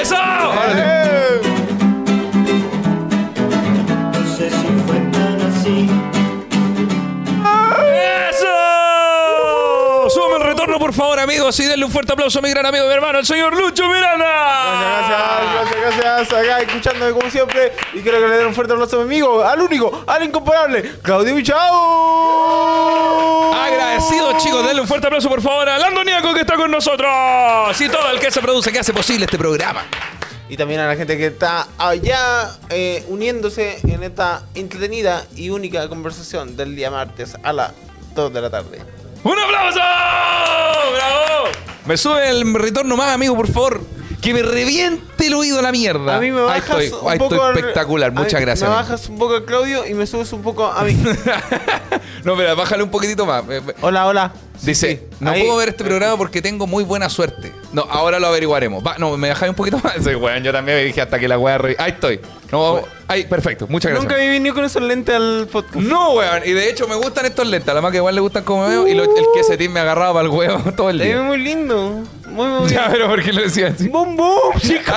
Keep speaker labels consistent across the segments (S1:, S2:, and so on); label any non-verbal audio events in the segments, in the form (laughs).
S1: ¡Eso!
S2: No sé si fue tan así.
S1: ¡Eso! Súbame el retorno, por favor, amigos, y denle un fuerte aplauso a mi gran amigo, mi hermano, el señor Lucho Miranda.
S3: Gracias, gracias, gracias. Acá escuchándome como siempre. Y quiero que le den un fuerte abrazo a mi amigo, al único, al incomparable, Claudio Bichao.
S1: Agradecidos, chicos, denle un fuerte aplauso, por favor, a Lando Niaco, que está con nosotros. Y todo el que se produce, que hace posible este programa.
S3: Y también a la gente que está allá eh, uniéndose en esta entretenida y única conversación del día martes a las 2 de la tarde.
S1: ¡Un aplauso! ¡Bravo! Me sube el retorno más, amigo, por favor. Que me reviente el oído a la mierda.
S3: A mí me
S1: ahí
S3: bajas
S1: estoy,
S3: un
S1: ahí
S3: poco
S1: estoy
S3: al-
S1: espectacular.
S3: a
S1: Muchas
S3: mí-
S1: gracias.
S3: Me
S1: amigo.
S3: bajas un poco a Claudio y me subes un poco a mí.
S1: (laughs) no, pero bájale un poquitito más. Eh, eh,
S3: Hola, hola.
S1: Dice,
S3: Sí,
S1: no
S3: ahí.
S1: puedo ver este programa porque tengo muy buena suerte. No, ahora lo averiguaremos. Va, no, me dejáis un poquito más. (laughs) Sí, weón, yo también me dije hasta que la weá... re- Ahí estoy. No, ahí, perfecto. Muchas gracias.
S3: Nunca había venido con esos lentes al podcast.
S1: No, weón. Y de hecho me gustan estos lentes. Además que igual le gustan como veo. Y lo- el que ese team me agarraba para el huevo (laughs) todo el
S3: Es
S1: día.
S3: muy lindo. Muy, muy
S1: (laughs)
S3: bien.
S1: Ya, pero ¿por qué lo decía así? (laughs)
S3: ¡Bum, (laughs) bum, chicos!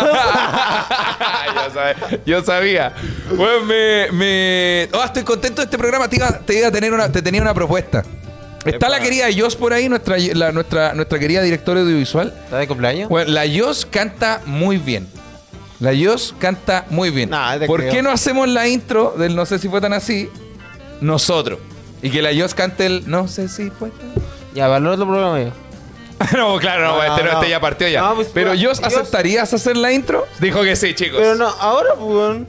S1: yo, sabía, yo sabía. Bueno, me, me- Oh, estoy contento de este programa. Te, iba, te iba a tener una, te tenía una propuesta. Está la querida Jos por ahí, nuestra, la- nuestra, nuestra querida directora audiovisual.
S3: ¿Está de cumpleaños?
S1: Bueno, la Jos canta muy bien. La Jos canta muy bien.
S3: Nah, te
S1: ¿Por
S3: creo.
S1: qué no hacemos la intro del No sé si fue tan así nosotros? Y que la Jos cante el No sé si fue tan (laughs)
S3: Ya, valor otro programa yo.
S1: no, claro, no,
S3: No,
S1: este, no,
S3: no.
S1: este ya partió ya.
S3: No, pues,
S1: Pero
S3: pues,
S1: Jos,
S3: Jos-
S1: ¿aceptarías hacer la intro? Dijo que sí, chicos.
S3: Pero no, ahora, pues, weón.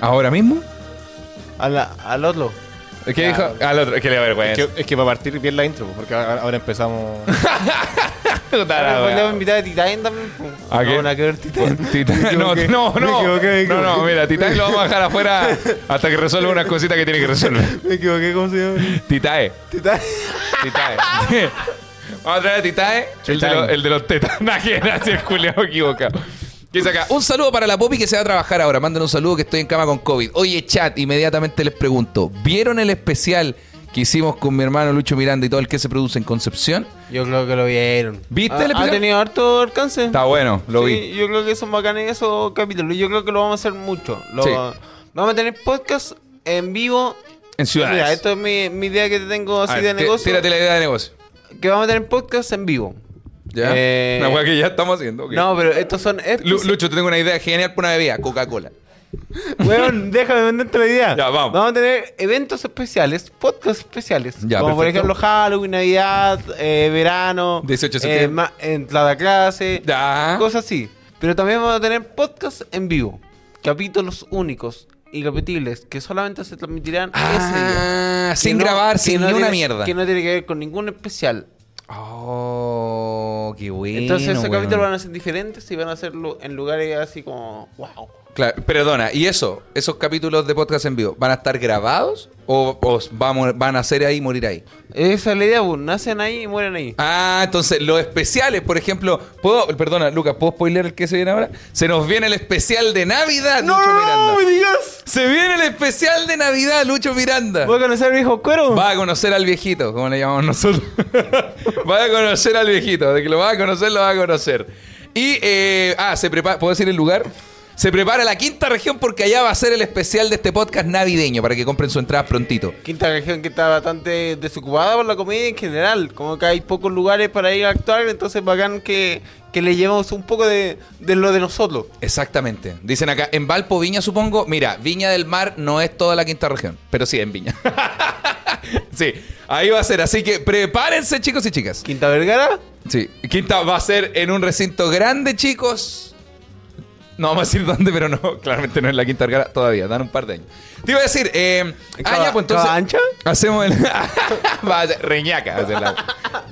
S1: ¿Ahora mismo?
S3: A la- Al otro.
S1: ¿Qué dijo? Al otro, que le da
S4: Es
S1: vergüenza.
S4: que, es que va a partir bien la intro, pues, porque ahora ahora empezamos.
S1: Puta la
S3: Ahora
S1: wea.
S3: (laughs) podemos invitar (laughs) a Titan también. pues.
S1: ¿A qué?
S3: No, nada que ver Titan.
S1: Titán- No,
S3: equivoqué,
S1: no,
S3: me
S1: no.
S3: equivoqué, me
S1: No, no,
S3: equivoqué.
S1: mira, Titae lo vamos a dejar afuera hasta que resuelva unas cositas que tiene que
S3: (laughs)
S1: resolver.
S3: Me equivoqué, ¿cómo se llama?
S1: Titae,
S3: Titan.
S1: Titae. Vamos a traer a Titae, el de, los- el de los tetas. (laughs) Nah, que era así el culiao equivocado. ¿Qué saca? Un saludo para la Popi que se va a trabajar ahora. Manden un saludo que estoy en cama con COVID. Oye, chat, inmediatamente les pregunto: ¿vieron el especial que hicimos con mi hermano Lucho Miranda y todo el que se produce en Concepción?
S3: Yo creo que lo vieron. Ah,
S1: ¿Viste
S3: Ha-
S1: el
S3: Ha
S1: episodio?
S3: tenido harto alcance.
S1: Está bueno, lo vi.
S3: Sí, yo creo que son bacanes esos capítulos. Yo creo que lo vamos a hacer mucho. Lo-
S1: Sí.
S3: Vamos a tener podcast en vivo.
S1: En ciudades.
S3: Mira, esto es mi, mi idea que tengo así
S1: A ver,
S3: de
S1: tí-
S3: negocio.
S1: Tírate la idea de negocio.
S3: Que vamos a tener podcast en vivo.
S1: ¿Ya?
S3: Eh,
S1: una hueá que ya estamos haciendo. ok.
S3: No, pero estos son...
S1: Lu-
S3: estos-
S1: Lucho, te tengo una idea genial para una bebida, Coca-Cola. (laughs)
S3: Weón, déjame venderte la idea.
S1: Ya, vamos.
S3: Vamos a tener eventos especiales, podcasts especiales.
S1: Ya,
S3: como por
S1: perfecto.
S3: ejemplo Halloween, Navidad, eh, verano.
S1: 18 de
S3: eh,
S1: septiembre.
S3: ma- entrada a clase.
S1: Ya.
S3: Cosas así. Pero también vamos a tener podcasts en vivo. Capítulos únicos y repetibles que solamente se transmitirán ese día.
S1: Ah,
S3: Que
S1: sin
S3: no-
S1: grabar,
S3: que
S1: sin
S3: no
S1: ni una
S3: tiene-
S1: mierda.
S3: Que no tiene que ver con ningún especial.
S1: Oh, qué bueno.
S3: Entonces esos
S1: weón.
S3: capítulos van a ser diferentes y van a hacerlo en lugares así como... ¡Wow!
S1: Claro, perdona, ¿y eso? ¿Esos capítulos de podcast en vivo van a estar grabados o, o vamos, van a ser ahí y morir ahí?
S3: Esa es la idea, pues, nacen ahí y mueren ahí.
S1: Ah, entonces los especiales, por ejemplo, puedo, perdona, Lucas, ¿puedo spoiler el que se viene ahora? Se nos viene el especial de Navidad, Lucho Miranda.
S3: me digas!
S1: Se viene el especial de Navidad, Lucho Miranda.
S3: ¿Voy a conocer al viejo cuero?
S1: Va a conocer al viejito, como le llamamos nosotros. (laughs) va a conocer al viejito. De que lo va a conocer, lo va a conocer. Y, eh, ah, se prepara, ¿puedo decir el lugar? Se prepara la quinta región porque allá va a ser el especial de este podcast navideño para que compren su entrada prontito.
S3: Quinta región que está bastante desocupada por la comida en general. Como que hay pocos lugares para ir a actuar, entonces bacán que, que le llevemos un poco de, de lo de nosotros.
S1: Exactamente. Dicen acá, en Valpo, Viña, supongo. Mira, Viña del Mar no es toda la quinta región, pero sí en Viña. (laughs) sí, ahí va a ser. Así que prepárense, chicos y chicas.
S3: Quinta Vergara,
S1: Sí. Quinta va a ser en un recinto grande, chicos. No vamos a decir dónde, pero no, (laughs) claramente no es la Quinta Vergara todavía, dan un par de años. Te iba a decir, eh, ah,
S3: Cava-
S1: ya, pues entonces.
S3: Cava Ancha?
S1: Hacemos el. (laughs) va a ser Reñaca. va a ser la-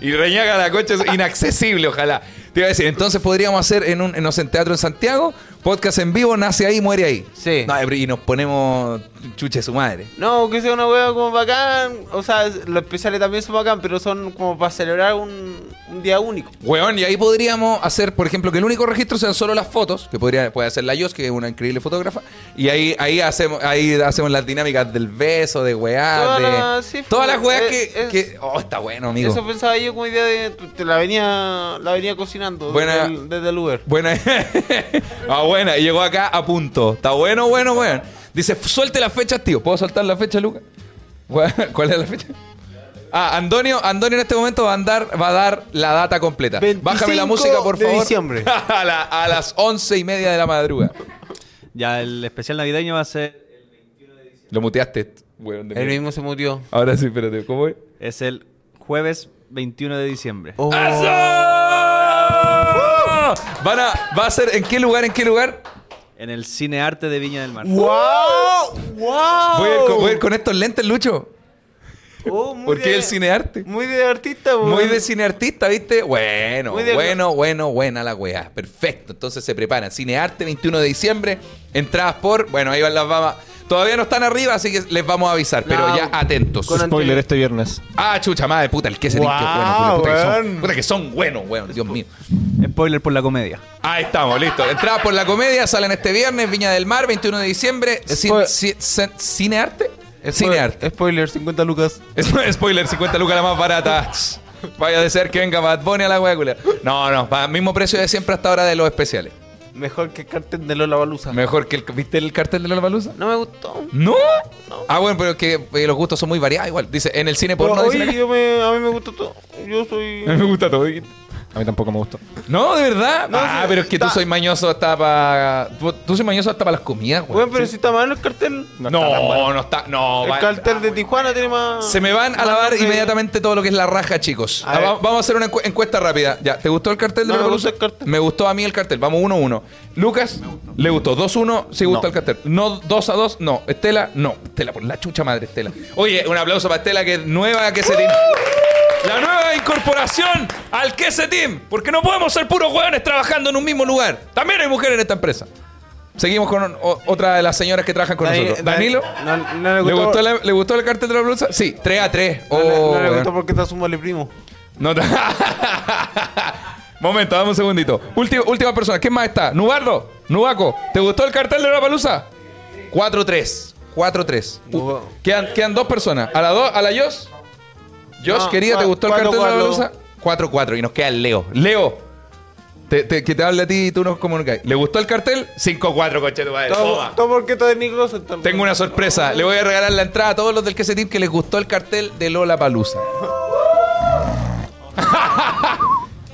S1: y Reñaca la coche es inaccesible, ojalá. Te iba a decir, entonces podríamos hacer en un, en, no sé, en teatro en Santiago, Podcast en vivo, nace ahí, muere ahí.
S3: Sí.
S1: No, pero y nos ponemos chuche su madre.
S3: No, que sea una hueá como bacán. O sea, los especiales también son bacán, pero son como para celebrar un, un día único.
S1: Weón, y ahí podríamos hacer, por ejemplo, que el único registro sean solo las fotos, que podría, puede hacer la Yos, que es una increíble fotógrafa, y ahí, ahí hacemos, ahí hacemos las dinámicas del beso, de weá,
S3: Todas
S1: de.
S3: las- sí,
S1: todas las weas
S3: eh,
S1: que,
S3: es-
S1: que- Oh, está bueno, amigo.
S3: Eso pensaba yo como idea de. Te la venía, la venía cocinando
S1: Buena-
S3: desde, el, desde el Uber.
S1: Buena. (laughs) ah, buena. Y llegó acá a punto. Está bueno, bueno, bueno. Dice, suelte las fechas, tío. ¿Puedo soltar la fecha, Luca? Gua- (laughs) ¿Cuál es la fecha? Ah, Antonio, Antonio en este momento va a, andar, va a dar la data completa. Bájame la
S3: 25
S1: música, por
S3: de
S1: favor.
S3: diciembre.
S1: (laughs) a, la- a las once y media de la madrugada.
S5: Ya el especial navideño va a ser.
S1: Lo muteaste, weón. de
S3: Él
S1: mierda.
S3: mismo se murió.
S1: Ahora sí, espérate. ¿Cómo es?
S5: Es el jueves 21 de diciembre.
S3: Oh.
S1: ¡Eso! Van a, ¿Va a ser en qué lugar, en qué lugar?
S5: En el Cine Arte de Viña del Mar.
S3: ¡Wow! ¡Wow!
S1: Voy a ir con, voy a ir con estos lentes, Lucho.
S3: Oh, muy
S1: Porque
S3: de-
S1: el cinearte.
S3: Muy de artista, weón.
S1: Muy de cineartista, ¿viste? Bueno,
S3: Muy de-
S1: bueno, bueno, buena la weá. Perfecto. Entonces se preparan. Cinearte, 21 de diciembre. Entradas por. Bueno, ahí van las babas. Todavía no están arriba, así que les vamos a avisar. Pero
S3: No.
S1: ya atentos.
S3: Con-
S4: Spoiler este viernes.
S1: Ah, chucha madre, puta, el que se
S3: Guau,
S1: bueno, puta, puta, que son,
S3: weón.
S1: puta que son buenos, weón, Dios mío.
S5: Spoiler por la comedia.
S1: Ahí estamos, listo. Entradas por la comedia, salen este viernes, Viña del Mar, 21 de diciembre. Cin-
S3: Spoil-
S1: ci- cin- ¿Cinearte? Cinearte.
S3: Spoiler, spoiler, 50 lucas.
S1: Es- (laughs) Spoiler, 50 lucas la más barata. Vaya de ser que venga Bad Bunny a la wea, culia. No, no, para mismo precio de siempre hasta ahora de los especiales.
S3: Mejor que el cartel de Lola Balusa.
S1: Mejor que el... ¿Viste el cartel de la Baluza?
S3: No me gustó.
S1: ¿No? Ah, bueno, pero que eh, los gustos son muy variados igual. Dice, en el cine porno
S3: Pero
S1: dice
S3: hoy
S1: la-
S3: yo me- a mí me gustó todo. Yo soy.
S1: A mí me gusta todo. ¿viste?
S4: A mí tampoco me gustó.
S1: No, de verdad.
S3: No,
S1: ah,
S3: sí,
S1: pero es que tú
S3: está-
S1: soy mañoso hasta para... Tú, tú soy mañoso hasta para las comidas, güey.
S3: Bueno, pero si está malo el cartel.
S1: No, no, está... No,
S3: el
S1: va-
S3: cartel de Tijuana tiene más.
S1: Se me van a
S3: más
S1: lavar
S3: nombre.
S1: inmediatamente todo lo que es la raja, chicos.
S3: A
S1: Ah,
S3: ver.
S1: va- vamos a hacer una encu- encuesta rápida. Ya, ¿te gustó el cartel de
S3: No,
S1: la
S3: me
S1: Revolución?
S3: gustó el cartel.
S1: Me gustó a mí el cartel. Vamos 1-1. Lucas, le gustó. 2-1, sí gustó
S4: No.
S1: el cartel. No, 2-2, no. Estela, no. Estela, por la chucha madre, Estela. Oye, un aplauso para Estela, que es nueva, que se team. La nueva incorporación al que se team. Porque no podemos ser puros hueones trabajando en un mismo lugar. También hay mujeres en esta empresa. Seguimos con o- otra de las señoras que trabajan con
S3: Dani-
S1: nosotros.
S3: Dani-
S1: Danilo.
S3: No, no le
S1: ¿Le
S3: gustó.
S1: gustó, la- ¿Le gustó el cartel de la blusa? Sí, 3 a 3.
S3: No, le- no le
S1: weón.
S3: gustó porque está su male primo.
S1: No te- (laughs) Momento, dame un segundito. Última, última persona, ¿quién más está? Nubardo, Nubaco, ¿te gustó el cartel de la palusa? 4-3. 4-3. U-
S3: Nuba-
S1: Quedan, quedan dos personas. ¿A la, do- a la Jos? Jos,
S3: No,
S1: querida, ¿te
S3: cua-
S1: gustó el
S3: cuatro,
S1: cartel de la
S3: cuatro.
S1: palusa? 4-4. Y nos queda el Leo. Leo, te- te- que te hable a ti y tú nos comunicas. ¿Le gustó el cartel? 5-4, coche tu madre.
S3: Todo,
S1: Toma.
S3: todo porque está de Nick Rosen también.
S1: Tengo una sorpresa. Le voy a regalar la entrada a todos los del que se tip que les gustó el cartel de Lola
S3: (laughs)
S1: Palusa.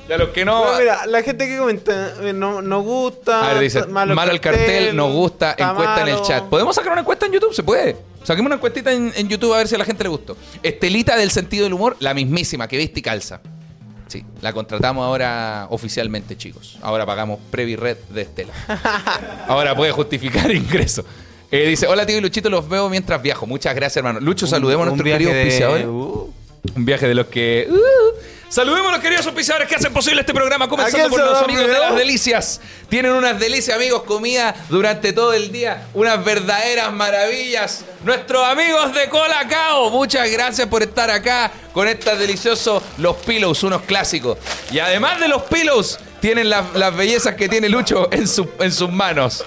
S1: y a los que no.
S3: Pero mira, la gente que comenta, eh, no, no gusta.
S1: a ver, dice,
S3: está
S1: malo, el cartel, nos gusta,
S3: está
S1: encuesta en el
S3: malo.
S1: chat. ¿Podemos sacar una encuesta en YouTube? Se puede. Saquemos una encuestita en, en YouTube a ver si a la gente le gustó. Estelita del sentido del humor, la mismísima que viste y calza. Sí, la contratamos ahora oficialmente, chicos. Ahora pagamos Previ Red de Estela.
S3: (laughs)
S1: Ahora puede justificar (laughs) ingreso. Eh, dice, hola tío y Luchito, los veo mientras viajo. Muchas gracias, hermano. Lucho, saludemos a
S3: Un
S1: nuestros queridos
S3: viaje
S5: Eh,
S3: de-
S1: auspiciadores.
S3: Uh.
S1: Un viaje de los que... uh. Saludemos a los queridos auspiciadores que hacen posible este programa,
S3: ¿A
S1: comenzando
S3: quién
S1: por
S3: se
S1: los
S3: va
S1: amigos de
S3: primero?
S1: las delicias. Tienen unas delicias, amigos, comida durante todo el día, unas verdaderas maravillas. Nuestros amigos de Colacao, muchas gracias por estar acá con estas deliciosos Los Pillows, unos clásicos. Y además de los Pillows, tienen las, las bellezas que tiene Lucho en, su- en sus manos.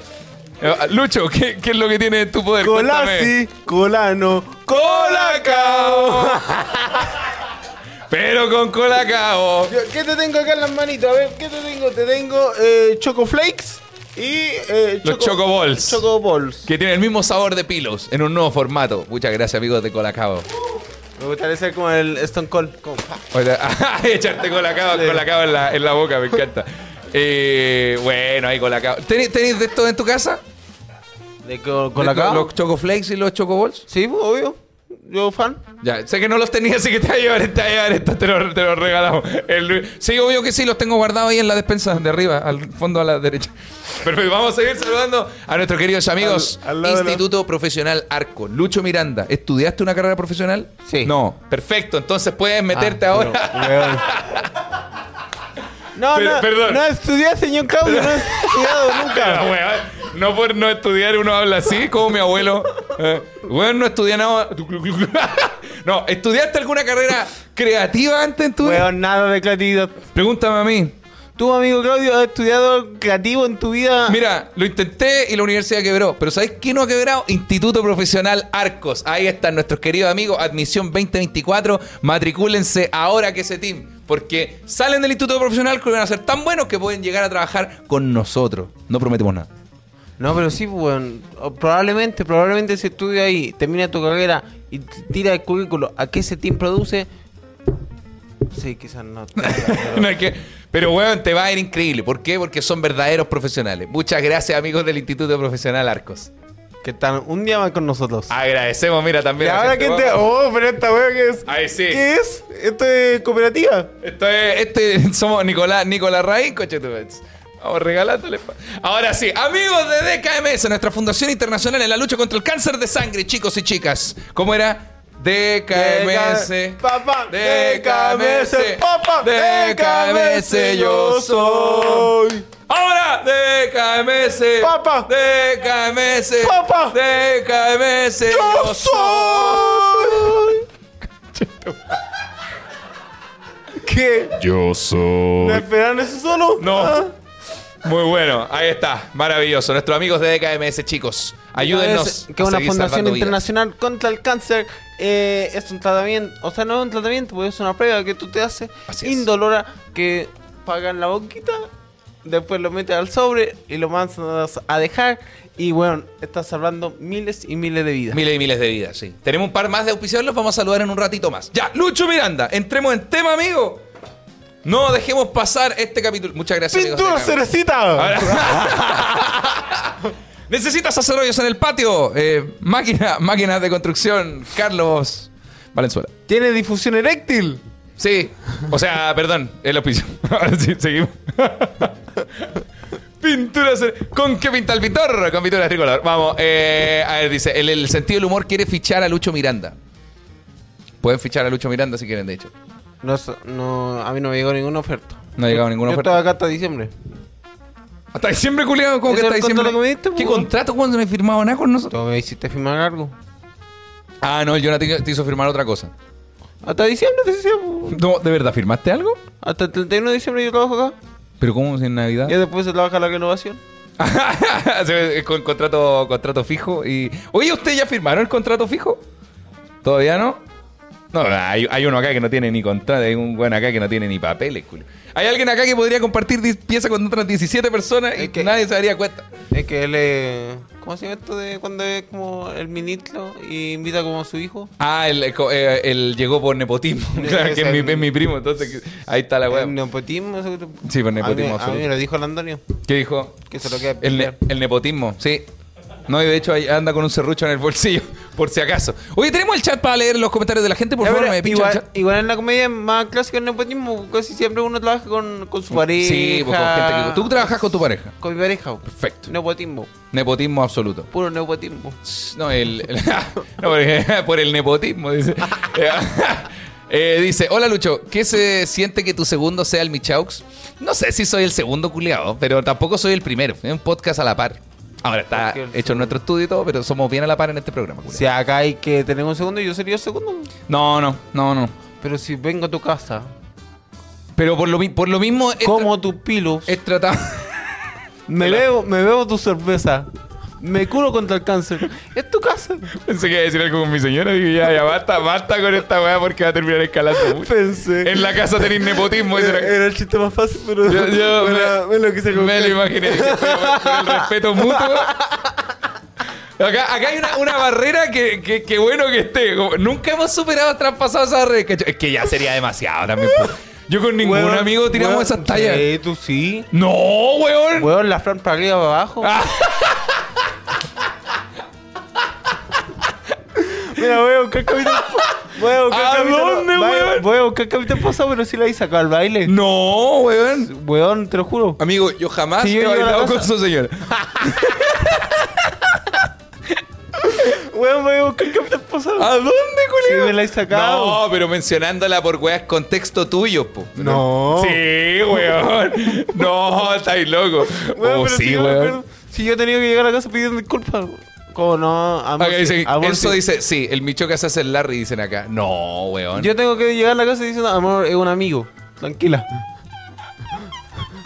S1: Eh, Lucho, ¿qué, qué es lo que tiene en tu poder? Cuéntame.
S3: Colasi, Colano, Colacao.
S1: (laughs) Pero con Colacao.
S3: Yo- ¿Qué te tengo acá en las manitos? A ver, ¿qué te tengo? Te tengo eh, Choco Flakes y eh,
S1: Los Choco Balls.
S3: Choco Balls.
S1: Que tiene el mismo sabor de pilos en un nuevo formato. Muchas gracias, amigos de Colacao.
S3: Me gustaría ser como el Stone Cold. como, pa.
S1: O sea, (laughs) echarte Colacao, Colacao en la, en la boca, me encanta. Eh, bueno, ahí Colacao. ¿Tenéis tenéis de esto en tu casa?
S3: ¿De co-
S1: ¿De
S3: Colacao?
S1: Los chocoflakes y los chocoballs.
S3: Sí, pues, obvio. Yo fan.
S1: Ya, sé que no los tenías, así que te vas a llevar, te vas a llevar estos, te los, te los regalamos. El Luis- sí, obvio que sí, los tengo guardados ahí en la despensa, de arriba, al fondo a la derecha. (laughs) Perfecto, vamos a seguir saludando a nuestros queridos amigos.
S3: Al- al lado de la-
S1: Instituto Profesional Arco, Lucho Miranda. ¿Estudiaste una carrera profesional?
S3: Sí.
S1: (laughs)
S3: Ah,
S1: No. Perfecto, entonces puedes meterte ahora.
S3: Pero, weón, No,
S1: Pero-
S3: no,
S1: perdón.
S3: no estudié, señor Claudio, no he estudiado
S1: (laughs) Pero,
S3: nunca.
S1: weón, no por no estudiar uno habla así, como mi
S3: (laughs)
S1: abuelo. Eh, weón, no estudié nada. (laughs) No, ¿estudiaste alguna carrera creativa antes en tu vida?
S3: Weón, nada de creatividad.
S1: Pregúntame a mí.
S3: ¿Tú, amigo Claudio, has estudiado creativo en tu vida?
S1: Mira, lo intenté y la universidad quebró. Pero ¿sabéis qué no ha quebrado? Instituto Profesional Arcos. Ahí están nuestros queridos amigos. Admisión 2024. Matricúlense ahora que se team. Porque salen del Instituto Profesional que van a ser tan buenos que pueden llegar a trabajar con nosotros. No prometemos nada.
S3: No, pero sí, pues, weón. O Probablemente, probablemente si estudia ahí, termina tu carrera y t- tira el currículo a qué ese team produce. Sí,
S1: (laughs)
S3: quizás no.
S1: (laughs) No hay que- Pero, weón, te va a ir increíble. ¿Por qué? Porque son verdaderos profesionales. Muchas gracias, amigos del Instituto Profesional Arcos.
S3: que están un día más con nosotros.
S1: Ah, Agradecemos, mira,
S3: y
S1: también. a la
S3: ahora que
S1: gente.
S3: te. Oh, pero esta weón que es.
S1: Ahí sí.
S3: ¿Qué es? ¿Esto es cooperativa?
S1: Esto es, este, (laughs) somos Nicolás, Nicolás Raín, cochetumets. Vamos regalándole. pa- Ahora sí, amigos de DKMS, nuestra fundación internacional en la lucha contra el cáncer de sangre, chicos y chicas. ¿Cómo era? DKMS.
S3: Papá,
S1: DKMS.
S3: Papá,
S1: DKMS, yo soy. Ahora, DKMS.
S3: Papá.
S1: DKMS.
S3: Papá.
S1: DKMS.
S3: ¡Yo soy! (laughs) ¿Qué?
S1: Yo soy.
S3: ¿No esperaron eso solo?
S1: No.
S3: Ah.
S1: Muy bueno, ahí está, maravilloso. Nuestros amigos de DKMS, chicos, ayúdennos.
S3: Es Que
S1: a
S3: una
S1: seguir
S3: fundación
S1: salvando vidas.
S3: internacional contra el cáncer eh, es un tratamiento, o sea, no es un tratamiento, pues es una prueba que tú te haces
S1: Así es.
S3: indolora que pagan la boquita, después lo metes al sobre y lo mandas a dejar y bueno, estás salvando miles y miles de vidas.
S1: Miles y miles de vidas, sí. Tenemos un par más de auspiciadores, los vamos a saludar en un ratito más. Ya, Lucho Miranda, entremos en tema, amigo. No dejemos pasar este capítulo. Muchas gracias. amigos de
S3: ¡Pintura
S1: DKMS.
S3: cerecita!
S1: Ahora- (laughs) Necesitas hacer hoyos en el patio. Eh, máquina, máquinas de construcción, Carlos Valenzuela.
S3: Tiene difusión eréctil.
S1: Sí, o sea, perdón, el auspicio. (laughs) Ahora sí, seguimos. (laughs) Pinturas. ¿Con qué pinta el pintor? Con pintura tricolor. Vamos, eh, a ver, dice: el, el sentido del humor quiere fichar a Lucho Miranda. Pueden fichar a Lucho Miranda si quieren, de hecho.
S3: No, so- no, a mí no me llegó ninguna oferta.
S1: No ha llegado ninguna
S3: Yo
S1: oferta.
S3: estaba acá hasta diciembre.
S1: Hasta diciembre, culiado, ¿cómo que
S3: ¿Ese
S1: hasta
S3: es el
S1: diciembre?
S3: contrato que me diste,
S1: ¿Qué
S3: po?
S1: contrato cuando no he firmado nada con
S3: Tú
S1: nosotros?
S3: me hiciste firmar algo.
S1: Ah, no, el Jonathan te hizo firmar otra cosa.
S3: Hasta diciembre, te decía. pues. po.
S1: No, ¿De verdad firmaste algo?
S3: Hasta el 31 de diciembre yo trabajo acá.
S1: ¿Pero cómo si en Navidad?
S3: Y después se trabaja la renovación.
S1: (laughs) Se- eh, con contrato, contrato fijo y. Oye, ¿ustedes ya firmaron el contrato fijo? ¿Todavía no? No, hay, hay uno acá que no tiene ni contrato, hay un buen acá que no tiene ni papeles, culo. Hay alguien acá que podría compartir dis- pieza con otras 17 personas y
S3: Es que-
S1: nadie se daría cuenta.
S3: Es que él es. ¿Cómo se llama esto de cuando es como el ministro y invita como a su hijo?
S1: Ah, él, eh, co- eh, él llegó por nepotismo. (laughs)
S3: Sí,
S1: claro, que es
S3: ese
S1: mi,
S3: es mi-
S1: es mi primo, entonces que- ahí está la
S3: El
S1: weá.
S3: nepotismo, eso que-
S1: Ah, Sí, por nepotismo
S3: A mí- A mí
S1: absoluto.
S3: me lo ah, dijo el Antonio.
S1: ¿Qué dijo?
S3: Que se lo quede
S1: El, ne- el nepotismo, sí. No, y de hecho ahí anda con un serrucho en el bolsillo, (laughs) por si acaso. Oye, tenemos el chat para leer los comentarios de la gente, por
S3: Ya,
S1: favor,
S3: pero
S1: me pinchan el
S3: igual,
S1: chat.
S3: igual en la comedia es más clásico el nepotismo, casi siempre uno trabaja con, con su pareja.
S1: Sí, pues, con gente que- Tú trabajas con tu pareja.
S3: Con mi pareja. po.
S1: Perfecto.
S3: Nepotismo,
S1: Nepotismo absoluto.
S3: puro nepotismo.
S1: No, el, el- (laughs) no, porque- por el nepotismo, (laughs) dice. Eh, dice, hola Lucho, ¿qué se siente que tu segundo sea el Michaux? No sé si soy el segundo culiado, pero tampoco soy el primero. Es un podcast a la par. Ahora está
S3: Porque el
S1: hecho en nuestro estudio y todo, pero somos bien a la par en este programa. culiao.
S3: Si acá hay que tener un segundo, yo sería el segundo.
S1: No, no, no, no.
S3: Pero si vengo a tu casa,
S1: Pero por lo, mi- por lo mismo es, tra-
S3: como tus pilos,
S1: es tratado...
S3: me bebo, me bebo tu cerveza, me curo contra el cáncer. Es tu casa.
S1: (laughs) Pensé que iba a decir algo con mi señora. Digo, ya, ya, basta, basta con esta weá porque va a terminar escalando
S3: (laughs)
S1: mucho.
S3: Pensé. Eh,
S1: En la casa tenéis nepotismo. dice la-
S3: el chiste más fácil, pero.
S1: Yo,
S3: (laughs)
S1: yo me,
S3: lo quise
S1: me lo imaginé. dije, por- por el respeto mutuo. Acá, acá hay una, una barrera que, que, que bueno que esté. Como- nunca hemos superado, traspasado esa barrera. ¿cachai? Es que ya sería demasiado también. po. Yo con ningún amigo tiramos esas tallas.
S3: Sí, tú sí.
S1: No, weón.
S3: Weón, la Fran para arriba para abajo.
S1: Ah.
S3: (laughs) Mira, voy a buscar capitán. Voy a buscar
S1: ¿A
S3: capitán-
S1: dónde,
S3: voy a-
S1: weón?
S3: Voy a buscar capitán pasado, pero sí la hice acá al baile.
S1: No, weón.
S3: Weón, te
S1: (laughs)
S3: lo juro.
S1: Amigo, yo jamás
S3: Sí,
S1: he
S3: yo llego a la
S1: bailado
S3: casa.
S1: con su señora.
S3: Weón, voy a buscar capitán pasaron.
S1: ¿A dónde,
S3: Sí,
S1: culiao?
S3: me la he sacado.
S1: No, pero mencionándola por weas contexto tuyo, po.
S3: No.
S1: Sí, weón. No, estáis loco.
S3: (laughs) Weón,
S1: Oh,
S3: pero si
S1: sí,
S3: yo me
S1: weón.
S3: acuerdo- Si yo he tenido que llegar a casa pidiendo disculpas. Como no, amor.
S1: Acá
S3: sí,
S1: dicen,
S3: amor,
S1: Enzo
S3: sí.
S1: dice, sí, el Michoca se hace el Larry, dicen acá. No, weón.
S3: Yo tengo que llegar a la casa diciendo, amor, es un amigo. Tranquila.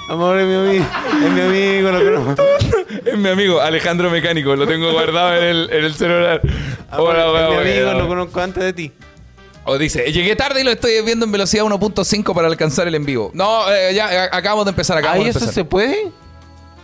S3: Amor, es mi amigo. Es mi amigo, lo conozco.
S1: Es mi amigo Alejandro Mecánico, lo tengo guardado en el, en el celular. (laughs)
S3: Amor,
S1: Hola,
S3: es mi
S1: weón,
S3: amigo,
S1: weón.
S3: lo conozco antes de ti.
S1: O dice, llegué tarde y lo estoy viendo en velocidad 1.5 para alcanzar el en vivo. No, eh, ya, a- acabamos de empezar, acabamos
S3: ¿Ahí
S1: de
S3: eso
S1: empezar.
S3: se puede?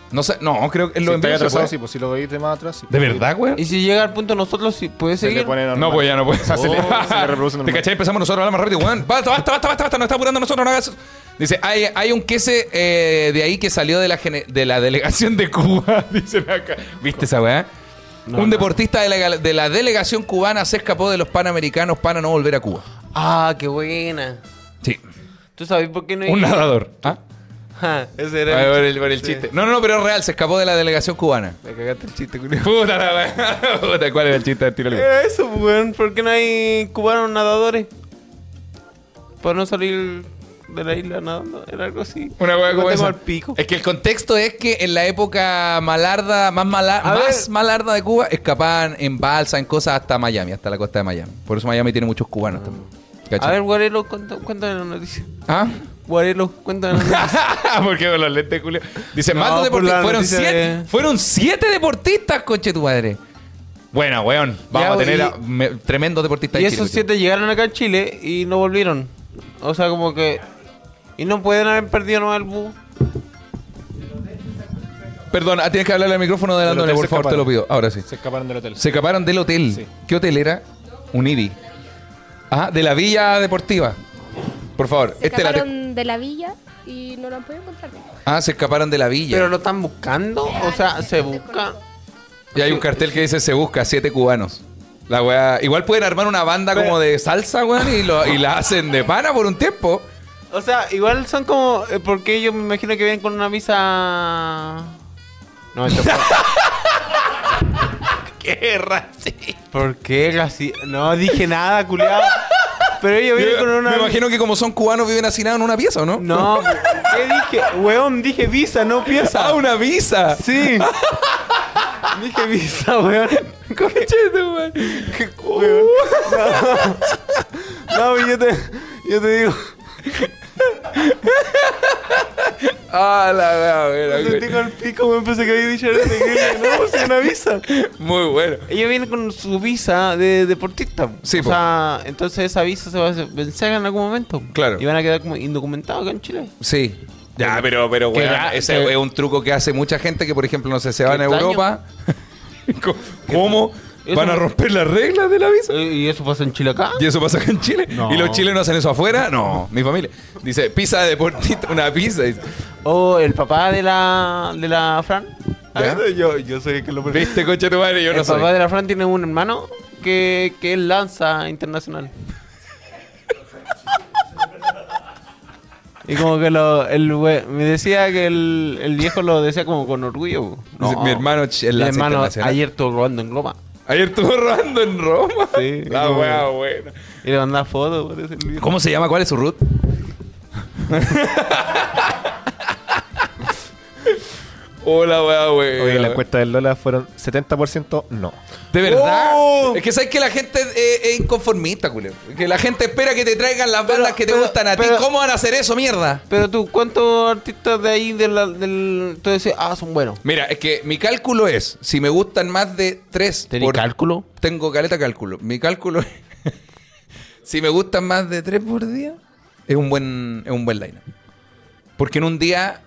S1: No, sé, no, creo que en
S4: Si
S1: los en vivo
S4: está
S1: se
S4: atrasado,
S1: puede.
S4: sí, pues si lo veis de más atrás. sí.
S1: ¿De verdad, weón?
S3: ¿Y si llega al punto nosotros, si puede
S4: Se le
S3: seguir?
S4: pone normal.
S1: No, pues ya no puede.
S4: O sea, se le, Oh, se le
S1: (laughs)
S4: reproduce
S1: ¿Te
S4: normal.
S1: cachai? Empezamos nosotros a hablar más rápido, weón. Basta, basta, basta, basta, basta. Nos está apurando nosotros, no hagas. Dice, hay, hay un quese eh, de ahí que salió de la, gene- de la delegación de Cuba, (laughs) dicen acá. ¿Viste esa weá? un deportista de la, de la delegación cubana se escapó de los panamericanos para no volver a Cuba.
S3: Ah, qué buena.
S1: Sí.
S3: ¿Tú sabes por qué no
S1: Un
S3: (laughs)
S1: nadador. ¿Ah?
S3: Ja, ese
S1: Ah,
S3: era
S1: por el, por el
S3: Sí.
S1: chiste. No, no, no, pero es real, se escapó de la delegación cubana. (laughs)
S3: Me cagaste el chiste, curioso.
S1: Puta la weá. Puta, ¿cuál era el chiste del tiro libre?
S3: Era eso, pues, weón. ¿Por qué no hay cubanos nadadores? Para no salir de la isla nadando. Era algo así.
S1: Una hueá como
S3: Me tengo
S1: esa.
S3: al pico.
S1: Es que el contexto es que en la época malarda, más, mala-
S3: A
S1: más
S3: ver.
S1: malarda de Cuba, escapaban en balsa, en cosas hasta Miami, hasta la costa de Miami. Por eso Miami tiene muchos cubanos también. ¿Cachai?
S3: A ver, Guarelo, cuéntame cuéntame la noticia.
S1: ¿Ah? (laughs)
S3: Guarelo, cuéntame la noticia.
S1: Porque con los lentes, Julio. Dice,
S3: No,
S1: más de
S3: por la
S1: deportistas. Fueron
S3: noticia
S1: siete,
S3: de-
S1: fueron siete deportistas, conche tu madre. Bueno, weón. Vamos
S3: Ya,
S1: a tener
S3: y-
S1: a- me- tremendos deportistas
S3: y
S1: en Chile,
S3: esos
S1: conche.
S3: siete llegaron acá a Chile y no volvieron. O sea, como que. Y no pueden haber perdido nomás el bus.
S1: Perdón, ah, tienes que hablarle al micrófono de
S4: Del
S1: Andone,
S4: hotel
S1: por
S4: se
S1: favor, te lo
S4: escaparon.
S1: pido. Ahora sí.
S4: Se escaparon del hotel.
S1: Se escaparon del hotel.
S4: Sí.
S1: ¿Qué hotel era? Univi. Ajá, de la Villa Deportiva. Por favor,
S6: Se
S1: este la te-
S6: escaparon de la villa y no lo han podido encontrar.
S1: Ah, se escaparon de la villa.
S3: Pero lo están buscando. O sea, se busca.
S1: Y hay un cartel que dice se busca siete cubanos. La weá. Igual pueden armar una banda como de salsa, weón, y, lo- y la hacen de pana por un tiempo.
S3: O sea, igual son como. eh, porque ellos me imagino que vienen con una visa. No, esto (laughs) fue-
S1: Qué racista.
S3: ¿Por qué así? No dije nada, culiado. Pero ellos vienen con una.
S1: Me imagino que como son cubanos viven hacinados en una pieza, ¿o no?
S3: No, ¿qué dije? Weón, dije visa, no pieza.
S1: Ah, una visa.
S3: Sí. dije visa, weón.
S1: Qué cu-
S3: Weón. No, no, yo te, yo te digo.
S1: Ah, la weá, mira,
S3: Me sentí con el pico, weón. Pensé que había dicho era de que no, pues es una visa.
S1: Muy bueno.
S3: Ellos vienen con su visa de deportista.
S1: Sí,
S3: o
S1: po.
S3: sea, entonces esa visa se va a vencer en algún momento.
S1: Claro.
S3: Y van a quedar como indocumentados acá en Chile.
S1: Sí. Ya, pero, pero,
S3: Que
S1: weón,
S3: ga-
S1: ese
S3: que-
S1: es un truco que hace mucha gente que, por ejemplo, no sé, se van a
S3: Que daño.
S1: Europa. Co- ¿Cómo?
S3: Eso
S1: ¿Van a
S3: no-
S1: romper las reglas de la visa?
S3: Eh, ¿Y eso pasa en Chile acá?
S1: ¿Y eso pasa acá en Chile?
S3: No.
S1: ¿Y los chilenos hacen eso afuera? No, mi familia. Dice, pizza de deportista, una pizza. dice.
S3: O el papá de la, de la Fran.
S1: ¿Ya?
S3: Ah, Yo, yo soy el que lo
S1: ¿Viste, coche tu madre? Yo
S3: El
S1: no
S3: papá
S1: soy.
S3: de la Fran tiene un hermano que, que él lanza internacional. Y como que lo, el we- me decía que el, el viejo lo decía como con orgullo.
S1: Dice, mi hermano ch- él
S3: mi
S1: lanza
S3: hermano
S1: internacional.
S3: ayer estuvo robando en Gloma.
S1: Ayer estuvo rodando en Roma. Ah,
S3: Sí.
S1: La wea buena.
S3: Y le mandaba fotos, parece el viejo.
S1: ¿Cómo se llama? ¿Cuál es su root? (laughs) Hola, wea, wea.
S4: Oye, en la encuesta del Lola fueron 70% no.
S1: ¿De verdad?
S3: ¡Oh!
S1: Es que sabes que la gente es, es inconformista, culero. Que la gente espera que te traigan las bandas que te
S3: pero-
S1: gustan a ti.
S3: pero-
S1: ¿Cómo van a hacer eso, mierda?
S3: Pero tú, ¿cuántos artistas de ahí de la- del... Tú decías, ah, son buenos.
S1: Mira, es que mi cálculo es, si me gustan más de tres...
S3: ¿Tenés
S1: por-
S3: cálculo?
S1: Tengo caleta cálculo. Mi cálculo es... (laughs) si me gustan más de tres por día, es un buen, es un buen line Porque en un día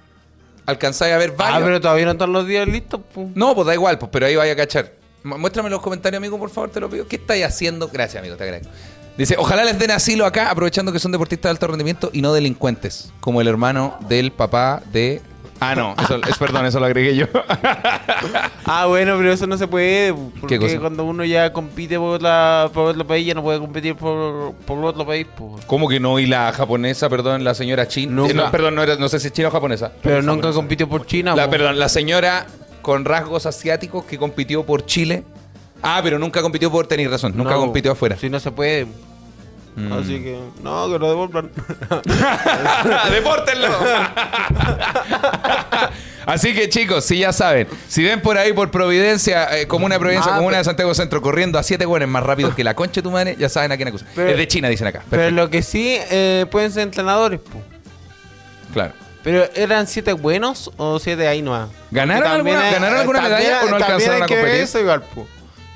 S1: alcanzáis a ver varios...
S3: Ah, pero todavía no están los días listos, pu.
S1: No, pues da igual, pues, pero ahí vaya a cachar. Mu- Muéstrame los comentarios, amigo, por favor, te lo pido. ¿Qué estáis haciendo? Gracias, amigo, te agradezco. Dice, ojalá les den asilo acá, aprovechando que son deportistas de alto rendimiento y no delincuentes, como el hermano del papá de... Ah, no, eso, es, perdón, eso lo agregué yo. (laughs)
S3: Ah, bueno, pero eso no se puede. pu, Porque
S1: cosa?
S3: cuando uno ya compite por, otra- por otro país, ya no puede competir por, por otro país. pu.
S1: ¿Cómo que no? Y la japonesa, perdón, la señora china.
S3: Nunca.
S1: no, perdón, no, era- no sé si es china o japonesa.
S3: Pero nunca compitió por China.
S1: La,
S3: pu.
S1: perdón, la señora con rasgos asiáticos que compitió por Chile Ah, pero nunca compitió por tener razón. Nunca
S3: No,
S1: compitió afuera. Mm.
S3: Si no se puede. Así que, no, que lo devuelvan. (laughs)
S1: ¡Depórtenlo! (laughs) Así que chicos, si ya saben, si ven por ahí por Providencia, eh, comuna de Providencia,
S3: Ah,
S1: comuna
S3: pero-
S1: de Santiago Centro, corriendo a siete hueones más rápidos que la concha de tu madre, ya saben a quién acusar.
S3: Pero-
S1: es de China, dicen acá.
S3: Pero
S1: Perfecto.
S3: lo que sí, eh, pueden ser entrenadores, po.
S1: claro.
S3: Pero eran siete buenos o siete ahí nomás.
S1: ¿Ganaron
S3: Porque también
S1: alguna-
S3: hay-
S1: ganaron alguna
S3: también-
S1: medalla o no
S3: también
S1: alcanzaron
S3: hay
S1: a
S3: que ver
S1: competir?
S3: eso igual, po.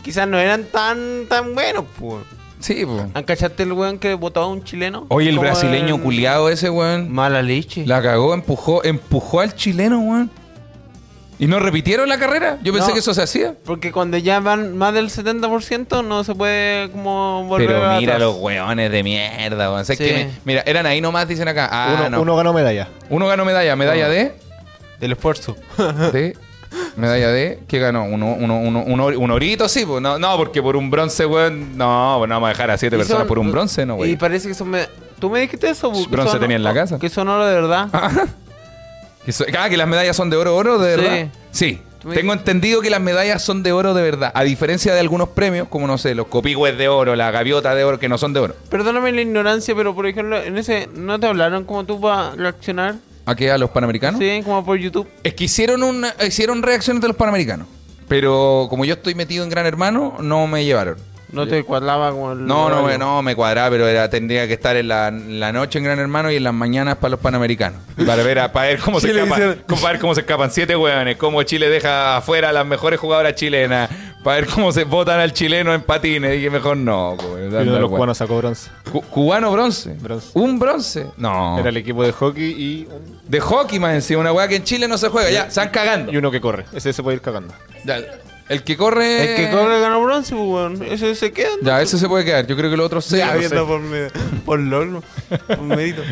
S3: Quizás no eran tan tan buenos, po.
S1: Sí, po.
S3: ¿Encachaste el weón que votaba a un chileno?
S1: Oye, el
S3: Como
S1: brasileño
S3: en-
S1: culiado ese, weón.
S3: Mala leche.
S1: La cagó, empujó, empujó al chileno, weón. ¿Y no repitieron la carrera? Yo pensé
S3: No.
S1: que eso se hacía.
S3: Porque cuando ya van más del 70% no se puede como volver
S1: Pero mira
S3: atrás.
S1: los weones de mierda, weón. Sé
S3: Sí.
S1: que me- mira, eran ahí nomás, dicen acá. Ah,
S4: uno,
S1: no.
S4: uno ganó medalla.
S1: Uno ganó medalla,
S3: Ah.
S1: medalla de,
S3: Del esfuerzo.
S1: de medalla de, ¿qué ganó? Uno, uno, uno, uno, un orito, sí, pues, no, no, porque por un bronce, weón, no, pues no vamos a dejar a siete
S3: Y
S1: personas
S3: son-
S1: por un bronce, no,
S3: Y
S1: güey.
S3: parece que son... me- ¿Tú me dijiste eso? bu?
S1: Sí,
S3: Que
S1: bronce
S3: son-
S1: tenía en la casa. Ah.
S3: Que son oro de verdad.
S1: Que so- Ah, que las medallas son de oro, oro, de
S3: Sí.
S1: verdad. Sí.
S3: Tú me-
S1: Tengo entendido que las medallas son de oro de verdad, a diferencia de algunos premios, como no sé, los copigües de oro, la gaviota de oro, que no son de oro.
S3: Perdóname la ignorancia, pero por ejemplo, en ese... ¿No te hablaron como tú para reaccionar?
S1: ¿A qué? ¿A los panamericanos?
S3: Sí, como por YouTube.
S1: Es que hicieron, una, hicieron reacciones de los panamericanos, pero como yo estoy metido en Gran Hermano, no me llevaron.
S3: No te cuadraba como el...
S1: No, no, me-
S3: horario.
S1: no, me cuadraba, pero era, tendría que estar en la, en la noche en Gran Hermano y en las mañanas para los Panamericanos. Para ver, a- para ver cómo se
S3: Chile
S1: escapan,
S3: hicieron-
S1: cómo- para ver cómo se escapan siete hueones, cómo Chile deja afuera a las mejores jugadoras chilenas, para ver cómo se botan al chileno en patines. Dije, mejor no. pues, po,
S4: Y uno
S1: anda,
S4: de los
S1: weón.
S4: cubanos sacó bronce.
S1: Cu- cubano bronce.
S4: Bronce.
S1: ¿Un bronce? No.
S4: Era el equipo de hockey y, un-
S1: De hockey más encima, una hueá que en Chile no se juega. Ya, están cagando.
S4: y uno que corre. Ese se puede ir cagando.
S1: Ya, el que corre...
S3: El que corre ganó bronce, pues, weón. Ese se queda.
S1: Eh. Ya, ese se puede quedar. Yo creo que los otros se...
S3: Ya, viendo por, me- por logro.
S1: (laughs)
S3: Por mérito.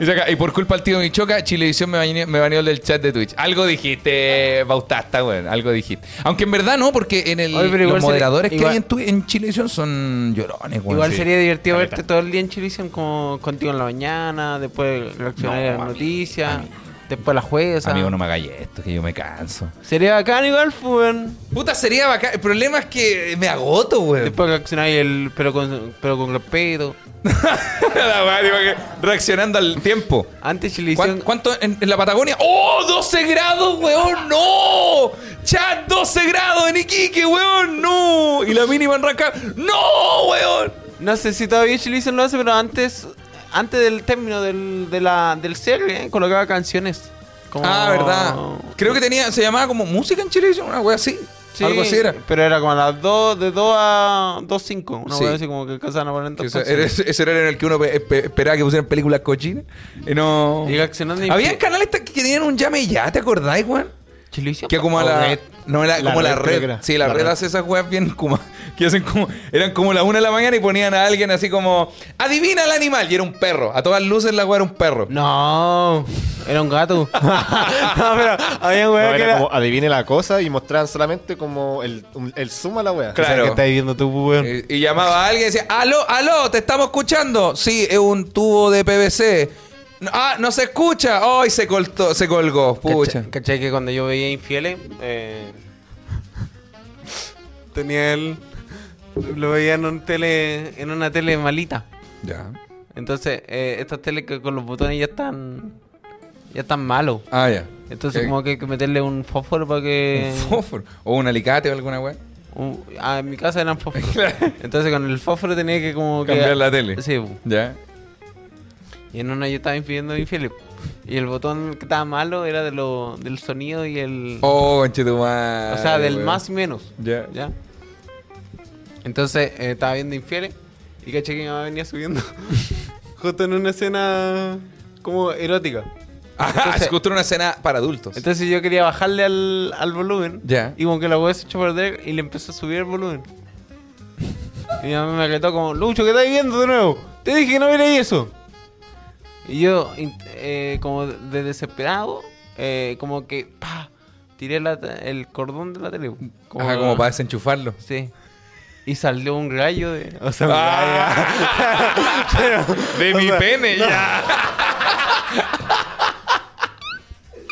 S1: Dice acá, y por culpa del tío Michoca, Chilevisión me baneó, me baneó el del chat de Twitch. Algo dijiste, Bautasta, weón. Algo dijiste. Aunque en verdad no, porque en el,
S3: Oye,
S1: los
S3: pero igual sería-
S1: moderadores que
S3: igual-
S1: hay en, Twi- en Chilevisión son llorones, weón.
S3: Igual
S1: Sí.
S3: sería divertido
S4: Caleta.
S3: verte todo el día en Chilevisión como contigo en la mañana, después reaccionar
S1: No,
S3: a las
S1: amigo,
S3: noticias,
S1: amigo.
S3: después la jueza.
S1: Amigo, no me hagáis esto, que yo me canso.
S3: Sería bacán igual, pues, weón.
S1: Puta, sería bacán. El problema es que me agoto, weón.
S3: Después reaccionar el pero con pero con respeto.
S1: (laughs) La weá, digo que reaccionando al tiempo.
S3: Antes
S1: ¿Cuán-
S3: Chilevisión
S1: ¿Cuánto en, en la Patagonia? ¡Oh, 12 grados, weón! ¡No! ¡Chat, 12 grados en Iquique, weón! ¡No! Y la mínima en Rancagua. ¡No, weón!
S3: no sé si todavía Chilevisión lo hace, pero antes antes del término del, de la, del serie ¿eh? colocaba canciones. Como-
S1: Ah, verdad. Creo que tenía, se llamaba como música en Chile, una wea así.
S3: Sí,
S1: Algo así era.
S3: Pero era como a las 2, de 2 a 2.5. Una
S1: Sí.
S3: weá así como que alcanzaban a poner en
S1: Que
S3: dos
S1: ese, era,
S3: canciones.
S1: ese era en el que uno pe- pe- esperaba que pusieran películas cochinas. Y no.
S3: Y reaccionando y-
S1: Había canales que tenían un llame ya, ¿te acordáis, weón?
S3: Chilevisión.
S1: Que como a
S3: O
S1: la.
S3: Red.
S1: No, era
S4: La
S1: como la
S4: Red, creo
S1: red.
S4: que era.
S1: Sí, la,
S4: La
S1: red,
S4: Red.
S1: hace esas weas bien como. (laughs) Que hacen como. Eran como la una de la mañana y ponían a alguien así como. Adivina el animal. Y era un perro. A todas luces la wea era un perro.
S3: No, era un gato. (laughs) no, pero había un
S4: No,
S3: weón
S4: era
S3: que era.
S4: como adivine la cosa y mostraban solamente como el, un- el zoom a la wea.
S1: Claro.
S3: ¿Qué estás viendo tú, weón?
S1: Eh, Y llamaba a alguien y decía, aló, aló, te estamos escuchando. Sí, es un tubo de PVC. "No, Ah, no se escucha. Ay, se coltó, se colgó. Pucha.
S3: Cacha- ¿Cachai que cuando yo veía infieles, eh, tenía él. Lo veía en, un tele, en una tele malita.
S1: Ya.
S3: Entonces, eh, estas teles que con los botones ya están. Ya están malos.
S1: Ah, ya.
S3: Entonces,
S1: Ok.
S3: como que hay que meterle un fósforo para que.
S1: Un fósforo. O un alicate o alguna weá.
S3: un- ah, en mi casa eran fósforos.
S1: (laughs) Claro.
S3: Entonces, con el fósforo tenía que como. que-
S1: Cambiar la tele.
S3: Sí, bu.
S1: Ya.
S3: Y en una yo estaba pidiendo infieles. Y el botón que estaba malo era de lo, del sonido y el.
S1: Oh, conchetumar.
S3: o sea, del más y menos.
S1: Ya. (laughs)
S3: ¿Ya? Entonces eh, estaba viendo infieles. Y caché que mi mamá venía subiendo. (laughs) justo en una escena como erótica.
S1: Ajá,
S3: Entonces-
S1: es Ah, justo una escena para adultos.
S3: Entonces yo quería bajarle al, al volumen.
S1: Pues Ya.
S3: Y como que la weá se echó a perder y le empezó a subir el volumen. Y mi mamá me retó como, Lucho, ¿qué estás viendo de nuevo? Te dije que no vierais eso. Y yo, in- eh, como de desesperado, eh, como que, pa, tiré la te- el cordón de la tele. Como,
S1: Ajá, como para desenchufarlo.
S3: Sí. Y salió un rayo de... O (laughs) sea, un
S1: Ah. (laughs) de mi pene, ya.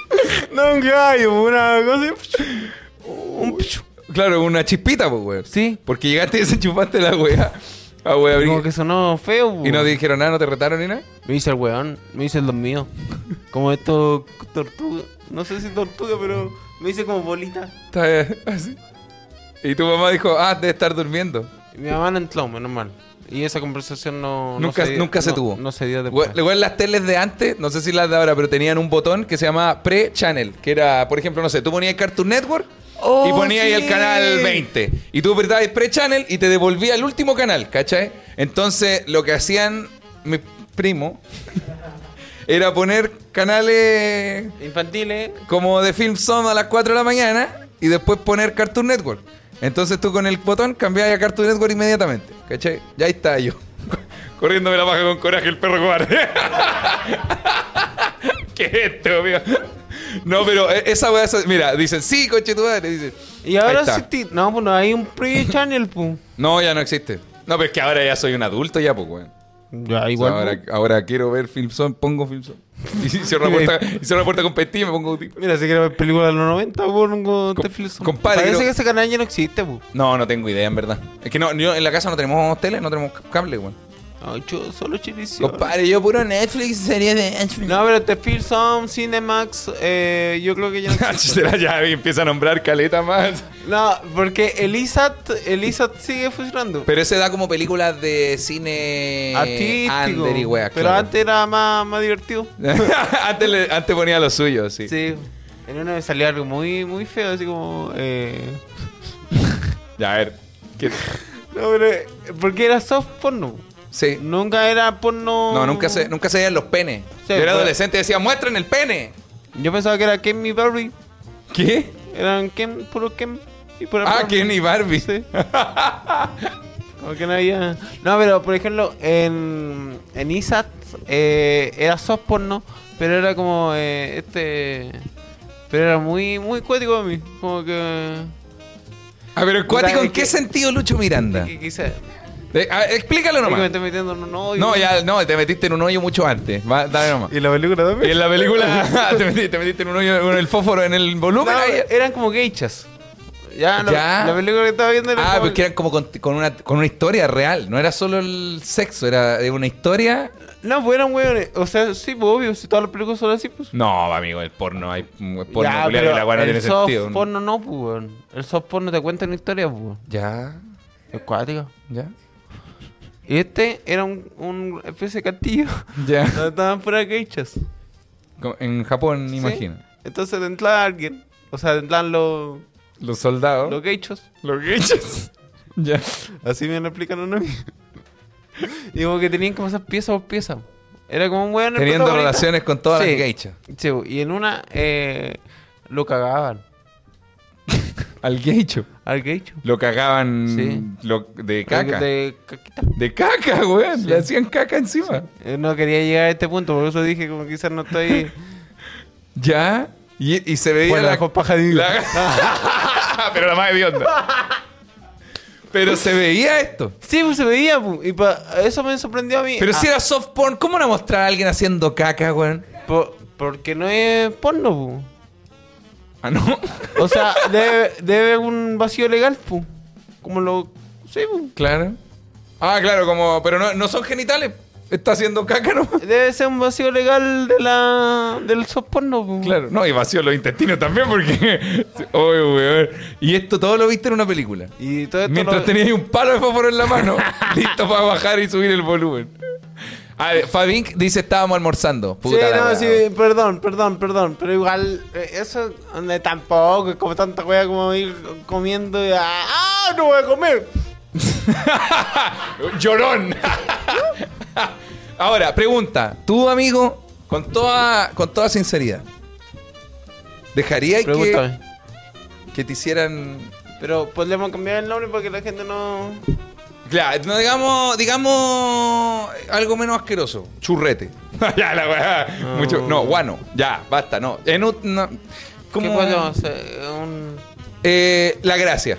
S3: rayo. No un rayo, una cosa... y- Un...
S1: Claro, una chispita, pues, weón.
S3: Sí.
S1: Porque llegaste y desenchufaste la weá. Ah, weá, abrí-
S3: Como que sonó feo,
S1: Y no
S3: weón.
S1: te dijeron nada, no te retaron ni nada.
S3: Me dice el weón, me dice los míos. Como esto, tortuga. No sé si tortuga, pero me dice como bolita.
S1: Está, (laughs) eh, así. Y tu mamá dijo, ah, debe estar durmiendo.
S3: Y mi mamá no entró, menos mal. Y esa conversación no. no
S1: Nunca-
S3: se dio-
S1: nunca se
S3: no-
S1: tuvo.
S3: No se dio después.
S1: Weón, weón, las teles de antes, no sé si las de ahora, pero tenían un botón que se llamaba pre-channel, que era, por ejemplo, no sé, tú ponías Cartoon Network y
S3: Oh,
S1: ponías ahí el canal 20. Y tú apretabas pre-channel y te devolvía el último canal, ¿cachai? Entonces, lo que hacían mis primos (laughs) era poner canales
S3: Infantiles.
S1: como de Film Zone a las 4 de la mañana y después poner Cartoon Network. Entonces tú con el botón cambiabas a Cartoon Network inmediatamente. ¿Cachai? Ya ahí estaba yo. (laughs) Corriéndome la baja con coraje el perro cobarde. (laughs) ¿Qué es esto, amigo? No, pero eh, esa weá. esa- Mira, dicen, sí, coche tu madre. Dicen,
S3: Y
S1: Ahí
S3: ahora
S1: está.
S3: sí. ti- No, pues no hay un pre-channel, pues.
S1: No, ya no existe. No, pero es que ahora ya soy un adulto, ya, pues, weón.
S3: Ya,
S1: O sea,
S3: igual. pues.
S1: ahora, ahora quiero ver Film Zone, pongo Film Zone. (laughs) Y cierro la puerta, y cierro la puerta con Petit y me pongo audífonos.
S3: pues. Mira, si quieres ver películas de los pues, 90, pongo
S1: Com-
S3: Netflix.
S1: compadre,
S3: Parece
S1: creo-
S3: que ese canal ya no existe, pues.
S1: No, no tengo idea, en verdad. Es que no, yo, en la casa no tenemos tele, no tenemos cable, weón.
S3: Ay, yo solo chilicio.
S1: Compadre, yo puro Netflix, series de Netflix. (laughs)
S3: No, pero Netflix, Zone, Cinemax, eh, yo creo que
S1: (laughs)
S3: ya no existe.
S1: Será Ah, ya y empieza a nombrar caleta más.
S3: No, porque el ISAT, el ISAT sigue funcionando.
S1: Pero ese da como películas de cine
S3: Artístico.
S1: under y wea,
S3: pero
S1: claro.
S3: antes era más, más divertido.
S1: antes, (laughs) le- antes ponía lo suyo, sí.
S3: Sí. En uno me salía algo muy, muy feo, así como... Eh...
S1: Ya, a ver. ¿Qué-
S3: No, pero... eh, Porque era soft porno.
S1: Sí.
S3: Nunca era porno...
S1: No, nunca se, nunca se veían los penes.
S3: Sí,
S1: Yo era
S3: pero-
S1: adolescente y decía, muestren el pene.
S3: Yo pensaba que era Ken y Barbie.
S1: ¿Qué?
S3: Eran Ken, puro Ken y pura
S1: Ah,
S3: Barbie.
S1: Ken y Barbie.
S3: Sí. (laughs) Como que no había... No, pero por ejemplo, en, en ISAT eh, era soft porno, pero era como eh, este... Pero era muy, muy cuático a mí. Como que...
S1: A ver,
S3: Puta,
S1: cuático,
S3: es
S1: ¿en qué
S3: que-
S1: sentido Lucho Miranda?
S3: que quizá-
S1: Eh, a- explícalo
S3: es que me
S1: nomás.
S3: estoy metiendo en un hoyo.
S1: No, ya, no, te metiste en un hoyo mucho antes. Va, dale nomás.
S3: ¿Y la película
S1: Y en la película
S3: (laughs)
S1: (laughs) te, metiste, te metiste en un hoyo en el fósforo, en el volumen. ahí.
S3: eran como geichas. Ya, la-
S1: Ya.
S3: la película que estaba viendo era
S1: Ah,
S3: como-
S1: porque eran como con, con una, con una historia real. No era solo el sexo, era de una historia.
S3: No, pues eran hueones. O sea, sí, pues, obvio, si todas las películas son así, pues...
S1: No, amigo, el porno hay mm, el
S3: Ya,
S1: culiao,
S3: pero
S1: y la weá no
S3: el
S1: tiene
S3: soft
S1: sentido.
S3: porno no, pues, weón. El soft porno te cuenta una historia, pues, weón.
S1: Ya,
S3: Es cuática.
S1: ya,
S3: Y este era un, un especie de castillo
S1: ya.
S3: (laughs) donde estaban puras geichas.
S1: Como En Japón,
S3: ¿sí?
S1: imagino.
S3: Entonces entraba alguien. O sea, entraban los,
S1: Los soldados.
S3: los geichos.
S1: Los gachos. (laughs) ya.
S3: Así me lo explicaron a mí. (laughs) y como que tenían como esas piezas por piezas. Era como un weón. el
S1: Teniendo
S3: protagonista.
S1: relaciones con todas
S3: Sí.
S1: las gachas.
S3: Sí, bo, y en una eh, lo cagaban
S1: Al gacho.
S3: al geicho.
S1: Lo cagaban
S3: Sí.
S1: lo- de caca. De,
S3: De caquita.
S1: caca, weón.
S3: Sí.
S1: Le hacían caca encima.
S3: Eh, No quería llegar a este punto, por eso dije como quizás no (laughs) estoy...
S1: Ya. Y, y se veía
S3: Bueno,
S1: la,
S3: fue pajarito.
S1: la- (laughs) Pero la más hedionda. Pero se veía esto.
S3: Sí, pues se veía, pu, y pa- eso me sorprendió a mí.
S1: Pero
S3: Ah,
S1: si era soft porn, ¿cómo no mostrar a alguien haciendo caca, weón?
S3: por- porque no es porno, pu.
S1: Ah, no.
S3: O sea, debe, debe haber un vacío legal, pu. Como lo... Sí, pu.
S1: Claro. Ah, claro, como. Pero no, no son genitales. Está haciendo caca nomás.
S3: Debe ser un vacío legal de la, del soft porno, pu.
S1: Claro. No, y vacío los intestinos también, porque. (laughs) Oye, weón. Y esto todo lo viste en una película.
S3: Y todo esto
S1: Mientras
S3: lo-
S1: tenías un palo de fósforo en la mano, (laughs) listo para bajar y subir el volumen. A ver, Fabink dice estábamos almorzando. Puta
S3: sí,
S1: la
S3: no,
S1: weá.
S3: sí, perdón, perdón, perdón. Pero igual, eh, eso eh, tampoco es como tanta wea como ir comiendo y ah, ¡ah, no voy a comer!
S1: (laughs) Llorón. (laughs) Ahora, pregunta. Tú, amigo, con toda, con toda sinceridad, ¿dejaría que,
S3: Pregúntame.
S1: que te hicieran...
S3: Pero podríamos cambiar el nombre para que la gente no.
S1: Claro, no digamos, digamos algo menos asqueroso. Churrete. (laughs) ya, la weá. Mucho. No, guano. Ya, basta, no. En un- no.
S3: ¿Qué
S1: ¿Cómo?
S3: podemos hacer? Un...
S1: Eh, la gracia.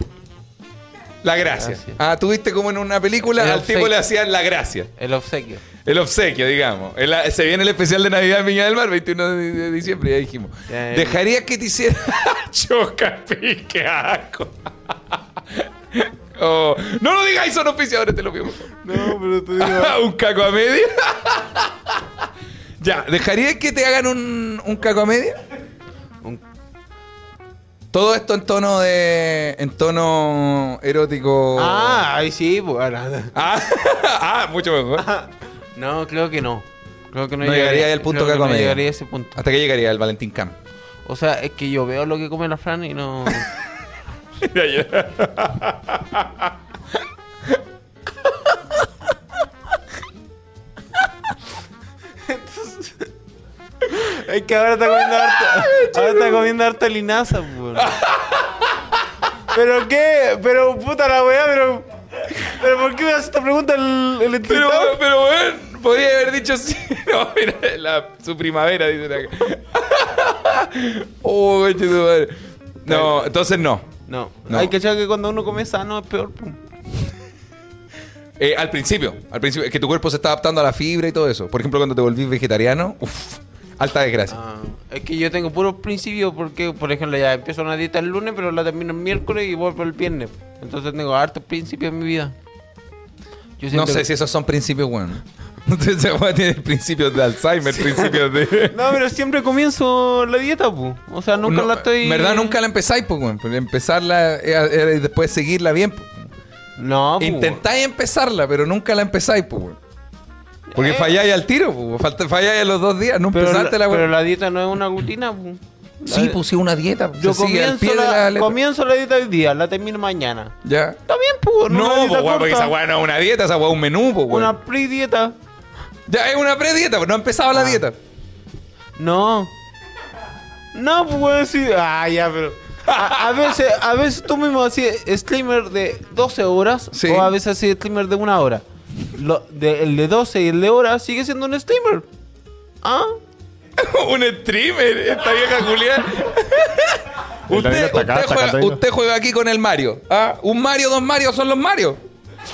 S1: La gracia.
S3: Gracia.
S1: Ah, tuviste como en una película,
S3: El
S1: al tipo
S3: obsequio.
S1: le hacían la gracia.
S3: El obsequio.
S1: El obsequio, digamos. El- ah, se viene el especial de Navidad en Viña del Mar, 21 de, de diciembre, ya dijimos. (laughs)
S3: Ya, ya.
S1: ¿Dejarías que te hiciera choca pique asco? (laughs) Oh, no lo digáis, son oficiadores, te lo pido. (laughs) por favor.
S3: No, pero te digo.
S1: un caco a media. (laughs) ya, ¿dejarías que te hagan un, un caco a media?
S3: Un-
S1: Todo esto en tono de. en tono erótico.
S3: Ah, ahí sí, pues. ahora.
S1: Ah, (laughs) ah, mucho mejor.
S3: No, creo que no. Creo que no,
S1: No llegaría al punto
S3: creo
S1: caco
S3: no
S1: medio.
S3: llegaría a ese punto.
S1: Hasta que llegaría el Valentín
S3: (laughs)
S1: Cam.
S3: O sea, es que yo veo lo que come la Fran y no. (laughs) es que ahora está comiendo (laughs) harto. ahora está comiendo harto linaza, pues. ¿Pero qué? Pero puta la weá, pero. ¿Pero por qué me hace esta pregunta el, el
S1: Pero,
S3: entrevistado?
S1: pero bueno, podría haber dicho sí. (laughs) No, mira, la- su primavera, dice acá. (laughs) oh, coche tu madre. No, entonces no.
S3: No.
S1: No.
S3: Hay que echar que cuando uno come sano es peor, pues.
S1: Eh, al principio, al principio, es que tu cuerpo se está adaptando a la fibra y todo eso. Por ejemplo, cuando te volvís vegetariano, uff, alta desgracia.
S3: Ah, es que yo tengo puros principios porque, por ejemplo, ya empiezo una dieta el lunes, pero la termino el miércoles y vuelvo el viernes. Entonces tengo hartos principios en mi vida. Yo
S1: no
S3: siento
S1: sé
S3: que-
S1: si esos son principios buenos. (laughs) Entonces, esa weá tiene principios de Alzheimer, principios de.
S3: No, pero siempre comienzo la dieta, pu. O sea, nunca
S1: No,
S3: la estoy...
S1: ¿Verdad? Nunca la empezáis, pues, weón. Porque Empezarla eh, eh, y después seguirla bien. pues.
S3: No, pues, pu.
S1: Intentáis empezarla, pero nunca la empezáis, pues, weón. Porque
S3: Eh.
S1: falláis al tiro, pues. falta- Falláis a los dos días, no
S3: Pero la,
S1: empezaste la
S3: pero
S1: weón.
S3: la dieta no es una rutina, pu. La
S1: Sí,
S3: di-
S1: pues, sí, una dieta. pues,
S3: Yo
S1: se sigue al
S3: comienzo,
S1: pie de
S3: la,
S1: la letra.
S3: comienzo la dieta hoy día, la termino mañana.
S1: Ya.
S3: También, pu.
S1: No,
S3: una
S1: pues,
S3: dieta
S1: weón, porque
S3: corta.
S1: esa weá no es una dieta, esa weá es un menú, pues, weón.
S3: Una pre-dieta.
S1: Ya es una predieta, pero no ha empezado
S3: Ah.
S1: la dieta. (laughs)
S3: No. No, pues sí. Ah, ya, pero. A, a veces, a veces tú mismo hacías streamer de 12 horas
S1: Sí.
S3: o a veces hacías streamer de una hora. Lo- de- el de 12 y el de hora sigue siendo un streamer. ¿Ah?
S1: un streamer, esta vieja Julián.
S3: (laughs)
S1: usted,
S4: está acá,
S1: usted
S4: está acá,
S1: juega,
S4: Taino.
S1: usted juega aquí con el Mario. ¿ah? Un Mario, dos Mario son los Mario.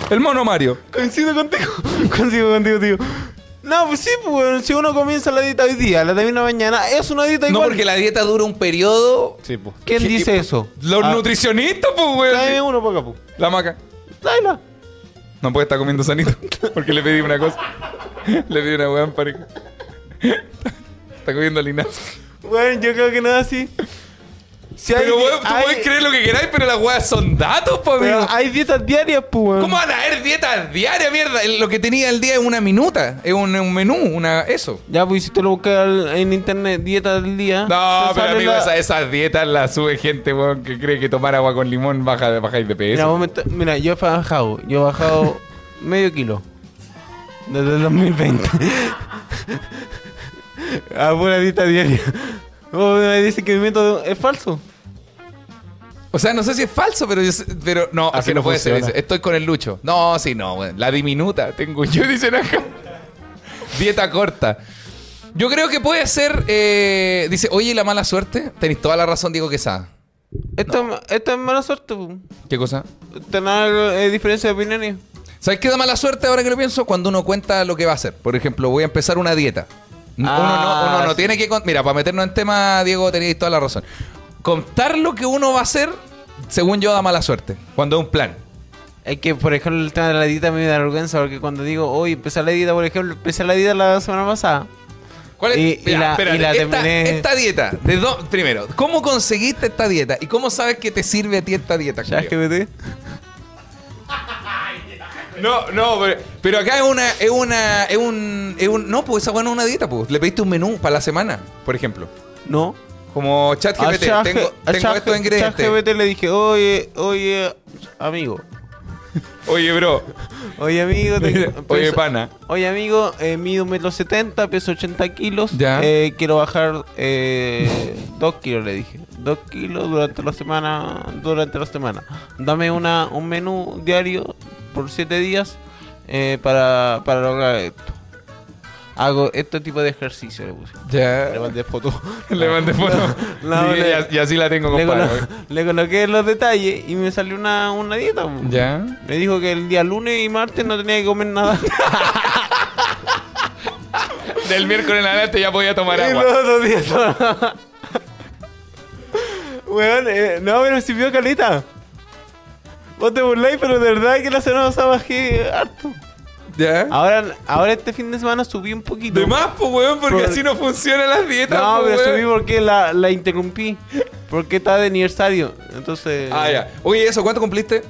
S1: El mono Mario.
S3: Coincido contigo. Coincido contigo, tío. No, pues sí, pues si uno comienza la dieta hoy día, la termina mañana, es una dieta
S1: No
S3: igual.
S1: porque la dieta dura un periodo.
S4: Sí, pues.
S3: ¿Quién dice eso?
S1: Los
S3: Ah,
S1: nutricionistas, pues, güey.
S3: Tráeme uno para acá, pues.
S1: La maca.
S3: Tráela.
S1: No puede estar comiendo
S3: (laughs)
S1: sanito. Porque le pedí una cosa. le pedí una weá en pareja. Está comiendo linaza.
S3: Bueno, yo creo que no es así. Si hay
S1: Pero,
S3: di-
S1: weón, tú
S3: hay-
S1: puedes creer lo que queráis, pero las weas son datos, pues, amigo.
S3: Pero hay dietas diarias, pues, weón.
S1: ¿Cómo van a haber dietas diarias, mierda? El- Lo que tenía el día es una minuta, es un, un menú, una eso.
S3: Ya, pues, si te lo buscas al- en internet, dieta del día.
S1: No,
S3: te
S1: pero
S3: Ah, sale
S1: amigo,
S3: la-
S1: esa- esas dietas las sube gente, weón, que cree que tomar agua con limón baja, bajáis de peso.
S3: Mira, vos me está- mira, yo he bajado, yo he bajado (laughs) medio kilo. Desde el 2020. (laughs) a pura dieta diaria. Vos me dices que mi método es falso.
S1: O sea, no sé si es falso, pero, yo sé- pero no, es
S4: Así
S1: que no
S4: no
S1: puede ser.
S4: funciona.
S1: dice, Estoy con el lucho. No, sí, no, weón. La diminuta tengo (laughs) yo, dicen acá. Dieta corta. Yo creo que puede ser. eh, dice, oye, ¿y la mala suerte. Tenéis toda la razón, Diego Quesada.
S3: Esto, esto es mala suerte, pues.
S1: ¿Qué cosa?
S3: Tener eh, diferencia de opiniones.
S1: ¿Sabes qué da mala suerte ahora que lo pienso? Cuando uno cuenta lo que va a hacer. Por ejemplo, voy a empezar una dieta. Uno
S3: Ah,
S1: no, uno no
S3: sí.
S1: tiene que... con- Mira, para meternos en tema, Diego, tenéis toda la razón. Contar lo que uno va a hacer, según yo, da mala suerte. Cuando es un plan.
S3: Es que, por ejemplo, el tema de la dieta me da vergüenza porque cuando digo, hoy empecé la dieta, por ejemplo, empecé la dieta la semana pasada.
S1: ¿Cuál es?
S3: Y- y
S1: Mira,
S3: la-
S1: espérate,
S3: y la
S1: esta,
S3: terminé-
S1: esta dieta, de dó- primero, ¿cómo conseguiste esta dieta? ¿Y cómo sabes que te sirve a ti esta dieta?
S3: ¿Sabes qué
S1: Julio?
S3: metí?
S1: No, no, pero, pero acá es una, es una, es un, es un- no, pues esa bueno es una dieta, pues. Le pediste un menú para la semana, por ejemplo.
S3: No.
S1: Como chat
S3: A
S1: GPT,
S3: Chag-
S1: tengo,
S3: a
S1: tengo
S3: Chag-
S1: estos ingredientes.
S3: ChatGPT le dije, oye, oye, amigo.
S1: Oye, bro.
S3: Oye, amigo. (laughs) tengo-
S1: Oye, pana.
S3: Oye, amigo, eh, mido un metro setenta, peso 80 kilos.
S1: Ya.
S3: Eh, quiero bajar eh, dos kilos, le dije. Dos kilos durante la semana, durante la semana. Dame una, un menú diario por siete días eh, para, para lograr esto. Hago este tipo de ejercicio, le puse. Le
S1: Ya.
S3: mandé fotos.
S1: (laughs) Le mandé foto.
S3: no,
S1: y,
S3: le-
S1: y as- y así la tengo,
S3: Le,
S1: compadre.
S3: colo- le coloqué los detalles y me salió una, una dieta. po.
S1: Ya.
S3: Me dijo que el día lunes y martes no tenía que comer nada.
S1: Del miércoles en adelante ya podía tomar
S3: y
S1: agua.
S3: los otros días no. Weón, eh, no, pero sirvió caleta. Vos te burláis, pero de verdad que la semana pasada bajé harto.
S1: ¿Ya?
S3: Ahora, ahora este fin de semana subí un poquito.
S1: De más, pues, weón, porque
S3: Por-
S1: así no funcionan las dietas.
S3: No,
S1: po,
S3: pero
S1: weón.
S3: subí porque la, la interrumpí. Porque está de aniversario. Entonces.
S1: Ah, ya. Oye, ¿eso cuánto cumpliste?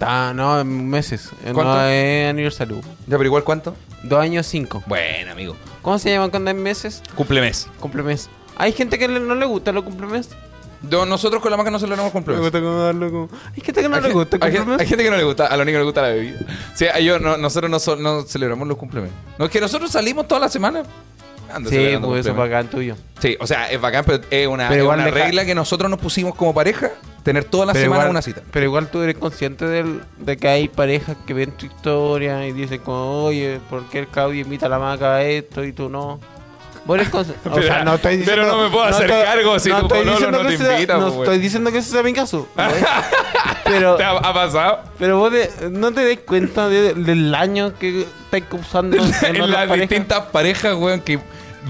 S3: Ah, no, meses. Eh,
S1: ¿Cuánto?
S3: No es aniversario.
S1: Ya, pero igual cuánto.
S3: Dos años cinco.
S1: Bueno, amigo.
S3: ¿Cómo se llaman cuando es meses?
S1: Cumple mes.
S3: Cumplemes. Hay gente que le- no le gusta los cumplemes.
S1: No, nosotros con la marca no celebramos
S3: Me
S1: cumpleaños.
S3: gusta como darlo como. Hay gente que no
S1: Hay
S3: le
S1: gen-
S3: gusta
S1: hay, gen- hay
S3: cumplemes.
S1: gente que no le gusta, a los niños les gusta la bebida. Sí, a yo, no- nosotros no, so- no celebramos los cumpleaños. No, es que nosotros salimos toda la semana. Anda
S3: Sí,
S1: celebrando
S3: pues eso
S1: cumpleaños.
S3: para acá tuyo.
S1: Sí, o sea, es bacán, pero es una,
S3: Pero
S1: es
S3: igual
S1: una
S3: deja-
S1: regla que nosotros nos pusimos como pareja, tener toda la semana
S3: igual,
S1: una cita.
S3: Pero igual tú eres consciente del- de que hay parejas que ven tu historia y dicen como, oye, ¿por qué el Claudio invita a la maca a esto y tú no? Vos
S1: (laughs)
S3: eres consci- o sea,
S1: Pero-
S3: no estoy
S1: pero
S3: diciendo,
S1: no me puedo hacer
S3: estoy-
S1: cargo si tu pololo no
S3: que
S1: te
S3: sea-
S1: invita,
S3: No
S1: pues,
S3: estoy
S1: güey.
S3: diciendo que ese sea mi
S1: (laughs)
S3: caso. güey. pero,
S1: ¿Te ha, ha pasado?
S3: pero vos de- no te des cuenta de- del daño que estás
S1: (laughs)
S3: causando en, otras
S1: en las
S3: parejas?
S1: distintas parejas, weón, que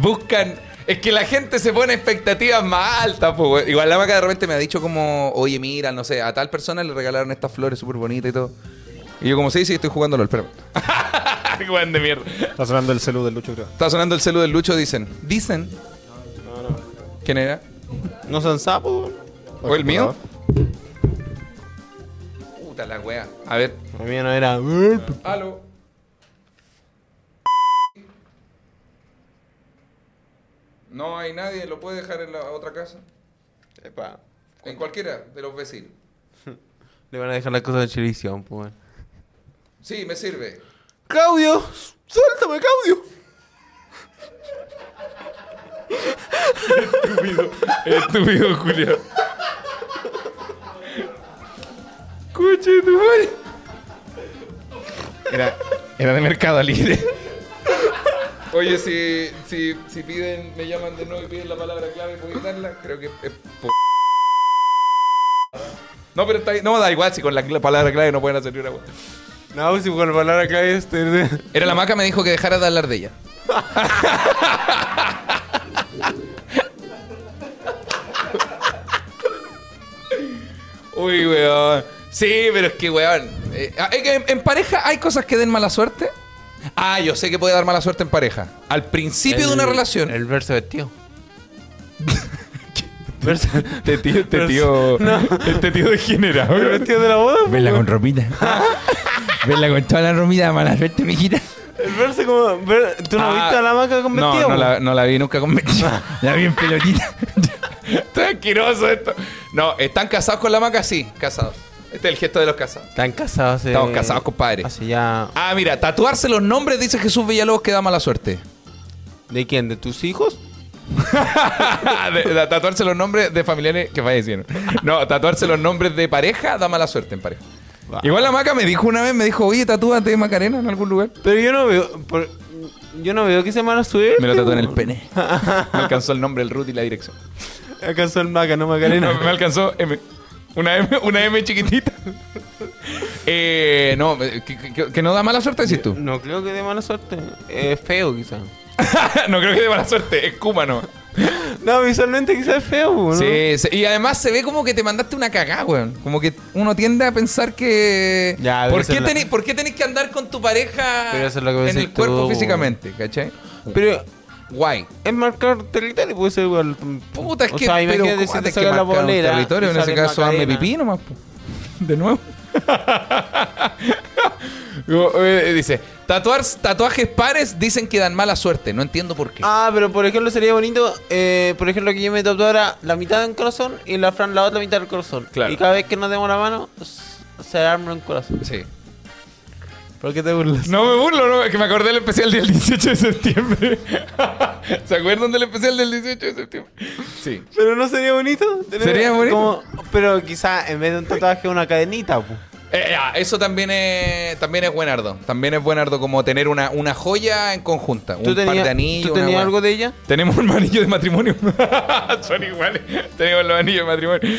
S1: buscan. Es que la gente se pone expectativas más altas, pues, weón. Igual la maca de repente me ha dicho como, oye, mira, no sé, a tal persona le regalaron estas flores súper bonitas y todo. Y yo, como, sí, sí, estoy jugando LOL, pero. weón de mierda.
S4: Está sonando el celu del Lucho, creo.
S1: Está sonando el celu del Lucho, dicen. Dicen. ¿Quién era?
S3: No son sapos.
S1: ¿O el mío? Puta la wea. A ver.
S3: A mí no era.
S1: Aló. No hay nadie, lo puede dejar en la otra casa.
S3: Epa,
S1: En cualquiera de los vecinos.
S3: Le van a dejar las cosas de chilevisión, pues. güey.
S1: Sí, me sirve.
S3: Claudio, suéltame, Claudio.
S1: Estúpido, Julio. Coche, tu madre.
S4: Era, era de Mercado Libre.
S1: Oye, si, si, si piden, me llaman de nuevo y piden la palabra clave, ¿puedo darla? Creo que es po- No, pero está ahí- No, da igual, si con la cla- palabra clave no pueden hacer ni una wea.
S3: No, pues, si por la palabra clave este.
S1: Era la maca me dijo que dejara de hablar de ella. Uy, weón. Sí, pero es que, weón. eh, ah, es que en, en pareja hay cosas que den mala suerte. Ah, yo sé que puede dar mala suerte en pareja. Al principio de una relación.
S3: El verso
S1: (laughs)
S3: de tío.
S1: Este tío, este tío. Este tío degenerado.
S3: ¿El tío de la boda?
S1: Verla con
S3: (laughs)
S1: romita. Verla con toda la romita, mala suerte, mijita.
S3: El verso pues, como. ver- ¿Tú no
S1: Ah,
S3: viste a la maca con
S1: No,
S3: vestido?
S1: no la, no la vi nunca con
S3: (laughs)
S1: vestido. la vi en (laughs) pelotita. Estoy asqueroso esto. No, ¿están casados con la maca? Sí, casados. Este es el gesto de los casados.
S3: Están casados. eh,
S1: Estamos casados, compadre.
S3: Hace ya.
S1: Ah, mira, tatuarse los nombres dice Jesús Villalobos que da mala suerte.
S3: (laughs) ¿De quién? ¿De tus hijos?
S1: De- de tatuarse los nombres de familiares que fallecieron. No, tatuarse los nombres de pareja da mala suerte en pareja. Igual la maca me dijo una vez, me dijo, oye, tatúate Macarena en algún lugar.
S3: Pero yo no veo. por- yo no veo que se van a subir.
S1: Me lo tatué en
S3: (laughs)
S1: el pene. Me alcanzó el nombre, el root y la dirección.
S3: ¿Acaso el maca, no
S1: (laughs)
S3: Macarena?
S1: No, me alcanzó M. Una M, una M chiquitita. Eh, no, que, que- que no da mala suerte, decís tú.
S3: No creo que de mala suerte. Es feo, quizás.
S1: (laughs) no creo que dé mala suerte, es cúmano.
S3: No, visualmente quizás es feo, ¿no?
S1: Sí, sí, y además se ve como que te mandaste una cagada, weón. Como que uno tiende a pensar que.
S3: Ya, pero
S1: ¿Por,
S3: eso
S1: qué
S3: es la-
S1: tenés, por qué tenés que andar con tu pareja
S3: Pero eso es lo que
S1: en
S3: decís
S1: el cuerpo
S3: tú,
S1: físicamente, ¿cachai?
S3: Pero
S1: Guay.
S3: es marcar territorio, puede ser igual.
S1: Puta, es
S3: O
S1: que.
S3: sea, imagínate
S1: ¿cómo
S3: si te
S1: tenés que
S3: sacan la
S1: marcar un
S3: bolera.
S1: territorio?
S3: y
S1: En ese
S3: sale
S1: caso, hazme
S3: Macarena.
S1: pipí nomás, po. De nuevo. Como, eh, Dice, tatuar, tatuajes pares dicen que dan mala suerte. No entiendo por qué.
S3: Ah, pero por ejemplo sería bonito, eh, por ejemplo que yo me tatuara la mitad del corazón y la Fran la otra mitad del corazón.
S1: Claro.
S3: Y cada vez que nos demos la mano, s- se arma un corazón.
S1: Sí.
S3: ¿Por qué te burlas?
S1: No me burlo, no, es que me acordé del especial del 18 de septiembre. (laughs) ¿Se acuerdan del especial del 18 de septiembre? Sí.
S3: Pero no sería bonito. tener
S1: Sería bonito.
S3: como- pero quizá en vez de un tatuaje una cadenita. pu.
S1: Eh, ah, eso también es, también es buenardo. También es buenardo como tener una, una joya en conjunta.
S3: ¿Tú
S1: un par
S3: tenías,
S1: de anillos.
S3: ¿tú
S1: una
S3: tenías
S1: wea.
S3: algo de ella?
S1: Tenemos un anillo de matrimonio. (laughs) Son iguales. Tenemos los anillos de matrimonio.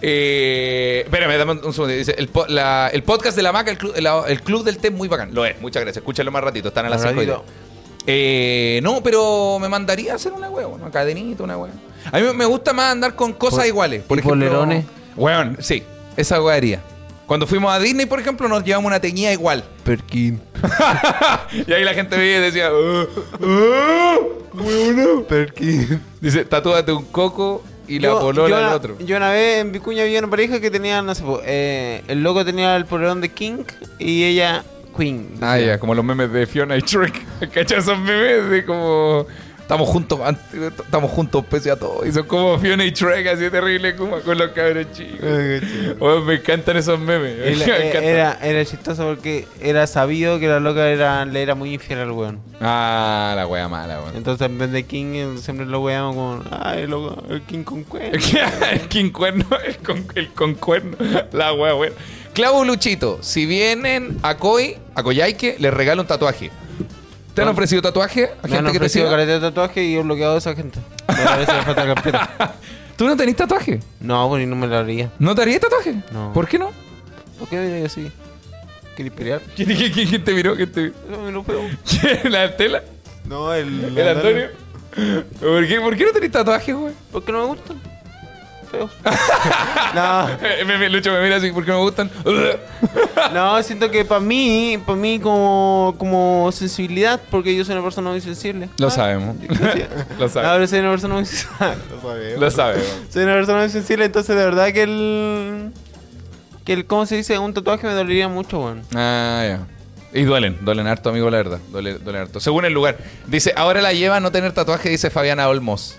S1: Eh, espérame, dame un segundo. Dice, el, po- la- el podcast de la maca, el, club- la- el club del té, muy bacán. Lo es, muchas gracias. Escúchalo más ratito. Están a las
S3: Más
S1: 5
S3: ratito.
S1: eh, No, pero me mandaría a hacer una hueá, una cadenita, una hueá. A mí me gusta más andar con cosas iguales. Por
S3: y
S1: ejemplo,
S3: polerones?
S1: Weón, sí. Esa hueá haría. Cuando fuimos a Disney, por ejemplo, nos llevamos una teñida igual.
S3: Perkin.
S1: (laughs) Y ahí la gente veía y decía, "Oh, oh, huevono".
S3: Perkin.
S1: Dice, tatúate un coco y la polola al otro.
S3: yo una vez en Vicuña había una pareja que tenía, no sé, po, eh, el loco tenía el polerón de King y ella Queen.
S1: Ah, ya, como los memes de Fiona y Shrek. (laughs) ¿Cachai? Esos memes de como. Estamos juntos, ante- estamos juntos pese a todo. Y son como Fiona y Shrek, así terrible, como con los cabros chicos. Oh, me encantan esos memes. (laughs)
S3: Él-
S1: me
S3: eh,
S1: encantan.
S3: era, era chistoso porque era sabido que la loca era, le era muy infiel al weón.
S1: Ah, la wea mala, weón.
S3: Entonces en vez de King eh, siempre lo weamos como, ay, loco, el King con Queen.
S1: (laughs) el quincuerno, el, con, el concuerno, la wea, weón. Clavo Luchito, si vienen a Koi, a Coyhaique, les regalo un tatuaje. ¿Te han
S3: Ah.
S1: ofrecido tatuaje? ¿A gente
S3: Me han
S1: que te
S3: ofrecido
S1: siga?
S3: careta de tatuaje y he bloqueado a esa gente. Me parece que falta de respeto.
S1: ¿Tú no tenés tatuaje?
S3: No, bueno, y no me la haría.
S1: ¿No te harías tatuaje?
S3: No.
S1: ¿Por qué no?
S3: ¿Por qué diría así? ¿Querés pelear?
S1: ¿Quién, quién- quién- quién te miró? ¿Quién te miró?
S3: No, me lo puedo.
S1: ¿Quién? ¿La tela?
S3: No, el.
S1: ¿El Antonio? ¿Por qué, por qué no tenés tatuaje, güey?
S3: Porque no me gustan. Feo. (laughs) no,
S1: Eh, me- me- Lucho me mira así, ¿por qué no me gustan?
S3: no, siento que para mí, para mí como, como sensibilidad, porque yo soy una persona
S1: (laughs)
S3: muy sensible.
S1: Lo sabemos. Lo
S3: No,
S1: sabemos.
S3: pero soy una persona muy sensible.
S1: Lo sabemos.
S3: soy una persona muy sensible, entonces de verdad que el. Que el, ¿cómo se dice? Un tatuaje me dolería mucho, weón.
S1: Ah, ya. Y duelen, duelen harto, amigo, la verdad. Duele- Duelen, harto. Según el lugar. Dice, ahora la lleva a no tener tatuaje, dice Fabiana Olmos.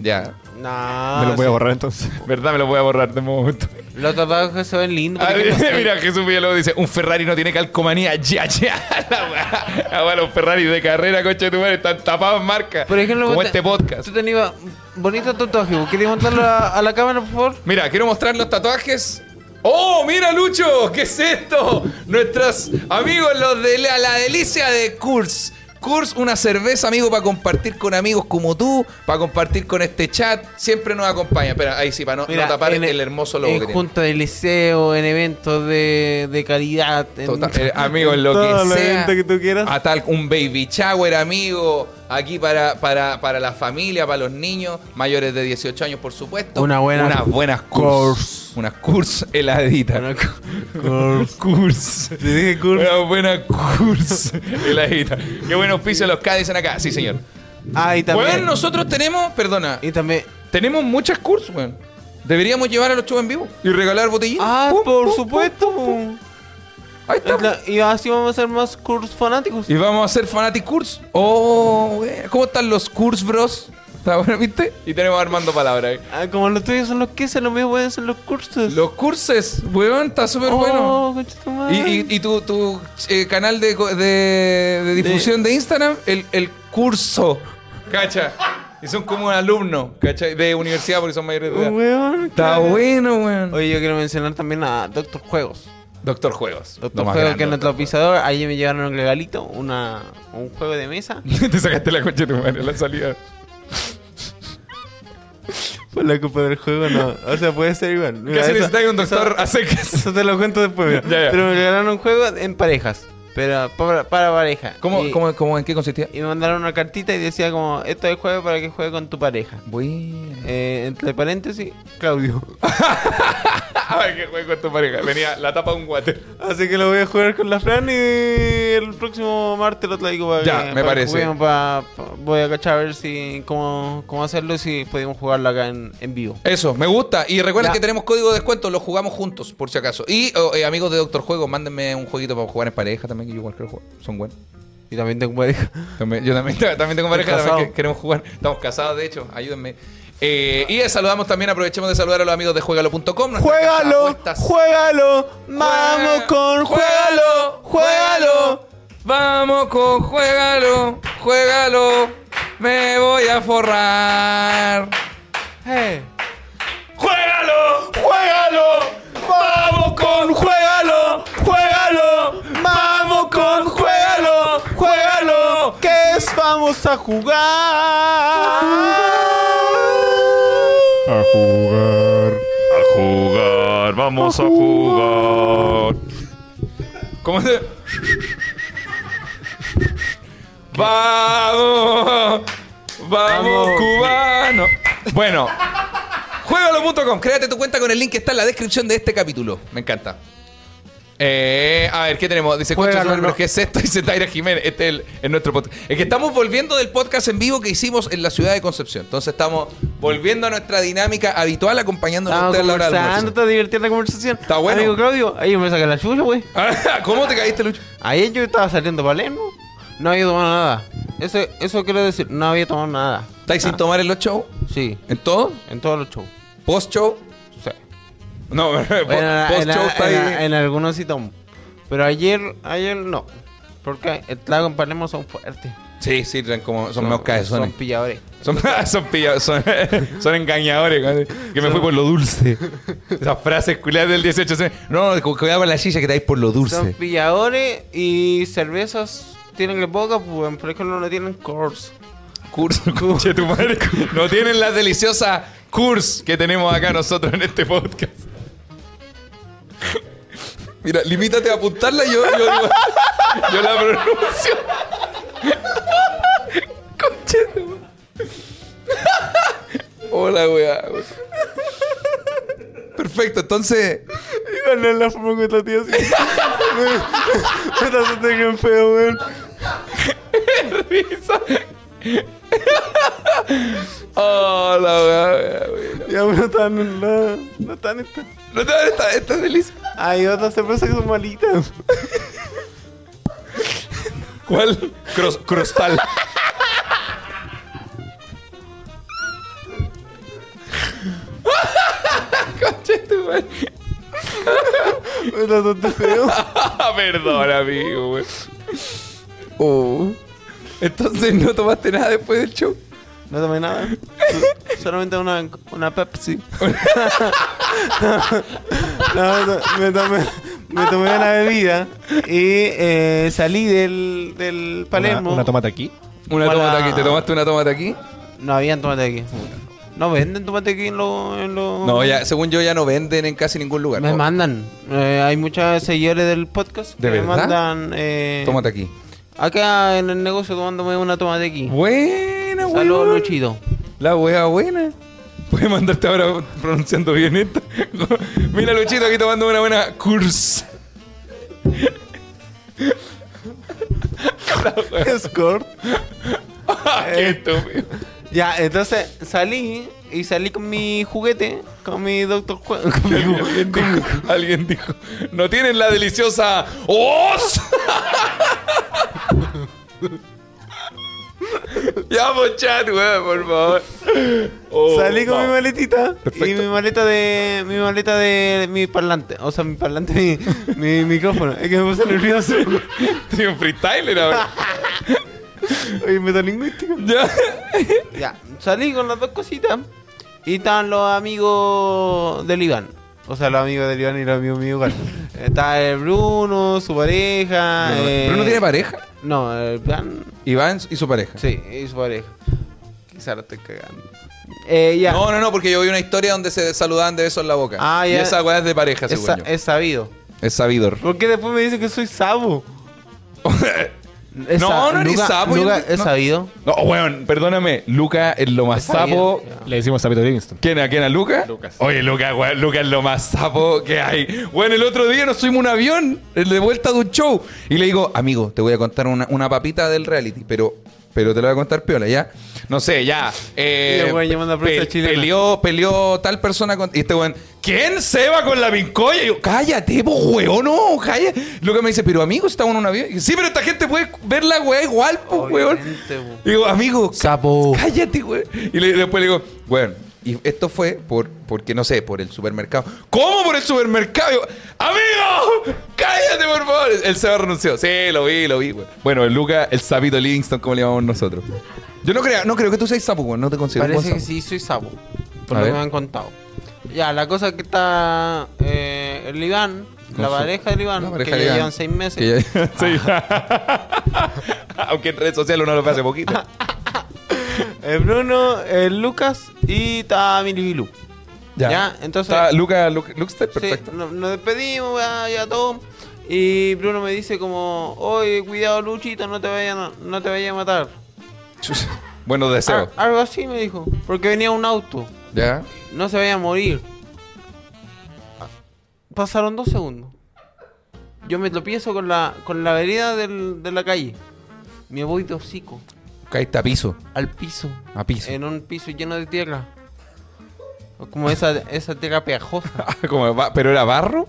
S1: Ya.
S3: No.
S4: Me lo voy a
S3: sí.
S4: borrar entonces.
S1: ¿Verdad? Me lo voy a borrar de momento.
S3: Ah, Los tatuajes se ven lindos.
S1: Ah,
S3: ¿por qué no sé?
S1: mira, Jesús Villalobos dice, un Ferrari no tiene calcomanía. (laughs) Ya, ya. La weá. La weá, los Ferrari de carrera, coche de tu madre, están tapados en marca.
S3: Por ejemplo,
S1: como
S3: vos
S1: este
S3: te-
S1: podcast.
S3: Tú tenías bonito tatuaje, weón. ¿Querés montarlo a, a la cámara, por favor?
S1: Mira, quiero mostrar los tatuajes. ¡Oh, mira, Lucho! ¿Qué es esto? Nuestros amigos, los de la, la delicia de Kurs. Kurs, una cerveza, amigo, para compartir con amigos como tú, para compartir con este chat. Siempre nos acompaña. Espera, ahí sí, para no, no tapar
S3: en-
S1: el, hermoso logo
S3: En
S1: que tiene.
S3: junta de liceo, en eventos de, de caridad. En... (laughs)
S1: Total, eh, amigo, en lo
S3: Todo
S1: que
S3: lo
S1: sea.
S3: evento que tú quieras.
S1: A tal, un baby shower, amigo. Aquí para, para, para la familia, para los niños mayores de 18 años, por supuesto.
S3: Una buena
S1: Unas buenas cursos. Unas cursos heladitas.
S3: Una
S1: Curs. Te dije curs. Una buena curs. Heladita. Qué buen auspicio los K dicen acá. Sí, señor.
S3: Ah, y también.
S1: Weón, nosotros tenemos, perdona,
S3: Y también.
S1: tenemos muchas curs, weón. Deberíamos llevar a los shows en vivo y regalar botellitas.
S3: Ah,
S1: Pum,
S3: por
S1: pum,
S3: supuesto.
S1: pum. Ahí está.
S3: La- y así vamos a ser más cursos fanáticos.
S1: Y vamos a hacer Fanatic Curs. Oh, güey. ¿Cómo están los Curs Bros? ¿Está bueno, viste? Y tenemos a Armando Palabra. eh. ahí.
S3: Ah, como los tuyos son los que se lo mismo pueden ser los cursos.
S1: Los curses, weón, está súper
S3: oh,
S1: bueno.
S3: conchetumare.
S1: Y, y- y tu, tu, eh, canal de, co- de- de difusión de, Instagram, el, el curso. Cacha. Y son como un alumno, cacha, de universidad porque son mayores de edad.
S3: Weón,
S1: Está
S3: claro.
S1: bueno, weón.
S3: Oye, yo quiero mencionar también a Doctor Juegos.
S1: Doctor Juegos.
S3: Doctor
S1: lo más
S3: Juegos, que es
S1: grande.
S3: nuestro pisador. Ayer me llevaron un regalito, una, un juego de mesa.
S1: (laughs) Te sacaste la concha de tu madre, la salida.
S3: (laughs) Por la culpa del juego, no. O sea, puede ser igual. Mira,
S1: Casi
S3: eso-
S1: necesitáis un doctor
S3: Eso,
S1: a secas.
S3: eso te lo cuento después. mira.
S1: Ya, ya.
S3: Pero me regalaron un juego en parejas. Pero para, para pareja.
S1: ¿Cómo,
S3: y,
S1: cómo, cómo, en qué consistía?
S3: y me mandaron una cartita y decía como, esto es el juego para que juegue con tu pareja.
S1: Bueno.
S3: Eh, entre paréntesis, Claudio.
S1: Ay, que juego con tu pareja. Venía la tapa de un water.
S3: Así que lo voy a jugar con la Fran y el próximo martes lo traigo para
S1: Ya,
S3: que-
S1: me
S3: para que
S1: parece.
S3: juguemos, pa- pa- voy a cachar a ver si cómo, cómo hacerlo y si podemos jugarlo acá en, en vivo.
S1: Eso, me gusta. Y recuerden
S3: Ya.
S1: que tenemos código de descuento, lo jugamos juntos, por si acaso. Y oh, eh, amigos de Doctor Juego, mándenme un jueguito para jugar en pareja también, que yo igual quiero jugar. Son buenos.
S3: Y también
S1: (laughs)
S3: tengo pareja.
S1: También- yo también, también tengo pareja,
S3: Estoy
S1: también
S3: casado.
S1: que- queremos jugar. Estamos casados, de hecho, ayúdenme. Eh, y saludamos también, aprovechemos de saludar a los amigos de juegalo.com. nuestra casa de
S3: ¡Juégalo!
S1: apuestas.
S3: ¡Juégalo! ¡Vamos con juégalo! ¡Juégalo!
S1: Vamos con juégalo, juégalo. Me voy a forrar.
S3: Eh,
S1: ¡Juégalo! ¡Juégalo! ¡Vamos con juégalo! ¡Juégalo! ¡Vamos con juégalo! ¡Juégalo!
S3: ¿Qué es? ¡Vamos a jugar!
S7: A jugar, vamos a jugar.
S1: ¿Cómo se.? ¡Vamos! ¡Vamos, cubano! Bueno, juégalo.com. Créate tu cuenta con el link que está en la descripción de este capítulo. Me encanta. Eh, a ver, ¿qué tenemos? Dice
S3: Juega
S1: Concha
S3: con
S1: Suárez,
S3: no-
S1: pero ¿qué es esto? (laughs) Dice Taira Jiménez. Este es el, es nuestro podcast. Es que estamos volviendo del podcast en vivo que hicimos en la ciudad de Concepción. Entonces estamos volviendo a nuestra dinámica habitual acompañándonos a
S3: Estamos
S1: ustedes a la hora del
S3: conversando,
S1: almuerzo.
S3: está divertida la conversación.
S1: Está bueno.
S3: Amigo Claudio, ahí me saca la chucha, güey.
S1: (laughs) ¿Cómo te caíste, Lucho?
S3: Ayer yo estaba saliendo para Palermo, no había tomado nada. Eso, eso quiero decir, no había tomado nada.
S1: ¿Estáis sin
S3: Ah,
S1: tomar en los shows?
S3: Sí,
S1: ¿En todo?
S3: en todos los shows.
S1: ¿Post-show?
S3: Sí.
S1: No, (laughs)
S3: En, en-
S1: post-show
S3: en-
S1: está
S3: en-
S1: ahí.
S3: en algunos sí tomo. Pero ayer, ayer no. Porque el trago en Palermo son fuertes.
S1: Sí, sí, son como, son meos
S3: Son
S1: cabezones.
S3: pilladores.
S1: Son, son (laughs) pillados, son, son (laughs) engañadores. güey. Que me fui por lo dulce. (laughs) Esas frases culiadas del 18. sí. No, cu- cuidado con la chicha que te dais por lo
S3: Son
S1: dulce.
S3: pilladores y cervezas tienen que poca, pues, por ejemplo no tienen Coors.
S1: Curso, (laughs) conche tu madre. No tienen las deliciosas curs que tenemos acá nosotros en este podcast. Mira, limítate a apuntarla y yo, yo, digo- yo la pronuncio. Conche tu madre. Hola, weá. weá. Perfecto, entonces.
S3: No es la forma que la tía así. Me está haciendo bien feo, weón.
S1: Hola, weá, weá.
S3: Ya no están en la. No están en esta.
S1: No te van esta, esta es delicia.
S3: Hay otras cervezas que son (laughs) malitas.
S1: ¿Cuál? Cros- crostal. Conche tu madre.
S3: Me está haciendo feo.
S1: Ah, Perdón, amigo, güey. Oh. Entonces no tomaste nada después del show.
S3: No tomé nada. Solamente una, una
S1: (laughs)
S3: Pepsi. (laughs) No, no, me, tomé, me tomé una bebida y eh, salí del, del Palermo.
S4: Una, tomate aquí.
S1: Una
S3: Hola.
S1: tomata aquí. ¿Te tomaste una tomata aquí?
S3: No habían tomate aquí. No venden tomate aquí en los. En los-
S1: No, ya, según yo ya no venden en casi ningún lugar.
S3: Me
S1: Oh,
S3: mandan. Eh, hay muchos seguidores del podcast
S1: ¿De
S3: que me
S1: verdad?
S3: mandan. Eh,
S1: Tómate aquí.
S3: Acá en el negocio tomándome una tomate aquí.
S1: Buena, güey.
S3: Saludos, Luchito.
S1: La wea buena. Puedes mandarte ahora pronunciando bien esto. (laughs) Mira, Luchito, aquí tomando una buena curse. (laughs)
S3: Escort. Eh.
S1: Qué
S3: (laughs)
S1: estúpido.
S3: Ya, entonces salí y salí con mi juguete, con mi Doctor Juan. Con
S1: (laughs)
S3: mi ju-
S1: Alguien dijo, alguien dijo, no tienen la deliciosa ¡Os! (laughs) ya, po, chat, weón, por favor. Oh,
S3: salí con mi
S1: vamos.
S3: maletita y
S1: Perfecto.
S3: mi maleta de mi maleta de mi parlante, o sea, mi parlante mi, mi micrófono. Es que me
S1: (laughs)
S3: puse nervioso.
S1: Soy un freestyler
S3: (laughs)
S1: ahora.
S3: Oye, metalingüístico.
S1: Ya.
S3: Ya, salí con las dos cositas y estaban los amigos del Iván. O sea, los amigos del Iván y los amigos míos
S1: (laughs)
S3: igual. Estaba el Bruno, su pareja. eh,
S1: ¿Bruno tiene pareja?
S3: No, el plan
S1: Iván y su pareja.
S3: Sí, y su pareja. Quizá lo estoy cagando. Eh, ya.
S1: No, no, no, porque yo vi una historia donde se saludaban de besos en la boca.
S3: Ah, ya.
S1: Y esa weá es de pareja,
S3: es,
S1: según
S3: sa-
S1: yo.
S3: es sabido.
S1: Es sabidor.
S3: ¿Por qué después me dicen que soy sabo? Es
S1: No,
S3: sa-
S1: no eres
S3: Luca-
S1: sabo, yo
S3: Luca,
S1: no-
S3: ¿Es
S1: no.
S3: sabido?
S1: (laughs) No, weón, perdóname. Luca es lo más
S3: Es sabido,
S1: sapo.
S3: ya.
S4: Le decimos Zapito Livingston.
S1: ¿Quién? ¿A quién? ¿A Luca?
S4: Lucas.
S1: Oye, Luca, weón, Luca es lo más sapo que hay. Bueno, el otro día nos subimos a un avión, el de vuelta de un show. Y le digo, amigo, te voy a contar una, una papita del reality, pero, pero te la voy a contar piola, ¿ya? No sé, ya. eh,
S3: Y el weón llamando a la prensa chilena.
S1: Peleó, peleó tal persona con. Y este weón, ¿quién se va con la vincoya? Y yo, cállate, po, weón, no, cállate. Luca me dice, pero amigo, estamos en un avión. Y yo, sí, pero esta gente puede ver la weá igual, po, weón.
S3: Obviamente, po.
S1: Y digo, amigo,
S3: Sapo.
S1: Cállate, güey. Y le- después le digo, bueno, y esto fue por, porque no sé, por el supermercado. ¿Cómo por el supermercado? Y yo, amigo, cállate, por favor. Él se renunció. Sí, lo vi, lo vi, güey. Bueno, el Luca, el sapito Livingston, como le llamamos nosotros. Yo no creo, no creo que tú seas sapo, güey. No te considero un buen
S3: Parece que
S1: pues, sapo.
S3: sí soy sabo. Por
S1: A
S3: lo que
S1: ver.
S3: me han contado. Ya, la cosa es que está eh, el Iván, la
S1: su-
S3: pareja del Iván,
S1: la pareja
S3: que
S1: del
S3: ya
S1: Iván.
S3: llevan seis meses.
S1: Que ya- (laughs) sí. (laughs) Aunque en redes sociales uno lo ve hace poquito.
S3: El Bruno, el Lucas y está Milibilu. Ya. entonces-
S1: Está Luca, Luca Luxter,
S3: Sí,
S1: perfecto.
S3: no- nos despedimos, weá, ya todo. Y Bruno me dice como, oye, cuidado Luchito, no te vayan a, no te vayan a matar.
S1: Chus. Buenos deseos.
S3: Al- algo así me dijo, porque venía un auto,
S1: Ya.
S3: no se vaya a morir. Pasaron dos segundos. yo me tropiezo con la, con la vereda del- de la calle. Me voy de hocico
S1: Caíste a piso.
S3: al piso,
S1: A piso.
S3: en un piso lleno de tierra. Como esa, esa tierra pegajosa.
S1: (laughs) Como va- ¿Pero era barro?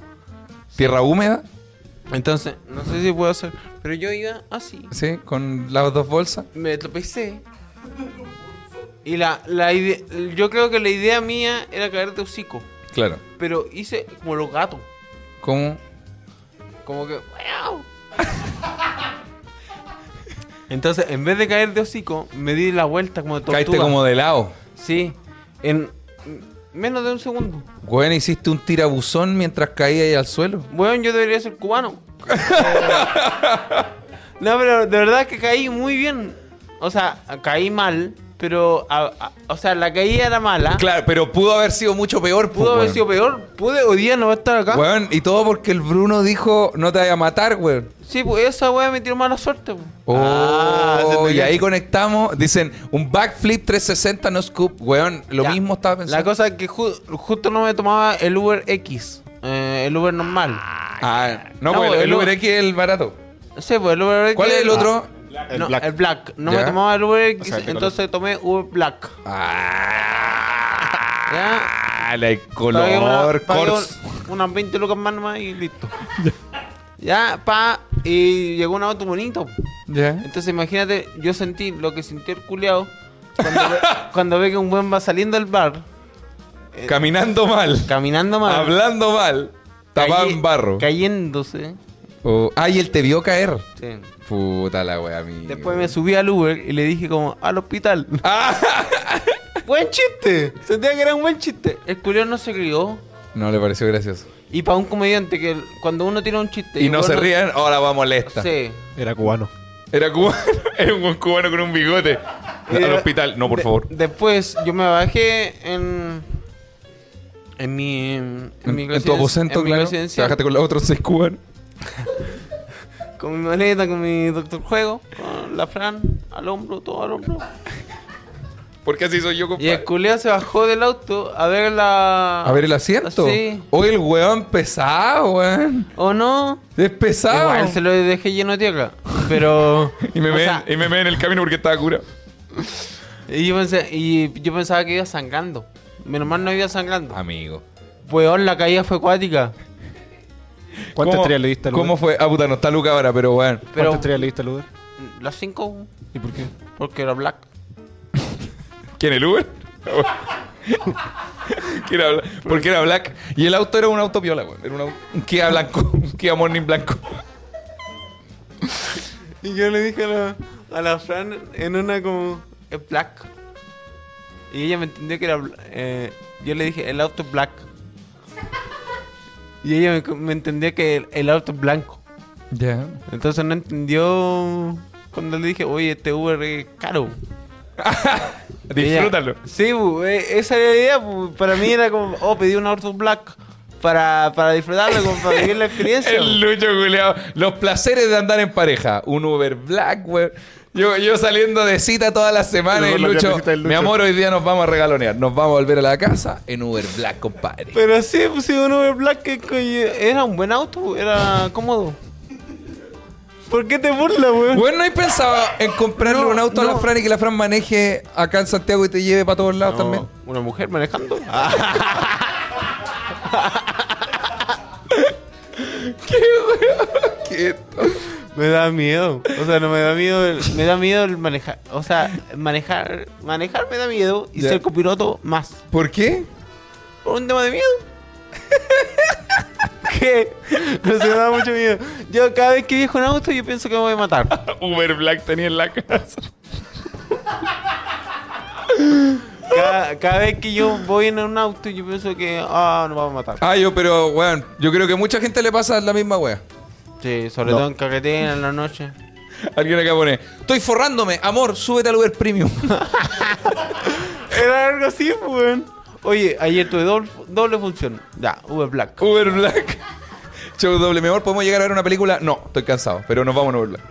S1: ¿Tierra húmeda?
S3: Entonces, no sé si puedo hacer, pero yo iba así.
S1: ¿Sí? ¿Con las dos bolsas?
S3: Me tropecé. Y la, la ide- yo creo que la idea mía era caer de hocico.
S1: Claro.
S3: Pero hice como los gatos.
S1: ¿Cómo?
S3: Como que. ¡Wow! (laughs) Entonces, en vez de caer de hocico, me di la vuelta como de tortuga.
S1: Caíste como de lado.
S3: Sí. En menos de un segundo.
S1: Bueno, hiciste un tirabuzón mientras caía ahí al suelo.
S3: Bueno, yo debería ser cubano. (laughs) no, pero de verdad que caí muy bien. O sea, caí mal, pero. a- a- o sea, la caída era mala.
S1: Claro, pero pudo haber sido mucho peor.
S3: Ah.
S1: pues,
S3: Pudo haber sido peor. Pude hoy día no estar acá.
S1: Weón, y todo porque el Bruno dijo, no te vaya a matar, weón.
S3: Sí, pues esa weá me tiró mala suerte. pues.
S1: Oh,
S4: Ah, se te
S1: y
S4: cae.
S1: ahí conectamos. Dicen, un backflip 360 no scoop. Weón, lo
S3: Ya.
S1: mismo estaba pensando.
S3: La cosa es que ju- justo no me tomaba el Uber X, eh, el Uber normal.
S1: Ah, no,
S3: No,
S1: pues,
S3: el
S1: el
S3: Uber-
S1: Uber X es el barato.
S3: Sí, pues el Uber X.
S1: ¿Cuál es el otro?
S4: El
S3: No,
S4: Black.
S3: el Black. No
S1: Ya.
S3: me tomaba el Uber X,
S4: O sea, el de
S3: entonces tomé Uber Black.
S1: Ah,
S3: Ya.
S1: la
S3: Pagué
S1: color
S3: una- pagué
S1: Corsa.
S3: un- unas 20 lucas más nomás y
S1: (laughs)
S3: listo. ya, pa. Y llegó un auto bonito.
S1: Ya.
S3: Entonces imagínate, yo sentí lo que sintió el culiao cuando,
S1: (laughs)
S3: ve, cuando ve que un buen va saliendo del bar,
S1: Caminando mal,
S3: caminando mal.
S1: hablando mal, tapado
S3: calle-
S1: en barro.
S3: Cayéndose.
S1: Oh, ah, y él te vio caer.
S3: Sí.
S1: Puta la wea, amigo.
S3: Después me subí al Uber y le dije como, al hospital.
S1: (laughs) Ah,
S3: ¡Buen chiste! Sentía que era un buen chiste. El culión no se rió.
S1: no le pareció gracioso.
S3: Y para un comediante que el- cuando uno tira un chiste...
S1: Y no se
S3: ríe
S1: rían, ahora va molesta.
S3: Sí.
S8: Era cubano.
S1: Era cubano, (laughs) era un buen cubano con un bigote. Al hospital, no, por
S3: De-
S1: favor.
S3: Después yo me bajé en... En mi... En, mi
S1: En, en tu
S3: residen-
S1: aposento,
S3: en mi
S1: claro.
S3: residencia.
S1: Trabajaste con los otros seis cubanos.
S3: Con mi maleta, con mi doctor juego, con la Fran, al hombro, todo al hombro.
S1: Porque así soy yo,
S3: Y el
S1: compadre.
S3: culiao se bajó del auto a ver la...
S1: A ver el asiento.
S3: Sí.
S1: Hoy el weón pesado, weón.
S3: ¿O no?
S1: Es pesado.
S3: Igual se lo dejé lleno de tierra. Pero.
S1: Y me,
S3: o
S1: ven,
S3: sea,
S1: y me ven en el camino porque estaba cura.
S3: y yo pensé- y yo pensaba que iba sangrando. Menos mal no iba sangrando.
S1: Amigo.
S3: Weón, la caída fue acuática.
S8: ¿Cuántas
S1: ¿Cómo-
S8: estrellas le diste al Uber?
S1: ¿Cómo fue? Ah, puta, no está Luca ahora, pero weón.
S8: ¿Cuántas
S3: Pero
S8: estrellas le diste al Uber?
S3: las cinco,
S8: ¿Y por qué?
S3: porque era black.
S1: ¿Quién el Uber? ¿Quién era bla- Porque era black. Y el auto era un auto viola, weón. Era un au- un Kia blanco. Un Kia Morning blanco.
S3: Y yo le dije a la, a la Fran en una como. Es black. Y ella me entendió que era. bla- eh, yo le dije, el auto es black. Y ella me, me entendió que el, el auto es blanco.
S1: Ya.
S3: Entonces no entendió cuando le dije, oye, este Uber es caro.
S1: Disfrútalo.
S3: Ella- Sí, bu, eh, esa era la idea. bu. Para mí era como, oh, pedí un Orton Black para, para disfrutarlo, como para vivir la
S1: (laughs)
S3: experiencia.
S1: El lucho culeado. Los placeres de andar en pareja. Un Uber Black, weón. Yo, yo saliendo de cita todas las semanas y el
S4: Luego la
S1: lucho,
S4: cita del Lucho.
S1: Mi amor, hoy día nos vamos a regalonear. Nos vamos a volver a la casa en Uber Black, compadre.
S3: Pero sí, pues sí, un Uber Black que, que era un buen auto, bu, era cómodo. ¿Por qué te burlas, weón?
S1: Bueno, ¿no hay pensado en comprarle
S3: No,
S1: un auto a la
S3: no.
S1: Fran y que la Fran maneje acá en Santiago y te lleve para todos lados también?
S3: Una mujer
S1: (laughs)
S3: manejando.
S1: ¿Qué?
S3: Me da miedo. O sea, no me da miedo. el- me da miedo el manejar. O sea, manejar. Manejar me da miedo y
S1: Ya.
S3: ser copiloto más.
S1: ¿Por qué?
S3: ¿Por un tema de miedo? (laughs) ¿Qué? No se me da mucho miedo. Yo cada vez que viajo en auto yo pienso que me voy a matar.
S7: (laughs) Uber Black tenía en la casa.
S3: Cada, cada vez que yo voy en un auto yo pienso que ah, nos vamos a matar.
S1: Ah, yo, pero, weón, yo creo que mucha gente le pasa la misma wea.
S3: Sí, sobre todo en carretera en la noche.
S1: Alguien acá pone, estoy forrándome, amor, súbete al Uber Premium. (laughs)
S3: Era algo así,
S7: pues,
S3: weón. Oye, ayer tuve doble, doble función. Ya, Uber Black.
S1: Uber Black. Show doble, mi amor, ¿podemos llegar a ver una película? No, estoy cansado, pero nos vamos a Uber Black.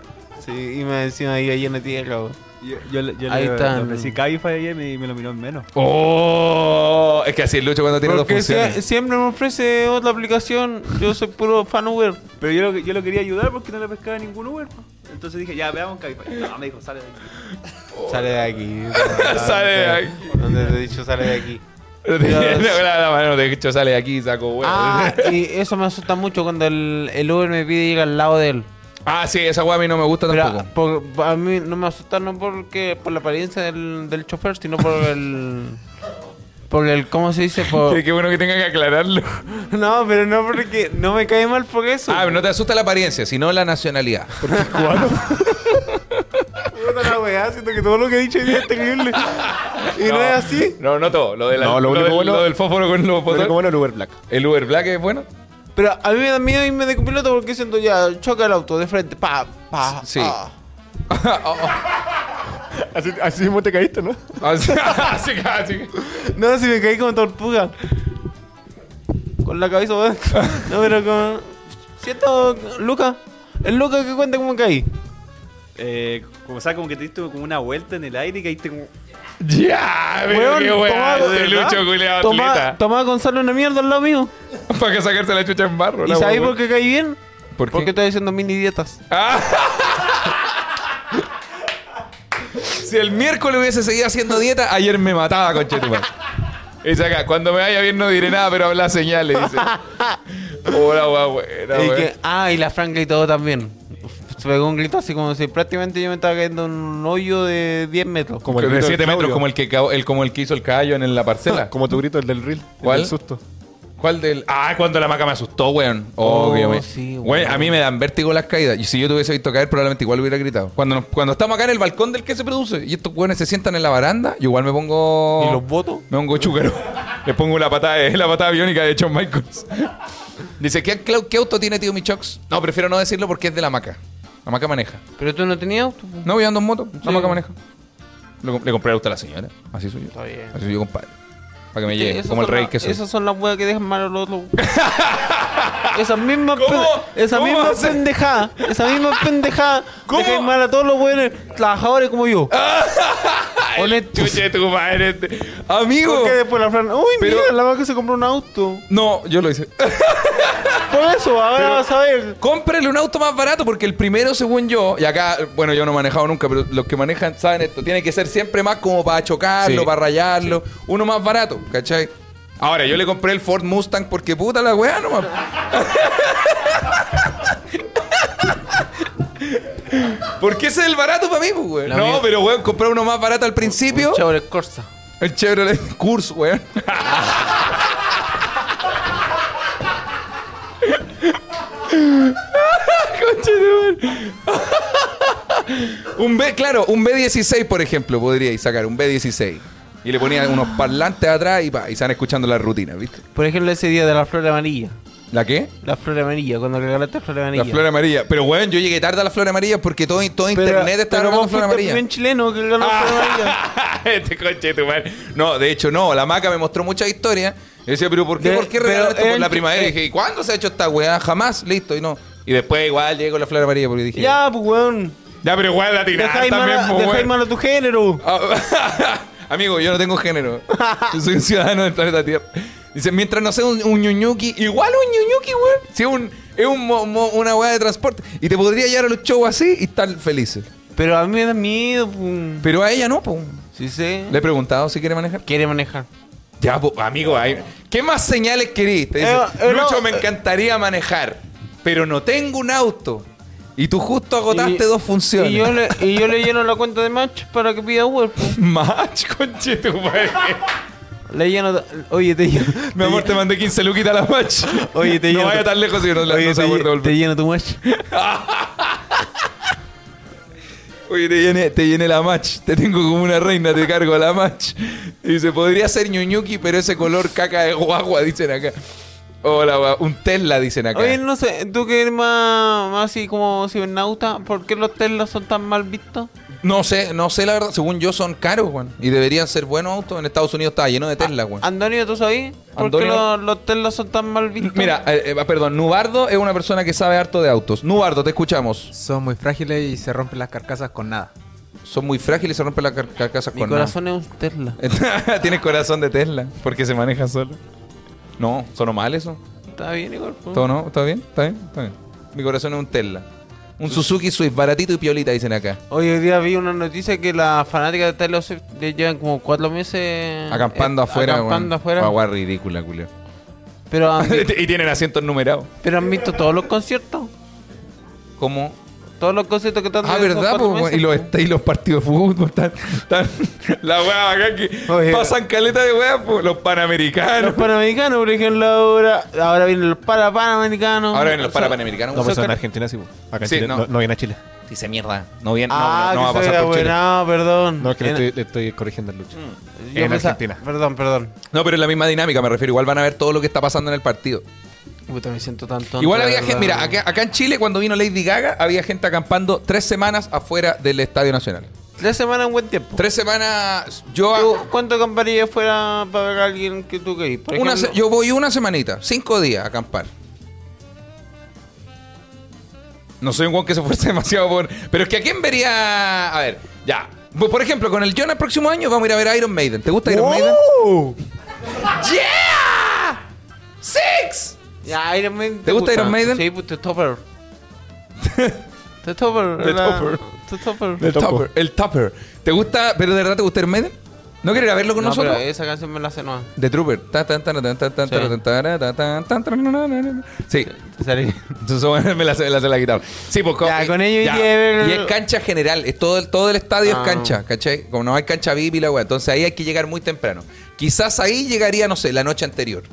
S3: Sí, y me decían ahí ayer en la tierra, weón.
S5: Yo, yo le- yo
S3: Ahí
S5: le
S3: está.
S5: ofrecí Cabify ayer y me lo miró en menos.
S1: ¡Oh! Es que así el Lucho cuando tiene dos
S3: Porque
S1: funciones.
S3: sie- siempre me ofrece otra aplicación. Yo soy puro fan Uber.
S5: Pero yo lo, yo lo quería ayudar porque no le pescaba ningún Uber. po. Entonces dije, ya, veamos Cabify. No, me dijo, sale de aquí.
S3: (laughs) Sale de aquí. (laughs)
S1: Sale de aquí.
S3: Donde te he dicho sale de aquí.
S1: (laughs) No, la, la mano de hecho sale de aquí y saco huevo.
S3: (laughs) Ah, y eso me asusta mucho cuando el, el Uber me pide ir al lado de él.
S1: (laughs) Ah, sí, esa weá a mí no me gusta
S3: Pero ah,
S1: tampoco.
S3: por- a mí no me asusta no porque por la apariencia del, del chofer, sino por el por el cómo se dice por
S1: Sí, qué bueno que tenga que aclararlo.
S3: (laughs) No, pero no porque no me cae mal por eso.
S1: (laughs) Ah, pero no te asusta la apariencia, sino la nacionalidad.
S3: Puta la weá, siento que todo lo que he dicho hoy día es terrible. Y no, es así.
S1: No, no todo. Lo, de la-
S4: No, lo único
S1: del,
S4: bueno-
S1: lo del fósforo con los
S4: Pero
S1: botones.
S4: como no el Uber Black.
S1: ¿El Uber Black es bueno?
S3: Pero a mí me da miedo irme de copiloto porque siento ya choca el auto de frente, pa pa.
S1: Sí.
S3: ah.
S4: Así, así mismo te caíste, ¿no?
S1: Así, (laughs) así, así.
S3: No, si me caí como tortuga. Con la cabeza para adentro. No, pero con. ¿Cierto, Luca? El Luca que cuenta cómo caí.
S5: Eh, como sabes, como que te diste como una vuelta en el aire y caíste como...
S1: Ya, pero
S3: Weón, ¿Ah?
S1: qué weá.
S3: tomá-
S1: Este Lucho culiado
S3: Tomá,
S1: atleta.
S3: tomá a Gonzalo una mierda al lado mío.
S1: Para que sacarse la chucha en barro.
S3: ¿Y
S1: la
S3: sabéis
S1: weá.
S3: por qué caí bien?
S1: ¿Por qué?
S3: Porque estoy haciendo mini dietas.
S1: Ah. (laughs) Si el miércoles hubiese seguido haciendo dieta, ayer me mataba, conchetumar. Dice acá, cuando me vaya bien no diré nada, pero habla señales, (laughs) dice. Hola, weá, buena,
S3: Y
S1: weá.
S3: que- ah, y la Fran gritó también. Se pegó un grito así como si prácticamente yo me estaba cayendo en un hoyo de 10 metros.
S4: Como el
S1: de
S4: grito del
S1: 7 metros,
S4: Claudio.
S1: como el, que, cabo- el, como el que hizo el caballo en, en la parcela.
S4: Como tu grito, el del reel. el
S1: ¿Cuál?
S4: del susto.
S1: ¿Cuál del...? Ah, cuando la maca me asustó, weón. Oh,
S3: Oh,
S1: que yo me...
S3: sí,
S1: Weón,
S3: weón.
S1: a mí me dan vértigo las caídas. Y si yo te hubiese visto caer, probablemente igual hubiera gritado. Cuando, nos- cuando estamos acá en el balcón del que se produce y estos weones se sientan en la baranda, yo igual me pongo...
S3: ¿Y los votos?
S1: Me pongo chúcaro. Le pongo la patada, de- la patada biónica de John Michaels. Dice, ¿qué, clau- qué auto tiene tío Michox? No, prefiero no decirlo porque es de la maca. La maca maneja.
S3: Pero tú no tenías auto. pues.
S1: No, yo ando en moto. La
S3: Sí.
S1: maca maneja. Le, com- le compré el auto a la señora. Así soy yo.
S3: Está bien.
S1: Así soy yo, compadre. Para que me lleve,
S3: Esas
S1: como el
S3: son
S1: rey
S3: la-
S1: que soy.
S3: Esas son las weas que dejan mal
S1: (laughs)
S3: a los otros. Esa misma,
S1: ¿Cómo?
S3: pen- esa
S1: ¿Cómo
S3: misma
S1: hace?
S3: pendejada, esa misma
S1: (laughs)
S3: pendejada
S1: ¿Cómo?
S3: dejan mal a todos los weones trabajadores
S1: (laughs)
S3: como yo. Honestos.
S1: Chuche tu madre. este. Amigo.
S3: Porque después la Fran, uy,
S1: Pero-
S3: mira, la vaca se compró
S1: (laughs)
S3: un auto.
S1: No, yo lo hice.
S3: Por eso, ahora vas a ver.
S1: Cómprale un auto más barato porque el primero, según yo, y acá, bueno, yo no he manejado nunca, pero los que manejan saben esto, tiene que ser siempre más como para chocarlo,
S4: Sí,
S1: para rayarlo, uno más barato, ¿cachai? Ahora, yo le compré el Ford Mustang porque puta la weá nomás. (laughs) porque ese es el barato para mí, pues, weón.
S3: La
S1: No,
S3: mía-
S1: pero weón, compré uno más barato al principio.
S3: Chevrolet Corsa.
S1: El Chevrolet Curse, weón. Concha de madre. un B, claro, un B16, por ejemplo, podríais sacar, un B16. Y le ponían unos parlantes atrás y, pa, y se van escuchando las rutinas, ¿viste?
S3: Por ejemplo, ese día de la flor amarilla.
S1: ¿La qué?
S3: La flor amarilla, cuando regalaste la flor amarilla.
S1: La flor amarilla. Pero, weón, yo llegué tarde a la flor amarilla porque todo, todo
S3: Pero-
S1: internet estaba
S3: pero
S1: hablando
S3: vos
S1: de flor
S3: fuiste
S1: amarilla.
S3: el
S1: Ah,
S3: primer chileno que ganó la flor amarilla.
S1: (laughs) este coche de tu madre. No, de hecho, no. La maca me mostró muchas historias. Yo decía, pero ¿por qué,
S3: De-
S1: ¿por qué
S3: pero
S1: regalan esto por
S3: eran
S1: la
S3: chi-
S1: primavera? Y
S3: eh.
S1: dije, ¿y cuándo se ha hecho esta weá? Jamás, listo, y no. Y después igual llegué con la flor amarilla porque dije.
S3: Ya, pues weón.
S1: Ya, pero igual la
S3: Dejáis mal, a-
S1: pues,
S3: dejáis mal a tu género.
S1: (laughs) Ah, (laughs) Amigo, yo no tengo
S3: (laughs)
S1: género. Yo soy un ciudadano del planeta Tierra. Dice, mientras no sea un, un ñuñuki, igual un ñuñuki, weón. Si es un, es un mo- mo- una weá de transporte. Y te podría llevar a los shows así y estar felices.
S3: Pero a mí me da miedo, pum.
S1: Pero a ella no, pues.
S3: Sí sé.
S1: Le he preguntado si quiere manejar.
S3: Quiere manejar.
S1: Ya, po, amigo, ahí- ¿qué más señales querís? Te dice,
S3: Eh, eh,
S1: Lucho,
S3: no,
S1: me
S3: eh.
S1: encantaría manejar, pero no tengo un auto. Y tú justo agotaste
S3: Y-
S1: dos funciones.
S3: Y
S1: (laughs)
S3: yo, le, y yo le lleno la cuenta de match para que pida Uber. po.
S1: Mach, conche tu
S3: (laughs)
S1: madre.
S3: Le lleno. Oye, te lleno.
S1: (laughs) Mi amor, te mandé 15 luquitas a la match.
S3: Oye, te
S1: No
S3: lleno-
S1: vaya tan lejos si no, la-
S3: Oye,
S1: no se
S3: te,
S1: acuerda
S3: lle-
S1: volver.
S3: te lleno tu match.
S1: Oye, te llené, te llené la match. Te tengo como una reina, te cargo la match. Y dice, podría ser ñuñuki, pero ese color caca de guagua, dicen acá. Hola, guagua. un Tesla, dicen acá.
S3: Oye, no sé, tú que eres más, más así como cibernauta, ¿por qué los Teslas son tan mal vistos?
S1: No sé, no sé la verdad. Según yo son caros, weón. Y deberían ser buenos autos. En Estados Unidos está lleno de Tesla, weón.
S3: Antonio, ¿tú sabes? ¿Por qué
S1: Antonio-
S3: los, los Teslas son tan mal vistos?
S1: Mira, eh, eh, perdón, Nubardo es una persona que sabe harto de autos. Nubardo, te escuchamos.
S9: Son muy frágiles y se rompen las carcasas con nada.
S1: son muy frágiles y se rompen las car- carcasas
S3: Mi
S1: con nada. (laughs)
S3: corazón es un Tesla.
S1: Tienes corazón de Tesla, porque se maneja solo. No, sonó mal eso.
S3: Está bien, pues. Igor. po.
S1: ¿Todo no? ¿Está bien? ¿Está bien? ¿Está bien? Mi corazón es un Tesla. Un Suzuki Swift, baratito y piolita, dicen acá.
S3: Hoy hoy día vi una noticia que las fanáticas de Taylor Swift ya llevan como cuatro meses
S1: Acampando
S3: eh,
S1: afuera,
S3: Acampando
S1: weón.
S3: afuera. Ah,
S1: Guagua ridícula, Julio.
S3: Pero han, vi-
S1: (laughs) y tienen asientos numerados.
S3: pero han visto todos los conciertos.
S1: ¿Cómo?
S3: Todos los conciertos que están
S1: Ah,
S3: durando
S1: ¿verdad?
S3: cuatro
S1: po,
S3: meses,
S1: y, los,
S3: po.
S1: est- y los partidos de fútbol están. están- (laughs) la weá acá que
S3: Oye.
S1: pasan caleta de weá, po, los
S3: Los
S1: panamericanos.
S3: panamericanos, por ejemplo, ahora, ahora vienen los para panamericanos.
S1: Ahora vienen los
S3: O sea,
S1: parapanamericanos.
S8: No, pero eso
S1: Son
S8: en
S1: car-
S8: Argentina
S4: pues.
S8: sí. po. Acá en
S1: Sí,
S8: Chile.
S1: no.
S8: No. no viene a Chile.
S1: Dice mierda. No, bien, no,
S3: Ah,
S1: no, no va a
S3: que
S1: pasar
S3: soy
S1: por Chile.
S3: abuelado, perdón.
S8: No, es que le
S3: En-
S8: estoy, le estoy corrigiendo el lucho.
S3: yo
S8: en
S3: pensaba-
S8: Argentina.
S3: Perdón, perdón.
S1: No, pero es la misma dinámica, me refiero. Igual van a ver todo lo que está pasando en el partido.
S3: Puta, me siento tan tonto.
S1: Igual
S3: la
S1: había
S3: verdad.
S1: gente, mira, acá, acá en Chile cuando vino Lady Gaga había gente acampando tres semanas afuera del Estadio Nacional.
S3: Tres semanas es un buen tiempo.
S1: Tres semanas, yo,
S3: ¿Tú ¿Cuánto acamparías fuera para ver a alguien que tú querís? Por
S1: una se-
S3: ejemplo,
S1: yo voy una semanita, cinco días a acampar. No soy un guan que se fuerce (laughs) demasiado por... Pero es que a quién vería... A ver, ya. Por ejemplo, con el John el próximo año vamos a ir a ver a Iron Maiden. ¿Te gusta Iron Maiden? ¡Yeah! ¡Six!
S3: Ya, Iron Maiden.
S1: ¿Te gusta Iron Maiden?
S3: Sí, pues
S1: (laughs)
S3: The Topper. The Topper.
S1: The
S3: la-
S1: Topper.
S3: The Topper.
S1: El topper. El topper. ¿Te gusta? ¿Pero de verdad te gusta Iron Maiden? ¿No quieres ir a verlo con
S3: No, pero
S1: nosotros?
S3: esa canción me la hace nueva.
S1: The Trooper. Ta, tan, tan, tan, tan, tan,
S3: Sí.
S1: tan, tan, tan, tan, tan, tan. Sí.
S3: Te salí.
S1: Entonces (laughs) bueno, me la hace la, hace la guitarra. Sí, pues
S3: Ya,
S1: y-
S3: con ello
S1: ya.
S3: iría a ver-
S1: Y es cancha general. Es todo, el- todo el estadio
S3: Ah.
S1: es cancha, ¿cachai? Como no hay cancha VIP y la weá. Entonces ahí hay que llegar muy temprano. Quizás ahí llegaría, no sé, la noche anterior.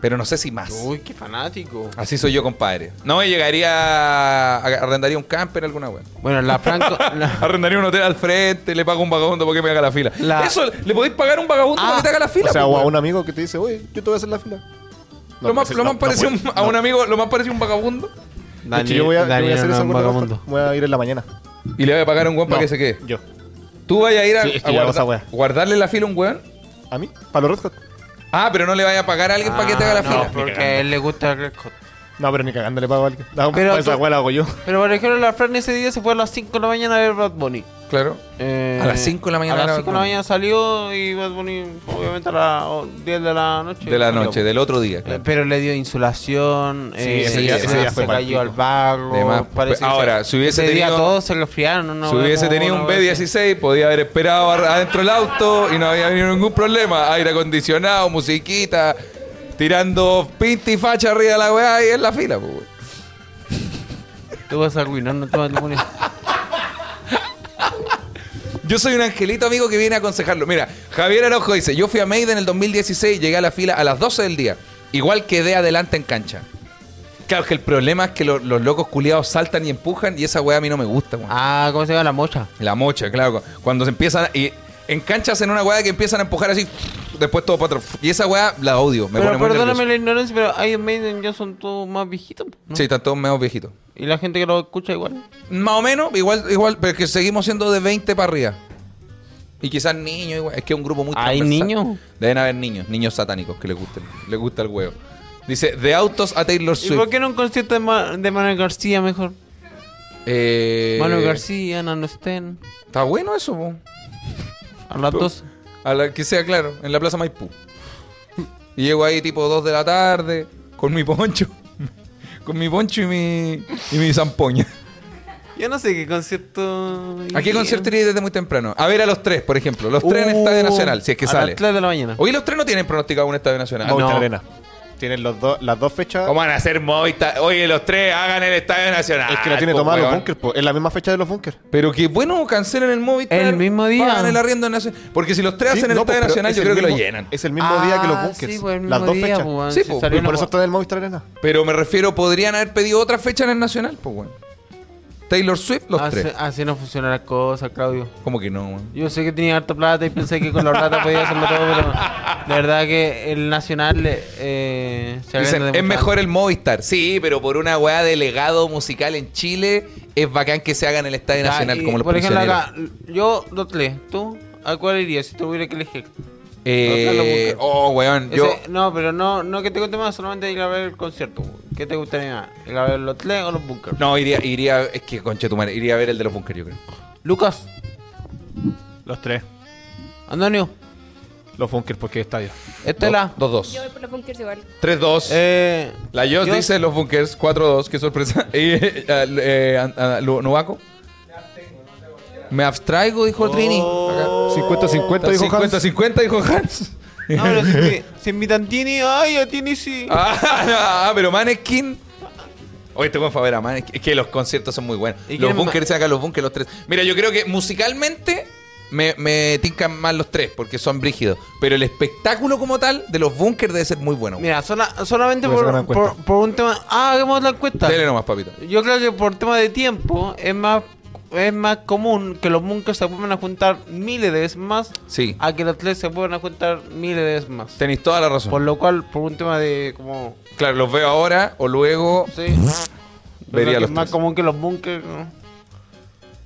S1: Pero no sé si más.
S3: Uy,
S1: (laughs)
S3: qué fanático.
S1: Así soy yo, compadre. No, y llegaría. a- Arrendaría un camper alguna weá.
S3: Bueno, la Franco. la-
S1: Arrendaría un hotel al frente, le pago a un vagabundo para que me haga la fila.
S3: La-
S1: Eso, le podéis pagar a un vagabundo
S3: Ah,
S1: para que te haga la fila.
S4: o sea,
S1: pues,
S4: o a
S1: weón.
S4: un amigo que te dice, oye, yo te voy a hacer la fila. No,
S1: lo más,
S4: ese-
S1: lo
S4: no,
S1: más parecido
S4: no
S1: un-
S4: puede.
S1: a un amigo, lo más parecido a un vagabundo.
S4: De hecho, yo voy a, yo voy a
S3: Daniel
S4: hacer
S3: no
S4: esa
S3: es un
S4: vuelta,
S3: vagabundo.
S4: Voy a ir en la mañana.
S1: Y le voy a pagar a un weón para
S4: No,
S1: que se quede.
S4: Yo.
S1: Tú vayas a ir a,
S4: Sí, es que
S1: a
S4: yo hago
S1: guarda-
S4: esa weá.
S1: guardarle la fila a un weón.
S4: ¿A mí? ¿Para los Red Hot?
S1: Ah, pero no le vaya a pagar a alguien para que te
S4: Ah,
S1: haga la
S3: Ah, no,
S1: fila.
S3: porque a él le gusta el Red Hot.
S4: No, pero ni cagando le pago a alguien. No,
S3: Pero
S4: pues esa
S3: tú-
S4: weá la hago yo.
S3: Pero por ejemplo, la Fran ese día se fue a las 5 de la mañana a ver Bad Bunny.
S1: Claro.
S3: Eh,
S1: A las 5 de la mañana
S3: A
S1: era
S3: las 5 de la
S1: Bad Bunny.
S3: mañana salió y Bad Bunny, obviamente, a las 10 de la noche.
S1: De la
S3: salió.
S1: noche, del otro día.
S3: Eh,
S1: claro.
S3: Pero le dio insulación, eh,
S4: ese día- ese día
S3: se
S4: fue mal
S3: cayó
S4: pico.
S3: al barro.
S1: De más. pues,
S3: parece que
S1: Ahora,
S3: se-
S1: si hubiese
S3: ese día
S1: tenido-
S3: todos se resfriaron. una
S1: Si
S3: vez
S1: hubiese
S3: como
S1: tenido
S3: una
S1: un
S3: vez así.
S1: B16, podía haber esperado ar- adentro del auto y no había habido ningún problema. Aire acondicionado, musiquita, tirando pinta y facha arriba de la weá y en la fila, pues, weón.
S3: Te vas a arruinar, no te vas
S1: (laughs)
S3: a poner.
S1: Yo soy un angelito amigo que viene a aconsejarlo. Mira, Javier Araujo dice, yo fui a Maiden en el 2016 llegué a la fila a las 12 del día. Igual quedé adelante en cancha. Claro, es que el problema es que lo- los locos culiados saltan y empujan y esa weá a mí no me gusta, weón.
S3: Ah, ¿cómo se llama la mocha?
S1: La mocha, claro. Cuando se empiezan... a- y en canchas en una weá que empiezan a empujar así, después todo para atrás. Y esa weá la odio. Me
S3: pero
S1: pone muy
S3: perdóname
S1: nervioso.
S3: la ignorancia, pero Iron Maiden ya son todos más viejitos. ¿no?
S1: Sí, están todos medio viejitos.
S3: Y la gente que lo escucha igual.
S1: Más o menos, igual, igual, pero es que seguimos siendo de 20 para arriba. Y quizás niños, igual. es que es un grupo muy
S3: ¿Hay
S1: transversal.
S3: niños?
S1: Deben haber niños, niños satánicos que les gusten, les gusta el huevo. Dice, de autos a Taylor
S3: ¿Y por
S1: Swift.
S3: qué no un concierto de, Ma- de Manuel García mejor?
S1: Eh,
S3: Manuel García, Nano Sten,
S1: Está bueno eso, po.
S3: a las
S1: Pero-
S3: 12.
S1: A la- que sea claro, en la Plaza Maipú. Y llego ahí tipo 2 de la tarde, con mi poncho. (laughs) Con mi poncho y mi, y mi zampoña.
S3: Yo no sé qué concierto.
S1: ¿A qué concierto iría desde muy temprano? A ver a los tres, por ejemplo. Los tres en
S3: Uh,
S1: Estadio Nacional, si es que
S3: a
S1: sale.
S3: las 3 de la mañana.
S1: Hoy los tres no tienen pronosticado un Estadio Nacional.
S4: Movistar
S3: no.
S4: Arena. Tienen los dos- las dos fechas.
S1: Ah, ¿Cómo van a hacer Movistar? Oye, los tres hagan el Estadio Nacional.
S4: Es que la tiene
S1: po,
S4: tomada los
S1: pues, weón.
S4: bunkers, po. Es la misma fecha de los bunkers.
S1: Pero que bueno, cancelen el Movistar.
S3: El mismo día.
S1: Pagan el arriendo nacional. Porque si los tres
S4: Sí,
S1: hacen el
S4: no, po,
S1: Estadio
S4: pero
S1: Nacional,
S4: es
S1: yo
S4: el
S1: creo que lo
S4: mismo-
S1: llenan.
S4: Es el mismo día que los bunkers.
S3: Sí, pues, el mismo
S4: las dos
S3: día,
S4: fechas.
S3: pues, weón,
S1: Sí,
S3: si
S1: pues,
S3: salió
S4: Y por
S3: una
S4: eso
S3: gua-
S4: está en el Movistar Arena.
S1: Pero me refiero, podrían haber pedido otra fecha en el Nacional, pues bueno. Taylor Swift, los
S3: así,
S1: tres.
S3: así ah, no funciona la cosa, Claudio.
S1: Como que no, weón.
S3: Yo sé que tenía harta plata y pensé que con la plata podía hacerlo todo, pero de verdad que el Nacional eh, se
S1: Dicen,
S3: agranda de
S1: es
S3: mucha-
S1: mejor el Movistar. Sí, pero por una weá de legado musical en Chile, es bacán que se haga en el Estadio
S3: Ya,
S1: Nacional
S3: y
S1: como los
S3: Por ejemplo,
S1: prisioneros.
S3: acá, yo, los tres, ¿tú? ¿A cuál irías si tuviera que elegir?
S1: Eh,
S3: Los Carlos Bunker.
S1: oh, weón.
S3: Ese-
S1: Yo,
S3: no, pero no, no que te guste más, solamente ir a ver el concierto. ¿Qué te gustaría más? ¿Ir a ver los tres o los bunkers?
S1: no, iría, iría, es que conche tu madre, iría a ver el de los bunkers, yo creo.
S3: Lucas,
S5: Los tres.
S3: Antonio,
S8: Los bunkers porque estadio.
S3: Estela.
S1: 2-2.
S6: Yo voy por los bunkers igual.
S1: 3-2.
S3: Eh,
S1: la Jos
S3: Jos.
S1: dice los bunkers 4-2. Qué sorpresa. (laughs) Y, eh, al- eh, an- a- lo- Novaco. Me abstraigo, dijo el Trini. Acá.
S8: 50-50 Oh. dijo Hans.
S1: 50-50, dijo Hans.
S3: No,
S1: (laughs)
S3: pero si, que- si invitan Tini, ay, a Tini sí.
S1: Ah, pero Maneskin. Oye, te voy a ver a Maneskin. Es que los conciertos son muy buenos.
S3: ¿Y quién
S1: Los
S3: es
S1: bunkers acá, los bunkers, los tres. Mira, yo creo que musicalmente me, me tincan más los tres porque son brígidos. Pero el espectáculo como tal de los bunkers debe ser muy bueno.
S3: Mira, sola- solamente
S8: Voy a sacar una
S3: por,
S8: encuesta.
S3: por- por un tema. Ah, hagamos la encuesta.
S1: Dele nomás, papito.
S3: Yo creo que por tema de tiempo es más es más común que los bunkers se vuelvan a juntar miles de veces más
S1: Sí.
S3: a que los tres se vuelvan a juntar miles de veces más.
S1: Tenéis toda la razón.
S3: Por lo cual, por un tema de como.
S1: Claro, los veo ahora o luego
S3: Sí.
S1: vería
S3: Creo que
S1: los
S3: es más
S1: tres.
S3: común que los bunkers ¿no?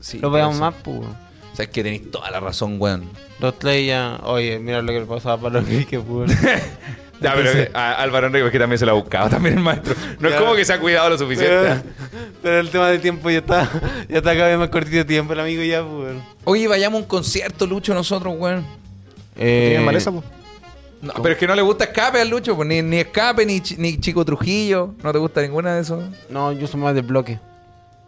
S1: Sí,
S3: los veamos
S1: puede
S3: más, pues. weón.
S1: ser. O sea, es que tenéis toda la razón, weón.
S3: Los tres ya. Oye, mira lo que le pasaba para los que pues.
S1: Ya, pero eh, a- Álvaro Enrique es que también se la ha buscado, (laughs) también el maestro. No es como que se ha cuidado lo
S3: Pero,
S1: suficiente.
S3: Eh, pero el tema de tiempo ya está. Ya está cada vez más cortito de tiempo, el amigo ya, pues. weón.
S1: Oye, vayamos a un concierto, Lucho, nosotros, weón.
S3: Eh,
S1: Eh,
S8: ¿Tienen maleza,
S4: pues?
S8: po?
S1: No, pero es que no le gusta escape al Lucho, pues, ni, ni escape, ni, Chi- ni Chico Trujillo. ¿No te gusta ninguna de esos?
S3: No, yo soy más del bloque.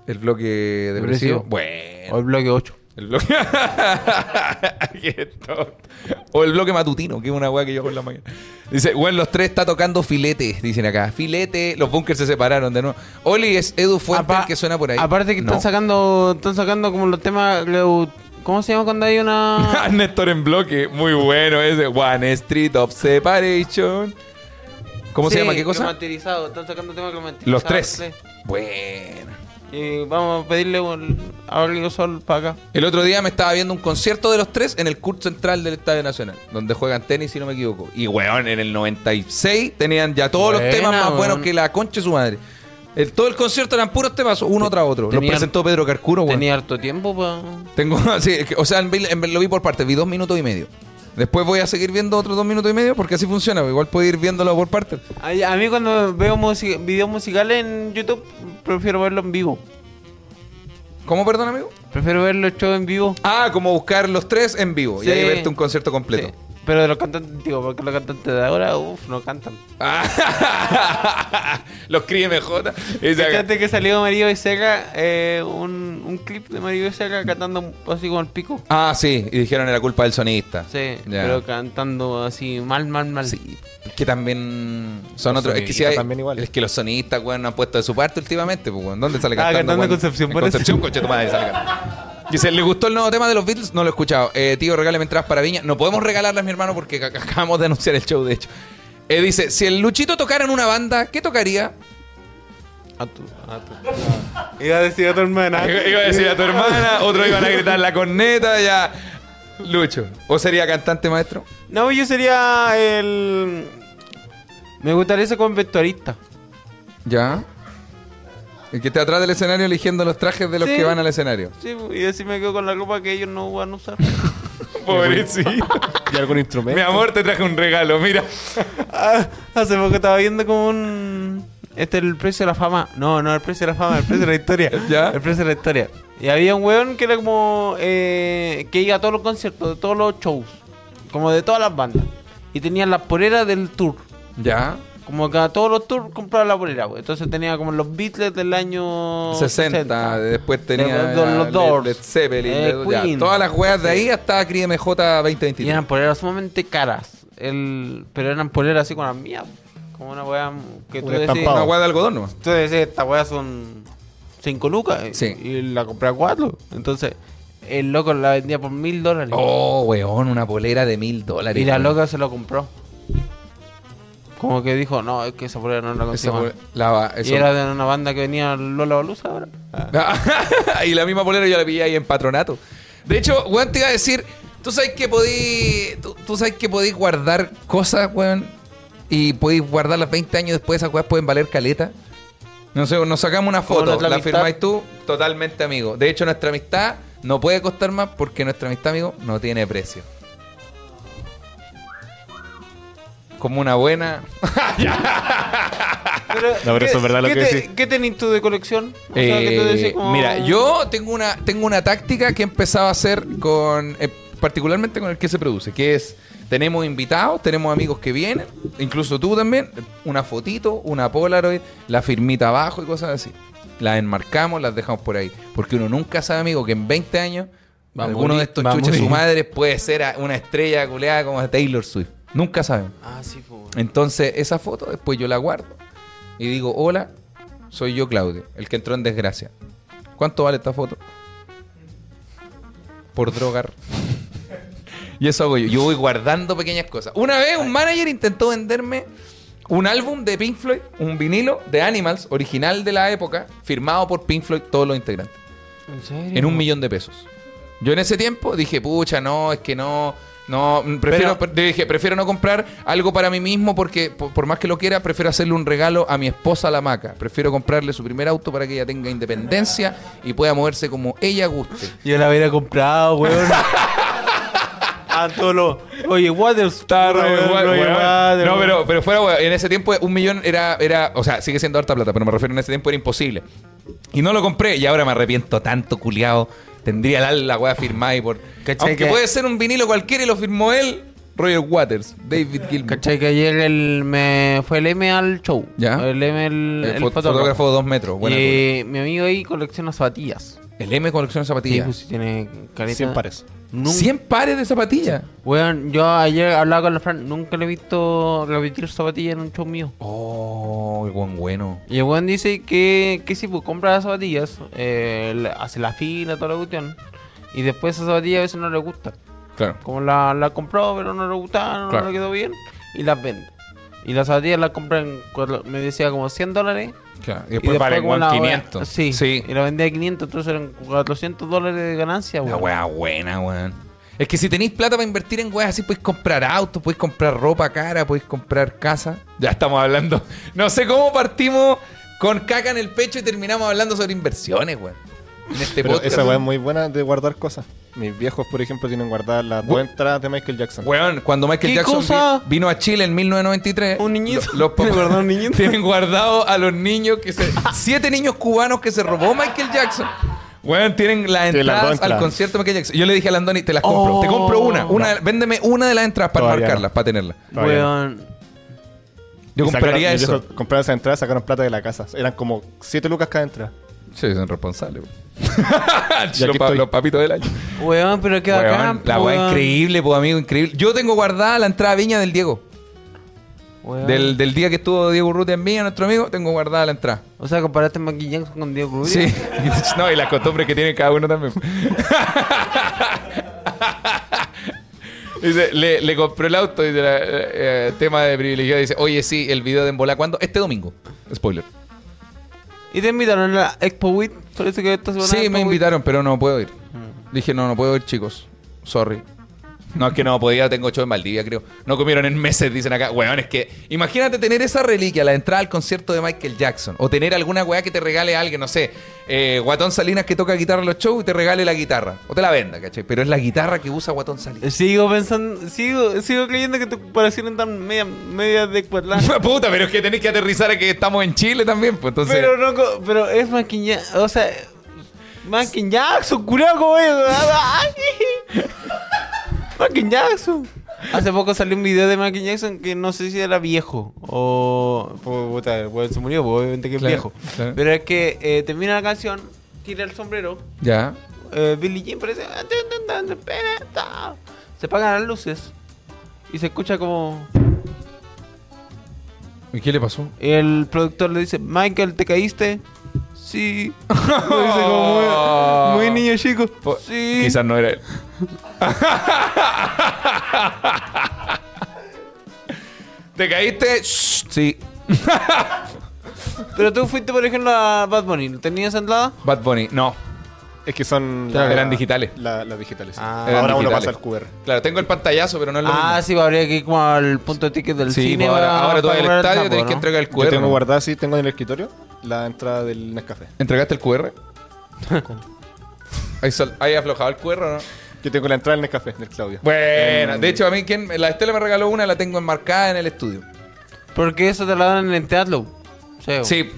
S1: El bloque depresivo.
S3: Depresivo.
S1: Bueno.
S3: O el bloque 8.
S1: El bloque. (laughs) Qué tonto. o el bloque matutino, que es una weá que yo hago en la mañana. Dice, bueno, los tres está tocando filete, dicen acá. Filete, los bunkers se separaron de nuevo. Oli es Edu Fuente
S3: Apa-
S1: el que suena por ahí.
S3: Aparte que
S1: No. (laughs)
S3: están sacando, están sacando como los temas. leu- ¿Cómo se llama cuando hay una?
S1: Ah, Néstor en bloque, muy bueno ese. One Street of Separation. (laughs) ¿Cómo se
S3: Sí,
S1: llama? ¿Qué cosa?
S3: climatizado, están sacando temas climatizados.
S1: Los tres. Bueno.
S3: Y vamos a pedirle un- a Olio Sol para acá.
S1: El otro día me estaba viendo un concierto de los tres en el Curt Central del Estadio Nacional, donde juegan tenis, si no me equivoco. Y, weón, en el 96 tenían ya todos los
S3: Buena,
S1: temas más
S3: weón.
S1: buenos que la concha de su madre. El- todo el concierto eran puros temas, uno tras otro. Los
S3: Tenían-
S1: presentó Pedro Carcuro, Oh, weón.
S3: Tenía harto tiempo para.
S1: Tengo, (laughs) sí, es que- o sea, en- en- lo vi por partes, vi dos minutos y medio. Después voy a seguir viendo otros dos minutos y medio porque así funciona. Igual puedo ir viéndolo por partes.
S3: A, a mí cuando veo musi- videos musicales en YouTube, prefiero verlo en vivo.
S1: ¿Cómo, perdón, amigo?
S3: Prefiero ver los shows en vivo.
S1: Ah, como buscar los tres en vivo y
S3: Sí.
S1: ahí verte un concierto completo.
S3: Sí, Pero de los cantantes antiguos, porque los cantantes de ahora, uff, no cantan.
S1: (laughs) los críe MJ. Y se-
S3: Fíjate que salió Mario Becerra, eh, un, un clip de Mario Becerra cantando así con el pico.
S1: Ah, sí, y dijeron era culpa del sonista.
S3: Sí,
S1: Ya.
S3: pero cantando así mal, mal, mal.
S1: Sí, que también son
S8: Los
S1: otros. Es que,
S8: sonidistas
S1: si hay-
S8: también igual.
S1: es que los sonistas, weón, no han puesto de su parte últimamente, pues, weón. ¿Dónde sale
S3: Ah,
S1: cantando?
S3: cantando en
S1: weón?
S3: Concepción,
S1: En
S3: parece.
S1: Concepción, concha tu madre, sale cantando. Dice, ¿le gustó el nuevo tema de los Beatles? No lo he escuchado. Eh, tío, regálame entradas para Viña. No podemos regalarlas, mi hermano, porque ac- acabamos de anunciar el show, de hecho. Eh, dice, si el Luchito tocara en una banda, ¿qué tocaría?
S3: A tu, a tu. (laughs) Iba a decir a tu hermana.
S1: Ah, Iba iba a decir a tu hermana, otros iban a gritar la corneta, ya. Lucho. ¿O sería cantante, maestro?
S3: No, pues yo sería el. Me gustaría ser conventualista.
S1: Ya. El que está atrás del escenario eligiendo los trajes de los
S3: Sí.
S1: que van al escenario.
S3: Sí, y así me quedo con la ropa que ellos no van a usar.
S7: Pobrecito.
S8: ¿Y algún instrumento?
S7: Mi amor, te traje un regalo, mira.
S3: Ah, hace poco estaba viendo como un. Este es el precio de la fama. No, no, el precio de la fama, el precio de la historia.
S1: (laughs) ¿Ya?
S3: El precio de la historia. Y había un weón que era como. eh, que iba a todos los conciertos, de todos los shows. Como de todas las bandas. Y tenía la polera del tour.
S1: Ya.
S3: Como que a todos los tours compraba la polera, güey. Entonces tenía como los Beatles del año
S1: 60, después tenía
S3: Los- los
S1: Led-
S3: Doors.
S1: Led Zeppelin,
S3: Eh,
S1: Led- ya.
S3: Queen.
S1: todas las weas de ahí hasta Crie MJ
S3: Y
S1: 2021.
S3: eran poleras sumamente caras. El, pero eran poleras así con las mías. Como una weá que tú
S8: Un
S3: decís.
S8: estampado.
S1: Una wea de algodón nomás.
S3: Tú decís, esta weá son 5 lucas. y-
S1: Sí.
S3: Y la compré a 4. Entonces, el loco la vendía por mil dólares.
S1: Oh, weón, una polera de mil dólares.
S3: y la
S1: weón.
S3: loca se lo compró. Como que dijo, no, es que esa polera no la
S1: Esa
S3: consigo.
S1: polera- la-
S3: Y
S1: eso-
S3: era de una banda que venía Lola Balusa ahora.
S1: (laughs) y la misma polera yo la pillé ahí en patronato. De hecho, weón, te iba a decir, tú sabes que podí, tú, tú sabes que podí guardar cosas, weón, y podís guardarlas 20 años después, esas cosas pueden valer caleta. No sé, nos sacamos una
S3: Como
S1: foto,
S3: nuestra
S1: la
S3: amistad.
S1: firmáis tú, totalmente amigo. De hecho, nuestra amistad no puede costar más porque nuestra amistad, amigo, no tiene precio. Como una buena...
S3: Pero,
S8: No, pero
S3: ¿qué-
S8: eso es verdad lo
S3: qué
S8: que
S3: te-
S8: decís.
S3: ¿Qué tenés tú de colección? O sea, que tú
S1: Eh,
S3: decís como-
S1: Mira, yo tengo una, tengo una táctica que empezaba a hacer con. eh, particularmente con el que se produce, que es, tenemos invitados, tenemos amigos que vienen, incluso tú también, una fotito, una Polaroid, la firmita abajo y cosas así. Las enmarcamos, las dejamos por ahí. Porque uno nunca sabe, amigo, que en 20 años
S3: Va a
S1: alguno
S3: morir,
S1: de estos
S3: va a
S1: chuches, su
S3: morir.
S1: madre, puede ser a- una estrella culeada como Taylor Swift. Nunca sabemos.
S3: Ah, sí, po.
S1: Entonces, esa foto después yo la guardo y digo, hola, soy yo Claudio, el que entró en desgracia. ¿Cuánto vale esta foto? Por drogar. y eso hago yo. Yo voy guardando pequeñas cosas. Una vez un manager intentó venderme un álbum de Pink Floyd, un vinilo de Animals, original de la época, firmado por Pink Floyd, todos los integrantes
S3: ¿En serio?
S1: en un millón de pesos. Yo en ese tiempo dije, pucha, no, es que no, no, mm, prefiero, pre- dije, prefiero no comprar algo para mí mismo porque po- por, más que lo quiera, prefiero hacerle un regalo a mi esposa la maca. Prefiero comprarle su primer auto para que ella tenga independencia y pueda moverse como ella guste.
S3: Yo la hubiera comprado, (laughs) weón. Antolo. Ah, Oye, Waterstar,
S1: Puta,
S3: weón.
S1: weón,
S3: oye,
S1: weón.
S3: Water-
S1: No, pero, pero fuera, weón, en ese tiempo un millón era, era, o sea, sigue siendo harta plata, pero me refiero en ese tiempo era imposible. Y no lo compré y ahora me arrepiento tanto, culiado. Tendría la, la weá firmada y por...
S3: ¿Cachai
S1: Aunque
S3: que-
S1: puede ser un vinilo cualquiera y lo firmó él, Roger Waters, David Gilmour.
S3: ¿Cachai que ayer el me fue el M al show?
S1: Ya.
S3: El M el,
S1: El,
S3: el
S1: fot- eh,
S3: fotógrafo. Eh,
S1: fotógrafo de dos metros. buena culia.
S3: y mi amigo ahí colecciona zapatillas.
S1: el M colección
S3: Sí,
S1: zapatillas.
S3: pues si tiene careta.
S8: 100 pares.
S3: Nun-
S1: 100 pares de zapatillas.
S3: Weón, yo ayer hablaba con la Fran, nunca le he visto repetir zapatillas en un show mío.
S1: Oh, el buen bueno.
S3: Y el weón dice que, que si pues, compra las zapatillas, eh, le- hace la fila, toda la cuestión. Y después esas zapatillas a veces no le gustan.
S1: Claro.
S3: Como la, la compró, pero no le gustaron,
S1: Claro.
S3: no le quedó bien. Y las vende. Y las zapatillas las compra en, cuatro- me decía, como 100 dólares.
S1: Claro. Y
S3: Y
S1: después, vale
S3: como
S1: weón,
S3: la-
S1: 500.
S3: Sí,
S1: sí.
S3: Y la vendía a 500, entonces eran 400 dólares de ganancia,
S1: La
S3: weón.
S1: weá buena, weón. Es que si tenéis plata para invertir en weas así, podéis comprar auto, podéis comprar ropa cara, podéis comprar casa. Ya estamos hablando. (laughs) No sé cómo partimos con caca en el pecho y terminamos hablando sobre inversiones, weón. En este
S4: Pero
S1: podcast.
S4: esa weá es muy buena de guardar cosas. Mis viejos, por ejemplo, tienen guardadas las dos entradas de Michael Jackson.
S1: Weón, cuando Michael
S3: ¿Qué
S1: Jackson
S3: cosa?
S1: vi- vino a Chile en 1993,
S3: Un niñito.
S1: lo-
S3: (laughs)
S1: los papás
S3: Tiene
S1: (laughs)
S3: guardado un niñito.
S1: tienen guardado a los niños que se siete niños cubanos que se robó Michael Jackson. Weón, tienen las
S4: Tienen las
S1: entradas
S4: dos
S1: al
S4: entradas.
S1: concierto de Michael Jackson. Yo le dije a Landoni, te las compro,
S3: Oh.
S1: te compro una, una, véndeme una de las entradas para
S4: Todavía
S1: marcarlas, para tenerlas.
S4: Todavía no.
S3: Weón.
S1: Yo
S4: Y sacaron-
S1: compraría
S4: mis
S1: eso.
S4: viejos Compraron esas entradas, sacaron plata de la casa. Eran como 7 lucas cada entrada.
S1: Sí, son responsables.
S4: (laughs)
S1: weón.
S4: aquí
S1: los, pa-
S4: estoy.
S1: los papitos del año.
S3: Weón, pero qué
S1: Weón,
S3: bacán.
S1: la weá
S3: weón.
S1: increíble, pues amigo, increíble. Yo tengo guardada la entrada a Viña del Diego.
S3: Weón.
S1: Del, del día que estuvo Diego Urrutia en Viña, nuestro amigo, tengo guardada la entrada.
S3: O sea, comparaste Michael Jackson con Diego Cruz.
S1: Sí, (laughs) no, y las costumbres que tiene cada uno también. Dice, le, le compró el auto y de la- eh, tema de privilegio. Dice, oye, sí, el video de Embola, ¿cuándo? Este domingo. Spoiler.
S3: Y te invitaron a la Expo Wit. Parece que esta semana.
S1: Sí,
S3: Expo
S1: me
S3: Wit.
S1: invitaron, pero no puedo ir.
S3: Mm.
S1: Dije, no, no puedo ir, chicos. Sorry. No, es que no podía, tengo show en Maldivia, creo. No comieron en meses, dicen acá. Weón, es que imagínate tener esa reliquia, la entrada al concierto de Michael Jackson. O tener alguna weá que te regale a alguien, no sé. eh, Guatón Salinas que toca guitarra en los shows y te regale la guitarra. O te la venda, ¿cachai? Pero es la guitarra que usa Guatón
S3: (laughs)
S1: Salinas.
S3: Sigo pensando, sigo, sigo creyendo que tu comparación es tan media, media de cuatlán.
S1: Puta, pero es que tenés que aterrizar a que estamos en Chile también, pues entonces.
S3: pero no, co- pero es Michael Jackson, o sea, Michael Jackson, curado como es. ay. (laughs) Michael Jackson. Hace poco salió un video de Michael Jackson que no sé si era viejo o... pues, puta, el weón se murió, pues, obviamente que es
S1: Claro,
S3: viejo.
S1: claro.
S3: Pero es que eh, termina la canción, tira el sombrero,
S1: Ya.
S3: eh, Billy Jean parece. Se apagan las luces. Y se escucha como.
S1: ¿Y qué le
S3: (laughs)
S1: pasó?
S3: El productor le dice: Michael, ¿te caíste? Sí. Lo dice
S1: Oh.
S3: como muy, muy niño chico.
S1: Ah. Po-
S3: sí.
S1: Quizás no era él. ¿Te caíste? Shh, sí.
S3: Pero tú fuiste, por ejemplo, a Bad Bunny. ¿Lo ¿Tenías entrada?
S1: Bad Bunny, no.
S4: Es que son.
S1: Claro, eran digitales.
S4: la- las digitales. sí.
S3: Ah.
S1: Eran
S4: Ahora uno
S1: digitales.
S4: pasa al QR.
S1: Claro, tengo el pantallazo, pero no es lo
S3: Ah,
S1: mismo.
S3: sí, habría que ir como al punto de ticket del
S1: Sí,
S3: cine.
S1: pues ahora, ahora tú vas al estadio
S3: tienes
S1: tenés que entregar el QR.
S4: Yo tengo
S1: ¿no?
S4: guardada, sí, tengo en el escritorio la entrada del Nescafé.
S1: ¿Entregaste el
S3: (laughs)
S1: QR? ¿Hay, sol- hay aflojado el QR o no?
S4: Yo tengo la entrada del Nescafé, del Claudio. Eh,
S1: Bueno, de hecho a mí ¿quién? la Estela me regaló una, la tengo enmarcada en el estudio.
S3: Porque eso te la dan en el teatro.
S1: Sí.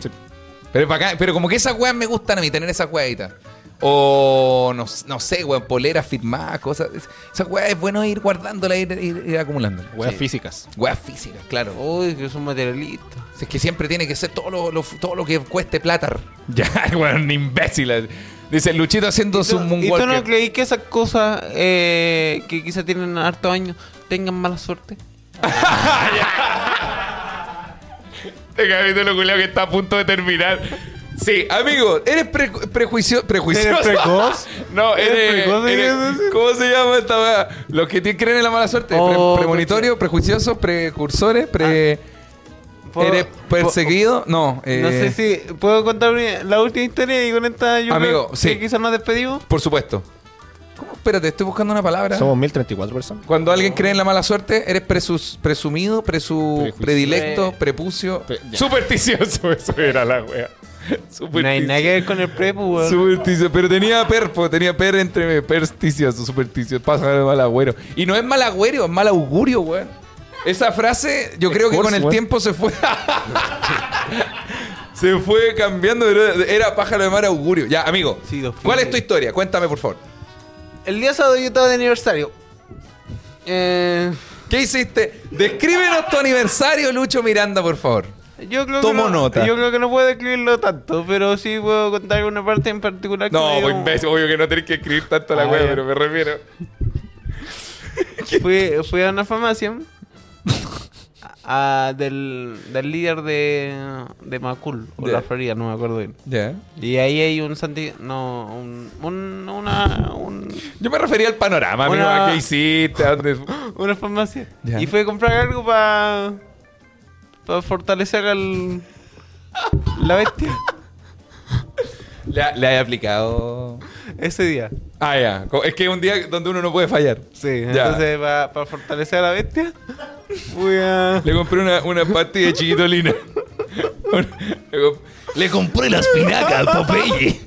S1: Pero, es bacán. pero como que esas weas me gustan a mí, tener esas weaditas. O no, s- no sé, weón, poleras, firmadas, cosas. Es- Esas weas es bueno ir guardándolas, ir, ir, ir acumulándolas.
S8: Weas
S1: Sí.
S8: físicas.
S1: Weas físicas, claro.
S3: Uy, que son materialistas.
S1: Si Es que siempre tiene que ser todo lo, lo- todo lo que cueste plata.
S7: (laughs) Ya, weón, imbécil.
S1: Dice Luchito haciendo su
S3: ¿Y tú no
S1: moonwalker.
S3: creí que esas cosas eh, que quizá tienen harto años tengan mala suerte?
S7: Este capítulo culiao que está a punto de terminar.
S1: Sí, amigo, eres pre- prejuicio- prejuicioso.
S8: ¿Eres precoz?
S1: No, eres,
S8: precoz,
S1: eres-
S8: ¿querías decir?
S1: ¿Cómo se llama esta weá? Los que te- creen en la mala suerte. Pre-
S3: Oh,
S1: premonitorio, prejuiciosos, precursores, pre-
S3: Ah, ¿Puedo-
S1: ¿Eres perseguido? No. eh,
S3: No sé si puedo contar mi- la última historia y con esta yo
S1: Amigo,
S3: creo
S1: sí.
S3: que quizás nos despedimos.
S1: Por supuesto. ¿Cómo? Espérate, estoy buscando una palabra.
S8: Somos 1034 personas.
S1: Cuando alguien cree en la mala suerte, eres presus- presumido, presu-
S8: Prejuicio.
S1: predilecto,
S3: Pre-
S1: prepucio. (laughs)
S7: Supersticioso, eso era la wea.
S3: No hay nada
S7: Supersticioso.
S3: que ver con el prepu, weón.
S1: Supersticioso, pero tenía perpo, tenía per entre persticios, supersticioso, pájaro de mal agüero. Y no es mal agüero, es mal augurio, weón. Esa frase, yo creo que
S8: course,
S1: con el
S8: weón.
S1: tiempo se fue. (laughs) se fue cambiando, pero era pájaro de mal augurio. Ya, amigo,
S3: Sí, dos
S1: ¿cuál
S3: pies.
S1: es tu historia? Cuéntame, por favor.
S3: El día sábado yo estaba de aniversario. Eh,
S1: ¿Qué hiciste? Descríbenos tu aniversario, Lucho Miranda, por favor.
S3: yo creo
S1: Tomo
S3: que no,
S1: nota.
S3: Yo creo que no puedo escribirlo tanto, pero sí puedo contar una parte en particular. que me
S7: No,
S3: dio-
S7: pues imbécil, obvio que no tenés que escribir tanto la
S3: Ah,
S7: wea,
S3: ya.
S7: pero me refiero.
S3: Fui, fui a una (laughs) farmacia a- del, del líder de, de Macul, o
S1: Ya.
S3: la Florida, no me acuerdo bien.
S1: Ya.
S3: Y ahí hay un santi... No, un, un- una, un-
S7: Yo me refería al panorama, amigo,
S3: Una-
S7: a qué hiciste, a dónde-
S3: (laughs) una farmacia.
S1: Ya.
S3: Y fui a comprar algo para... Para fortalecer al...
S1: (laughs)
S3: La bestia.
S1: Le, ha- le has aplicado.
S3: Ese día.
S1: Ah, ya. Co- Es que es un día donde uno no puede fallar.
S3: Sí,
S1: Ya.
S3: entonces para fortalecer a la bestia fui a...
S1: Le compré una, una pastilla de chiquitolina. Le comp- (laughs) Le compré la espinaca al Popeye.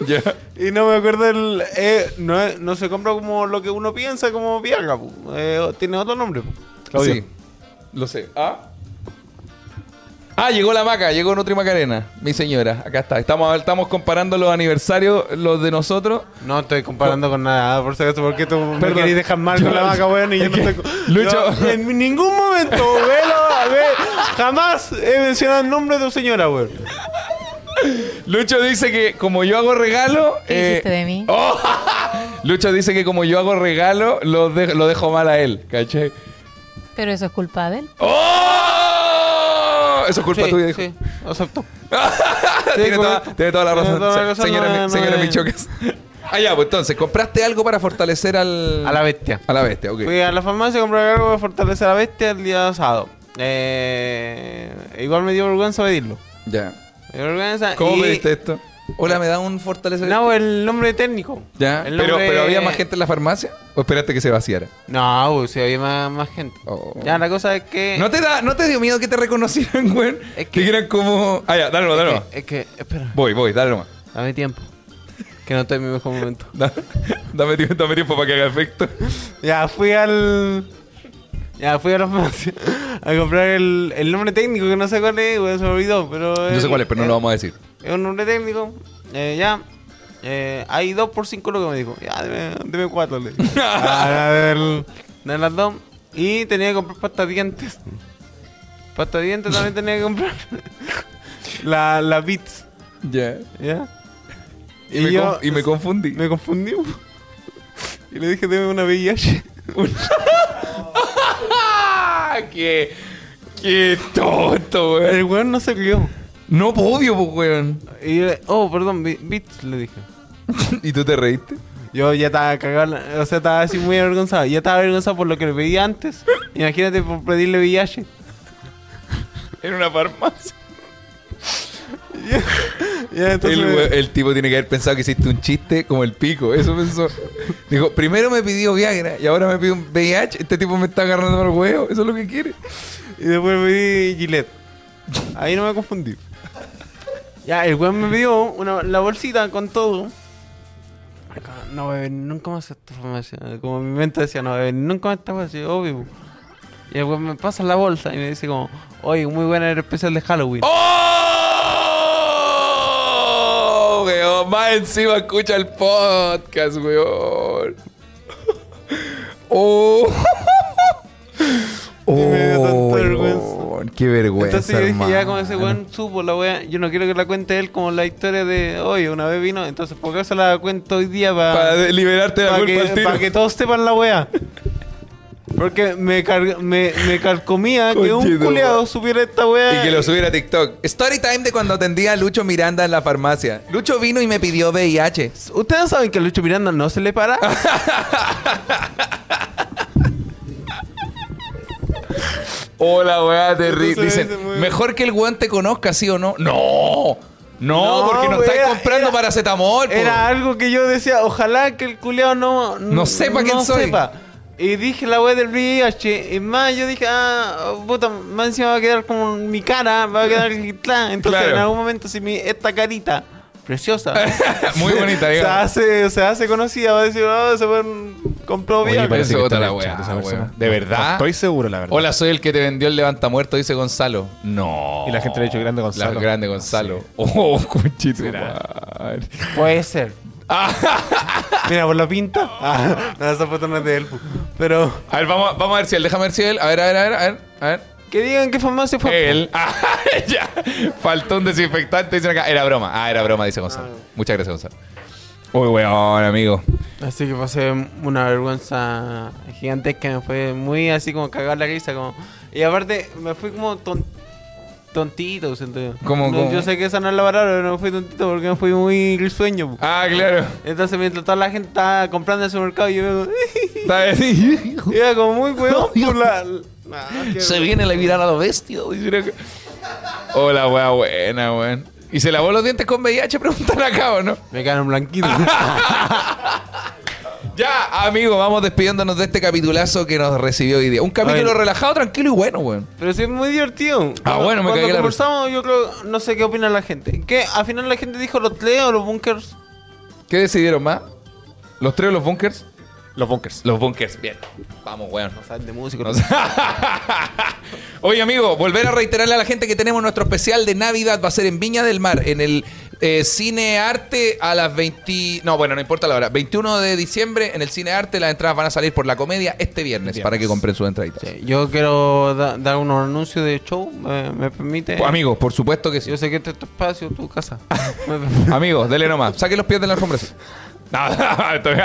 S1: ya.
S3: Y no me acuerdo el... eh, no, es- no se compra como lo que uno piensa como Viagra. pu. Eh, tiene otro nombre. pu.
S8: Claudio.
S1: Sí. Lo sé. ¿Ah? Ah, llegó la maca, llegó Nutri Macarena, mi señora. Acá está. Estamos, estamos comparando los aniversarios, los de nosotros.
S3: No estoy comparando con nada, ah, por si acaso, porque tú me
S1: Perdón.
S3: querés dejar mal con la vaca, weón, y yo no estoy...
S1: Lucho-
S3: Yo en ningún momento, weón, a
S1: (laughs)
S3: ver, jamás he mencionado el nombre de tu señora, weón.
S1: Lucho dice que como yo hago regalo.
S9: ¿Qué
S1: eh,
S9: hiciste de mí?
S1: Lucho dice que como yo hago regalo, lo, de- lo dejo mal a él, ¿cachai?
S9: Pero eso es culpa de él.
S1: ¡Oh! Eso es culpa
S3: Sí,
S1: tuya, dijo.
S3: sí, acepto.
S1: (laughs) tiene, toda,
S3: correcto.
S1: tiene toda la
S3: Tiene
S1: razón.
S3: toda la
S1: Se-
S3: razón,
S1: señora,
S3: no,
S1: Mi-
S3: no,
S1: señora
S3: no.
S1: Michocas. (laughs) Ah, ya, pues entonces, compraste algo para fortalecer al.
S3: A la bestia.
S1: A la bestia, ok.
S3: Fui a la farmacia a comprar algo para fortalecer a la bestia el día sábado. Eh, igual me dio vergüenza pedirlo.
S1: Ya.
S3: Me dio vergüenza
S1: ¿Cómo
S3: y-
S1: pediste esto? Hola, ¿me da un fortalecer?
S3: No, el nombre técnico.
S1: Ya,
S3: El
S1: pero,
S3: nombre-
S1: pero ¿había más gente en la farmacia? ¿O esperaste que se vaciara?
S3: No, weón, sí, había más, más gente.
S1: Oh.
S3: Ya, la cosa es que...
S1: ¿No te, da, ¿No te dio miedo que te reconocieran, (laughs) güey?
S3: Eh. Es
S1: que...
S3: que-
S1: eran como... Ah, ya, dale nomás, dale
S3: es,
S1: nomás.
S3: que, es que, espera,
S1: Voy, voy, dale nomás. (laughs)
S3: dame tiempo. Que no estoy en mi mejor momento.
S1: Da- Dame tiempo, dame tiempo para que haga efecto.
S3: Ya fui al. Ya fui a la farmacia a comprar el, el nombre técnico que no sé cuál es, weón, se me olvidó, pero.
S1: Yo sé cuál es, pero no lo vamos a decir.
S3: Es un nombre técnico, eh, ya. Eh, hay dos por cinco lo que me dijo. Ya, deme, deme cuatro, le (laughs) dije. Ah, del- de las dos. Y tenía que comprar pasta de dientes. Pasta de dientes también tenía que comprar. (laughs) la, la Beats,
S1: Ya.
S3: ya.
S1: Y, me,
S3: yo-
S1: conf- y me confundí.
S3: me confundí. po. Y le dije, deme una VIH.
S7: ¡Ah! ¡Qué, qué tonto, weón!
S3: El weón no se crió.
S1: No, pues, obvio, pues, weón.
S3: Y yo, oh, perdón, bi- bits, le dije.
S1: (laughs) ¿Y tú te reíste?
S3: Yo ya estaba cagado, o sea, estaba así muy avergonzado. Ya estaba avergonzado por lo que le pedí antes. Imagínate por pedirle VIH.
S7: En una farmacia.
S3: Ya, entonces,
S1: El, eh. we- el tipo tiene que haber pensado que hiciste un chiste como el pico. Eso pensó. Dijo, primero me pidió Viagra y ahora me pide un VIH. Este tipo me está agarrando los huevos. Eso es lo que quiere.
S3: Y después me pedí Gillette. Ahí no me confundí. Ya, el weón me pidió una, la bolsita con todo. Acá, No voy a ver nunca más esta farmacia. Como mi mente decía, no voy a ver nunca más esta farmacia, obvio. Y el weón me pasa la bolsa y me dice como, oye, muy buena el especial de Halloween.
S1: ¡Oh! Quedó más encima escucha el podcast, weón. (laughs) Oh.
S3: Y me dio tanta
S1: Oh,
S3: vergüenza.
S1: weón, Qué vergüenza.
S3: Entonces yo dije, ya como ese
S1: hermano.
S3: weón supo la wea, yo no quiero que la cuente él como la historia de hoy, una vez vino, entonces por qué se la cuento hoy día
S1: Para
S3: para
S1: de- liberarte de la culpa al
S3: que,
S1: tiro.
S3: pa' que todos sepan la wea. Porque me, car- me, me carcomía que un
S1: Conchetumare.
S3: culeado supiera esta wea.
S1: Y que lo subiera a TikTok. Story time de cuando atendía a Lucho Miranda en la farmacia. Lucho vino y me pidió VIH.
S3: Ustedes saben que a Lucho Miranda no se
S1: (laughs)
S3: le para.
S1: Ah, Hola, weá, terrible.
S3: Entonces,
S1: Dicen,
S3: ese weón-
S1: mejor que el weón te conozca, ¿sí o no? No. No,
S3: No,
S1: porque no
S3: weá,
S1: estáis comprando
S3: era-
S1: paracetamol. po.
S3: Era algo que yo decía, ojalá que el culeado no,
S1: No sepa quién soy.
S3: Y dije la wea del VIH. Y más, yo dije, ah, puta, más encima va a quedar como mi cara, va
S1: (laughs)
S3: a quedar el Entonces,
S1: Claro.
S3: en algún momento, si mi, esta carita
S1: (laughs)
S3: preciosa
S1: (laughs) Muy bonita,
S3: (laughs) se,
S1: digamos.
S3: hace, se hace conocida, va a decir, ah, se compró
S1: Oye,
S3: bien.
S1: parece
S8: que
S1: otra
S8: está
S1: la
S8: en el
S1: weá,
S8: chat esa
S1: weón.
S8: persona.
S1: ¿De verdad?
S8: No estoy seguro, la verdad.
S1: Hola, soy el que te vendió el levantamuerto, dice Gonzalo. No.
S4: Y la gente le ha dicho grande Gonzalo.
S1: La grande Gonzalo. Oh, conchito. madre.
S3: Puede ser. Mira, por la pinta. Ah, no, esa foto no es de él. Pero
S1: A ver, vamos, a- vamos a ver si él. Déjame ver si él. A ver, a ver, a ver, a ver. A ver.
S3: que digan qué farmacia fue.
S1: Él. (laughs) Ah, ya. Faltó un desinfectante. Dicen acá. Era broma. Ah, era broma, dice Gonzalo. Muchas gracias, Gonzalo. Uy, weón, amigo.
S3: Así que pasé una vergüenza gigantesca, me fue muy así como cagar la risa, como y aparte me fui como ton- tontito, siento yo.
S1: Como-
S3: No,
S1: como-
S3: Yo sé que esa no es la palabra, pero me fui tontito porque me fui muy risueño. po.
S1: Ah, claro.
S3: Entonces mientras toda la gente estaba comprando en el supermercado, yo me
S1: Está bien.
S3: era como muy weón por la... Ah,
S1: (laughs)
S3: qué-
S1: Se viene la viral a lo bestia. dicen acá. Hola, wea buena, weón. ¿Y se lavó los dientes con VIH? Preguntan acá, ¿o no?
S3: Me quedaron blanquitos.
S1: Ya, amigo, vamos despidiéndonos de este capitulazo que nos recibió hoy día. Un capítulo
S3: Bueno.
S1: relajado, tranquilo y bueno, weón.
S3: Pero sí es muy divertido.
S1: Ah, bueno, me
S3: Cuando
S1: cagué la risa.
S3: conversamos, yo creo, no sé qué opina la gente. ¿Qué? Al final la gente dijo los tlea o los bunkers.
S1: ¿Qué decidieron más? ¿Los tres o los bunkers?
S4: Los bunkers.
S1: Los bunkers, bien. Vamos, weón.
S3: O sea, de música.
S1: O sea, (laughs) Oye, amigo, volver a reiterarle a la gente que tenemos nuestro especial de Navidad. Va a ser en Viña del Mar, en el eh, Cine Arte a las 20. No, bueno, no importa la hora. 21 de diciembre en el Cine Arte. Las entradas van a salir por la comedia este viernes, para que compren sus entraditas.
S3: Sí, yo quiero da- dar unos anuncios de show, ¿me, me permite?
S1: Pues, amigos, por supuesto que sí.
S3: Yo sé que este es tu espacio, tu
S1: (laughs)
S3: casa. (laughs)
S1: Amigos, dele nomás. Saque los pies de la alfombra. sí. No, (laughs) no, estoy-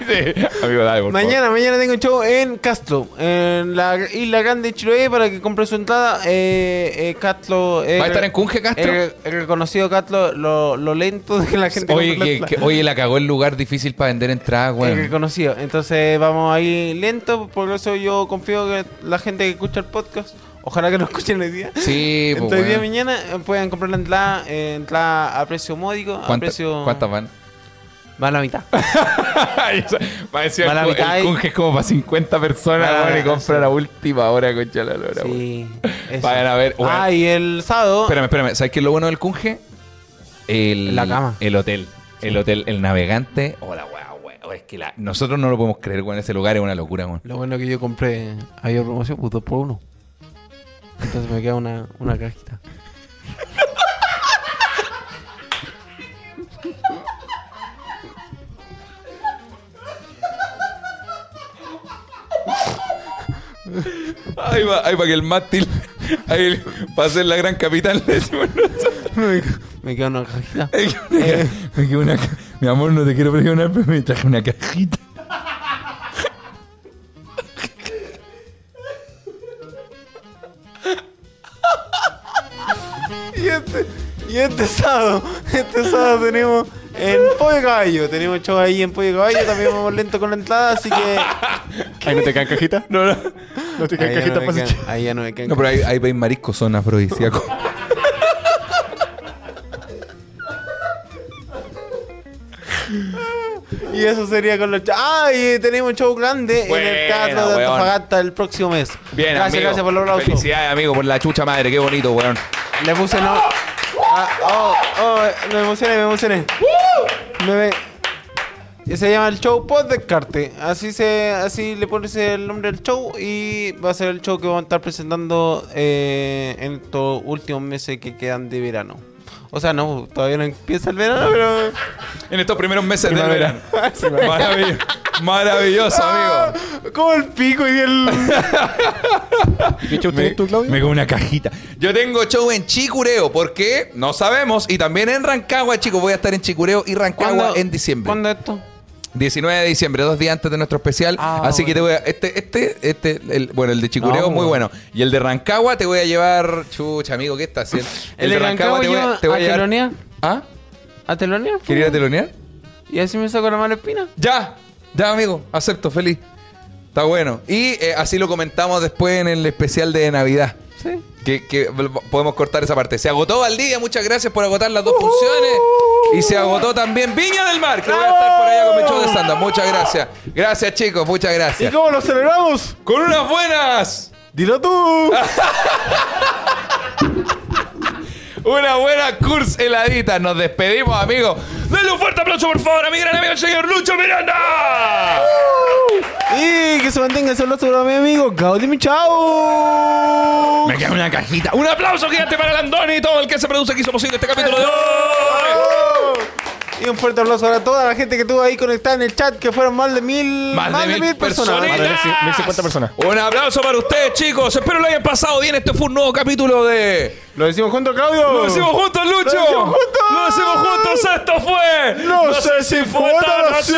S1: Sí. Amigo, dale, por favor.
S3: mañana, mañana tengo show en Castro, en la isla grande de Chiloé, para que compre su entrada. Eh, eh, Castro... eh,
S1: ¿Va a estar en Cunge, Castro?
S3: El, el reconocido Castro, lo, lo lento de que la gente...
S1: Oye,
S3: compra la
S1: que-
S3: entrada.
S1: que- oye, la cagó el lugar difícil para vender entradas,
S3: El
S1: weón.
S3: reconocido. Entonces vamos ahí lento, por eso yo confío que la gente que escucha el podcast, ojalá que lo escuchen hoy día.
S1: Sí, pues,
S3: (laughs) Entonces, hoy día
S1: weón.
S3: mañana eh, pueden comprar la entrada, eh, entrada a precio módico, a
S1: ¿Cuánta-
S3: precio...
S1: ¿Cuántas van?
S3: Va a la mitad.
S1: (laughs) Va a decir,
S3: Va la
S1: el,
S3: mitad ¿eh?
S1: el
S3: y-
S1: cunge es como para 50 personas,
S3: Va la-
S1: weón, y compra la última hora, concha la lora, weón.
S3: Sí. eso.
S1: Vayan a ver, bueno.
S3: Ah, y el sábado...
S1: Espérame, espérame. ¿Sabes qué es lo bueno del cunge? El,
S3: La cama.
S1: El hotel. El hotel, el navegante. Oh, Hola, weón, weón. Es que la- nosotros no lo podemos creer, weón. Ese lugar es una locura, weón.
S3: Lo bueno que yo compré, había promoción, pues 2 por 1 Entonces me queda una, una cajita. (laughs)
S1: Ahí va, ahí va que el mástil. (laughs) Ahí va a ser la gran capitán. Le decimos nosotros. (laughs)
S3: Me queda una cajita.
S1: Me quedé una ca- Mi amor, no te quiero presionar, pero me traje una cajita.
S3: Y este, y este sábado, este sábado tenemos en Pollo y Caballo. Tenemos show ahí en Pollo y Caballo. También vamos lento con la entrada, así que.
S4: Ahí no te caen cajita.
S1: (laughs) No, no.
S4: No te
S3: Ahí
S4: caen
S3: ya no
S4: cajita
S3: me
S4: para
S3: quedan- ahí ya no me quedan.
S1: No, pero ahí, ahí veis mariscos, son afrodisíacos.
S3: Y eso sería con los shows. ¡Ah! Y tenemos show grande en el
S1: Buena,
S3: Teatro de
S1: weón.
S3: Antofagasta el próximo mes.
S1: Bien,
S3: gracias,
S1: amigo.
S3: gracias por los aplausos.
S1: (laughs) Felicidades, amigo, por la chucha madre. Qué bonito, weón.
S3: Le puse no. Ah, oh, oh, me emocioné, me emocioné. Me ve- y Se llama el show Pod Descarte. Así se, así le pones el nombre al show y va a ser el show que vamos a estar presentando eh, en estos últimos meses que quedan de verano. O sea, no, todavía no empieza el verano, pero.
S1: En estos primeros meses del verano.
S3: Primavera.
S1: Maravilloso, maravilloso, amigo.
S3: Como el pico y el.
S8: ¿Qué hecho usted tú, Claudio?
S1: Me como una cajita. Yo tengo show en Chicureo. ¿Por qué? No sabemos. Y también en Rancagua, chicos. Voy a estar en Chicureo y Rancagua en diciembre.
S3: ¿Cuándo esto?
S1: 19 de diciembre, dos días antes de nuestro especial.
S3: Ah,
S1: Así que te
S3: bueno.
S1: voy a. Este, este, este. el- bueno, el de
S8: Ah,
S1: Chicureo,
S3: No,
S1: muy
S3: bueno.
S1: bueno. Y el de Rancagua te voy a llevar. Chucha, amigo, ¿qué estás haciendo?
S3: ¿El de Rancagua lleva a Telonia?
S1: ¿Ah?
S3: ¿A Telonia?
S1: ¿Quería ir a telonear?
S3: Y así me saco la mala espina.
S1: Ya, ya, amigo. Acepto, feliz. Está bueno. Y eh, así lo comentamos después en el especial de Navidad.
S3: Sí.
S1: Que, que podemos cortar esa parte. Se agotó Valdivia, muchas gracias por agotar las dos funciones. Y se agotó también Viña del Mar, que voy a estar por allá con mi show de stand Muchas gracias. Gracias, chicos, muchas
S3: ¿Y
S1: gracias.
S3: cómo lo celebramos?
S1: Con unas buenas.
S3: ¡Dilo tú!
S1: Una buena curse heladita. Nos despedimos, amigos. Denle un fuerte aplauso, por favor, a mi gran amigo, el señor Lucho Miranda.
S3: y que se mantenga solo sobre mi amigo Gaudi Michao.
S1: Me queda una cajita. Un aplauso gigante para Landoni y todo el que se produce que hizo posible este capítulo de hoy.
S3: Y un fuerte aplauso a toda la gente que estuvo ahí conectada en el chat, que fueron más de mil,
S1: Más de mil personas.
S8: Vale, mil- mil cincuenta personas.
S1: Un aplauso para ustedes, chicos. Espero lo hayan pasado bien. Este fue un nuevo capítulo de.
S3: Lo decimos juntos, Claudio.
S1: ¡Lo hicimos juntos, Lucho!
S3: ¡Lo hicimos juntos!
S1: ¡Lo hicimos juntos! ¡Esto fue!
S3: No sé si fue tan así.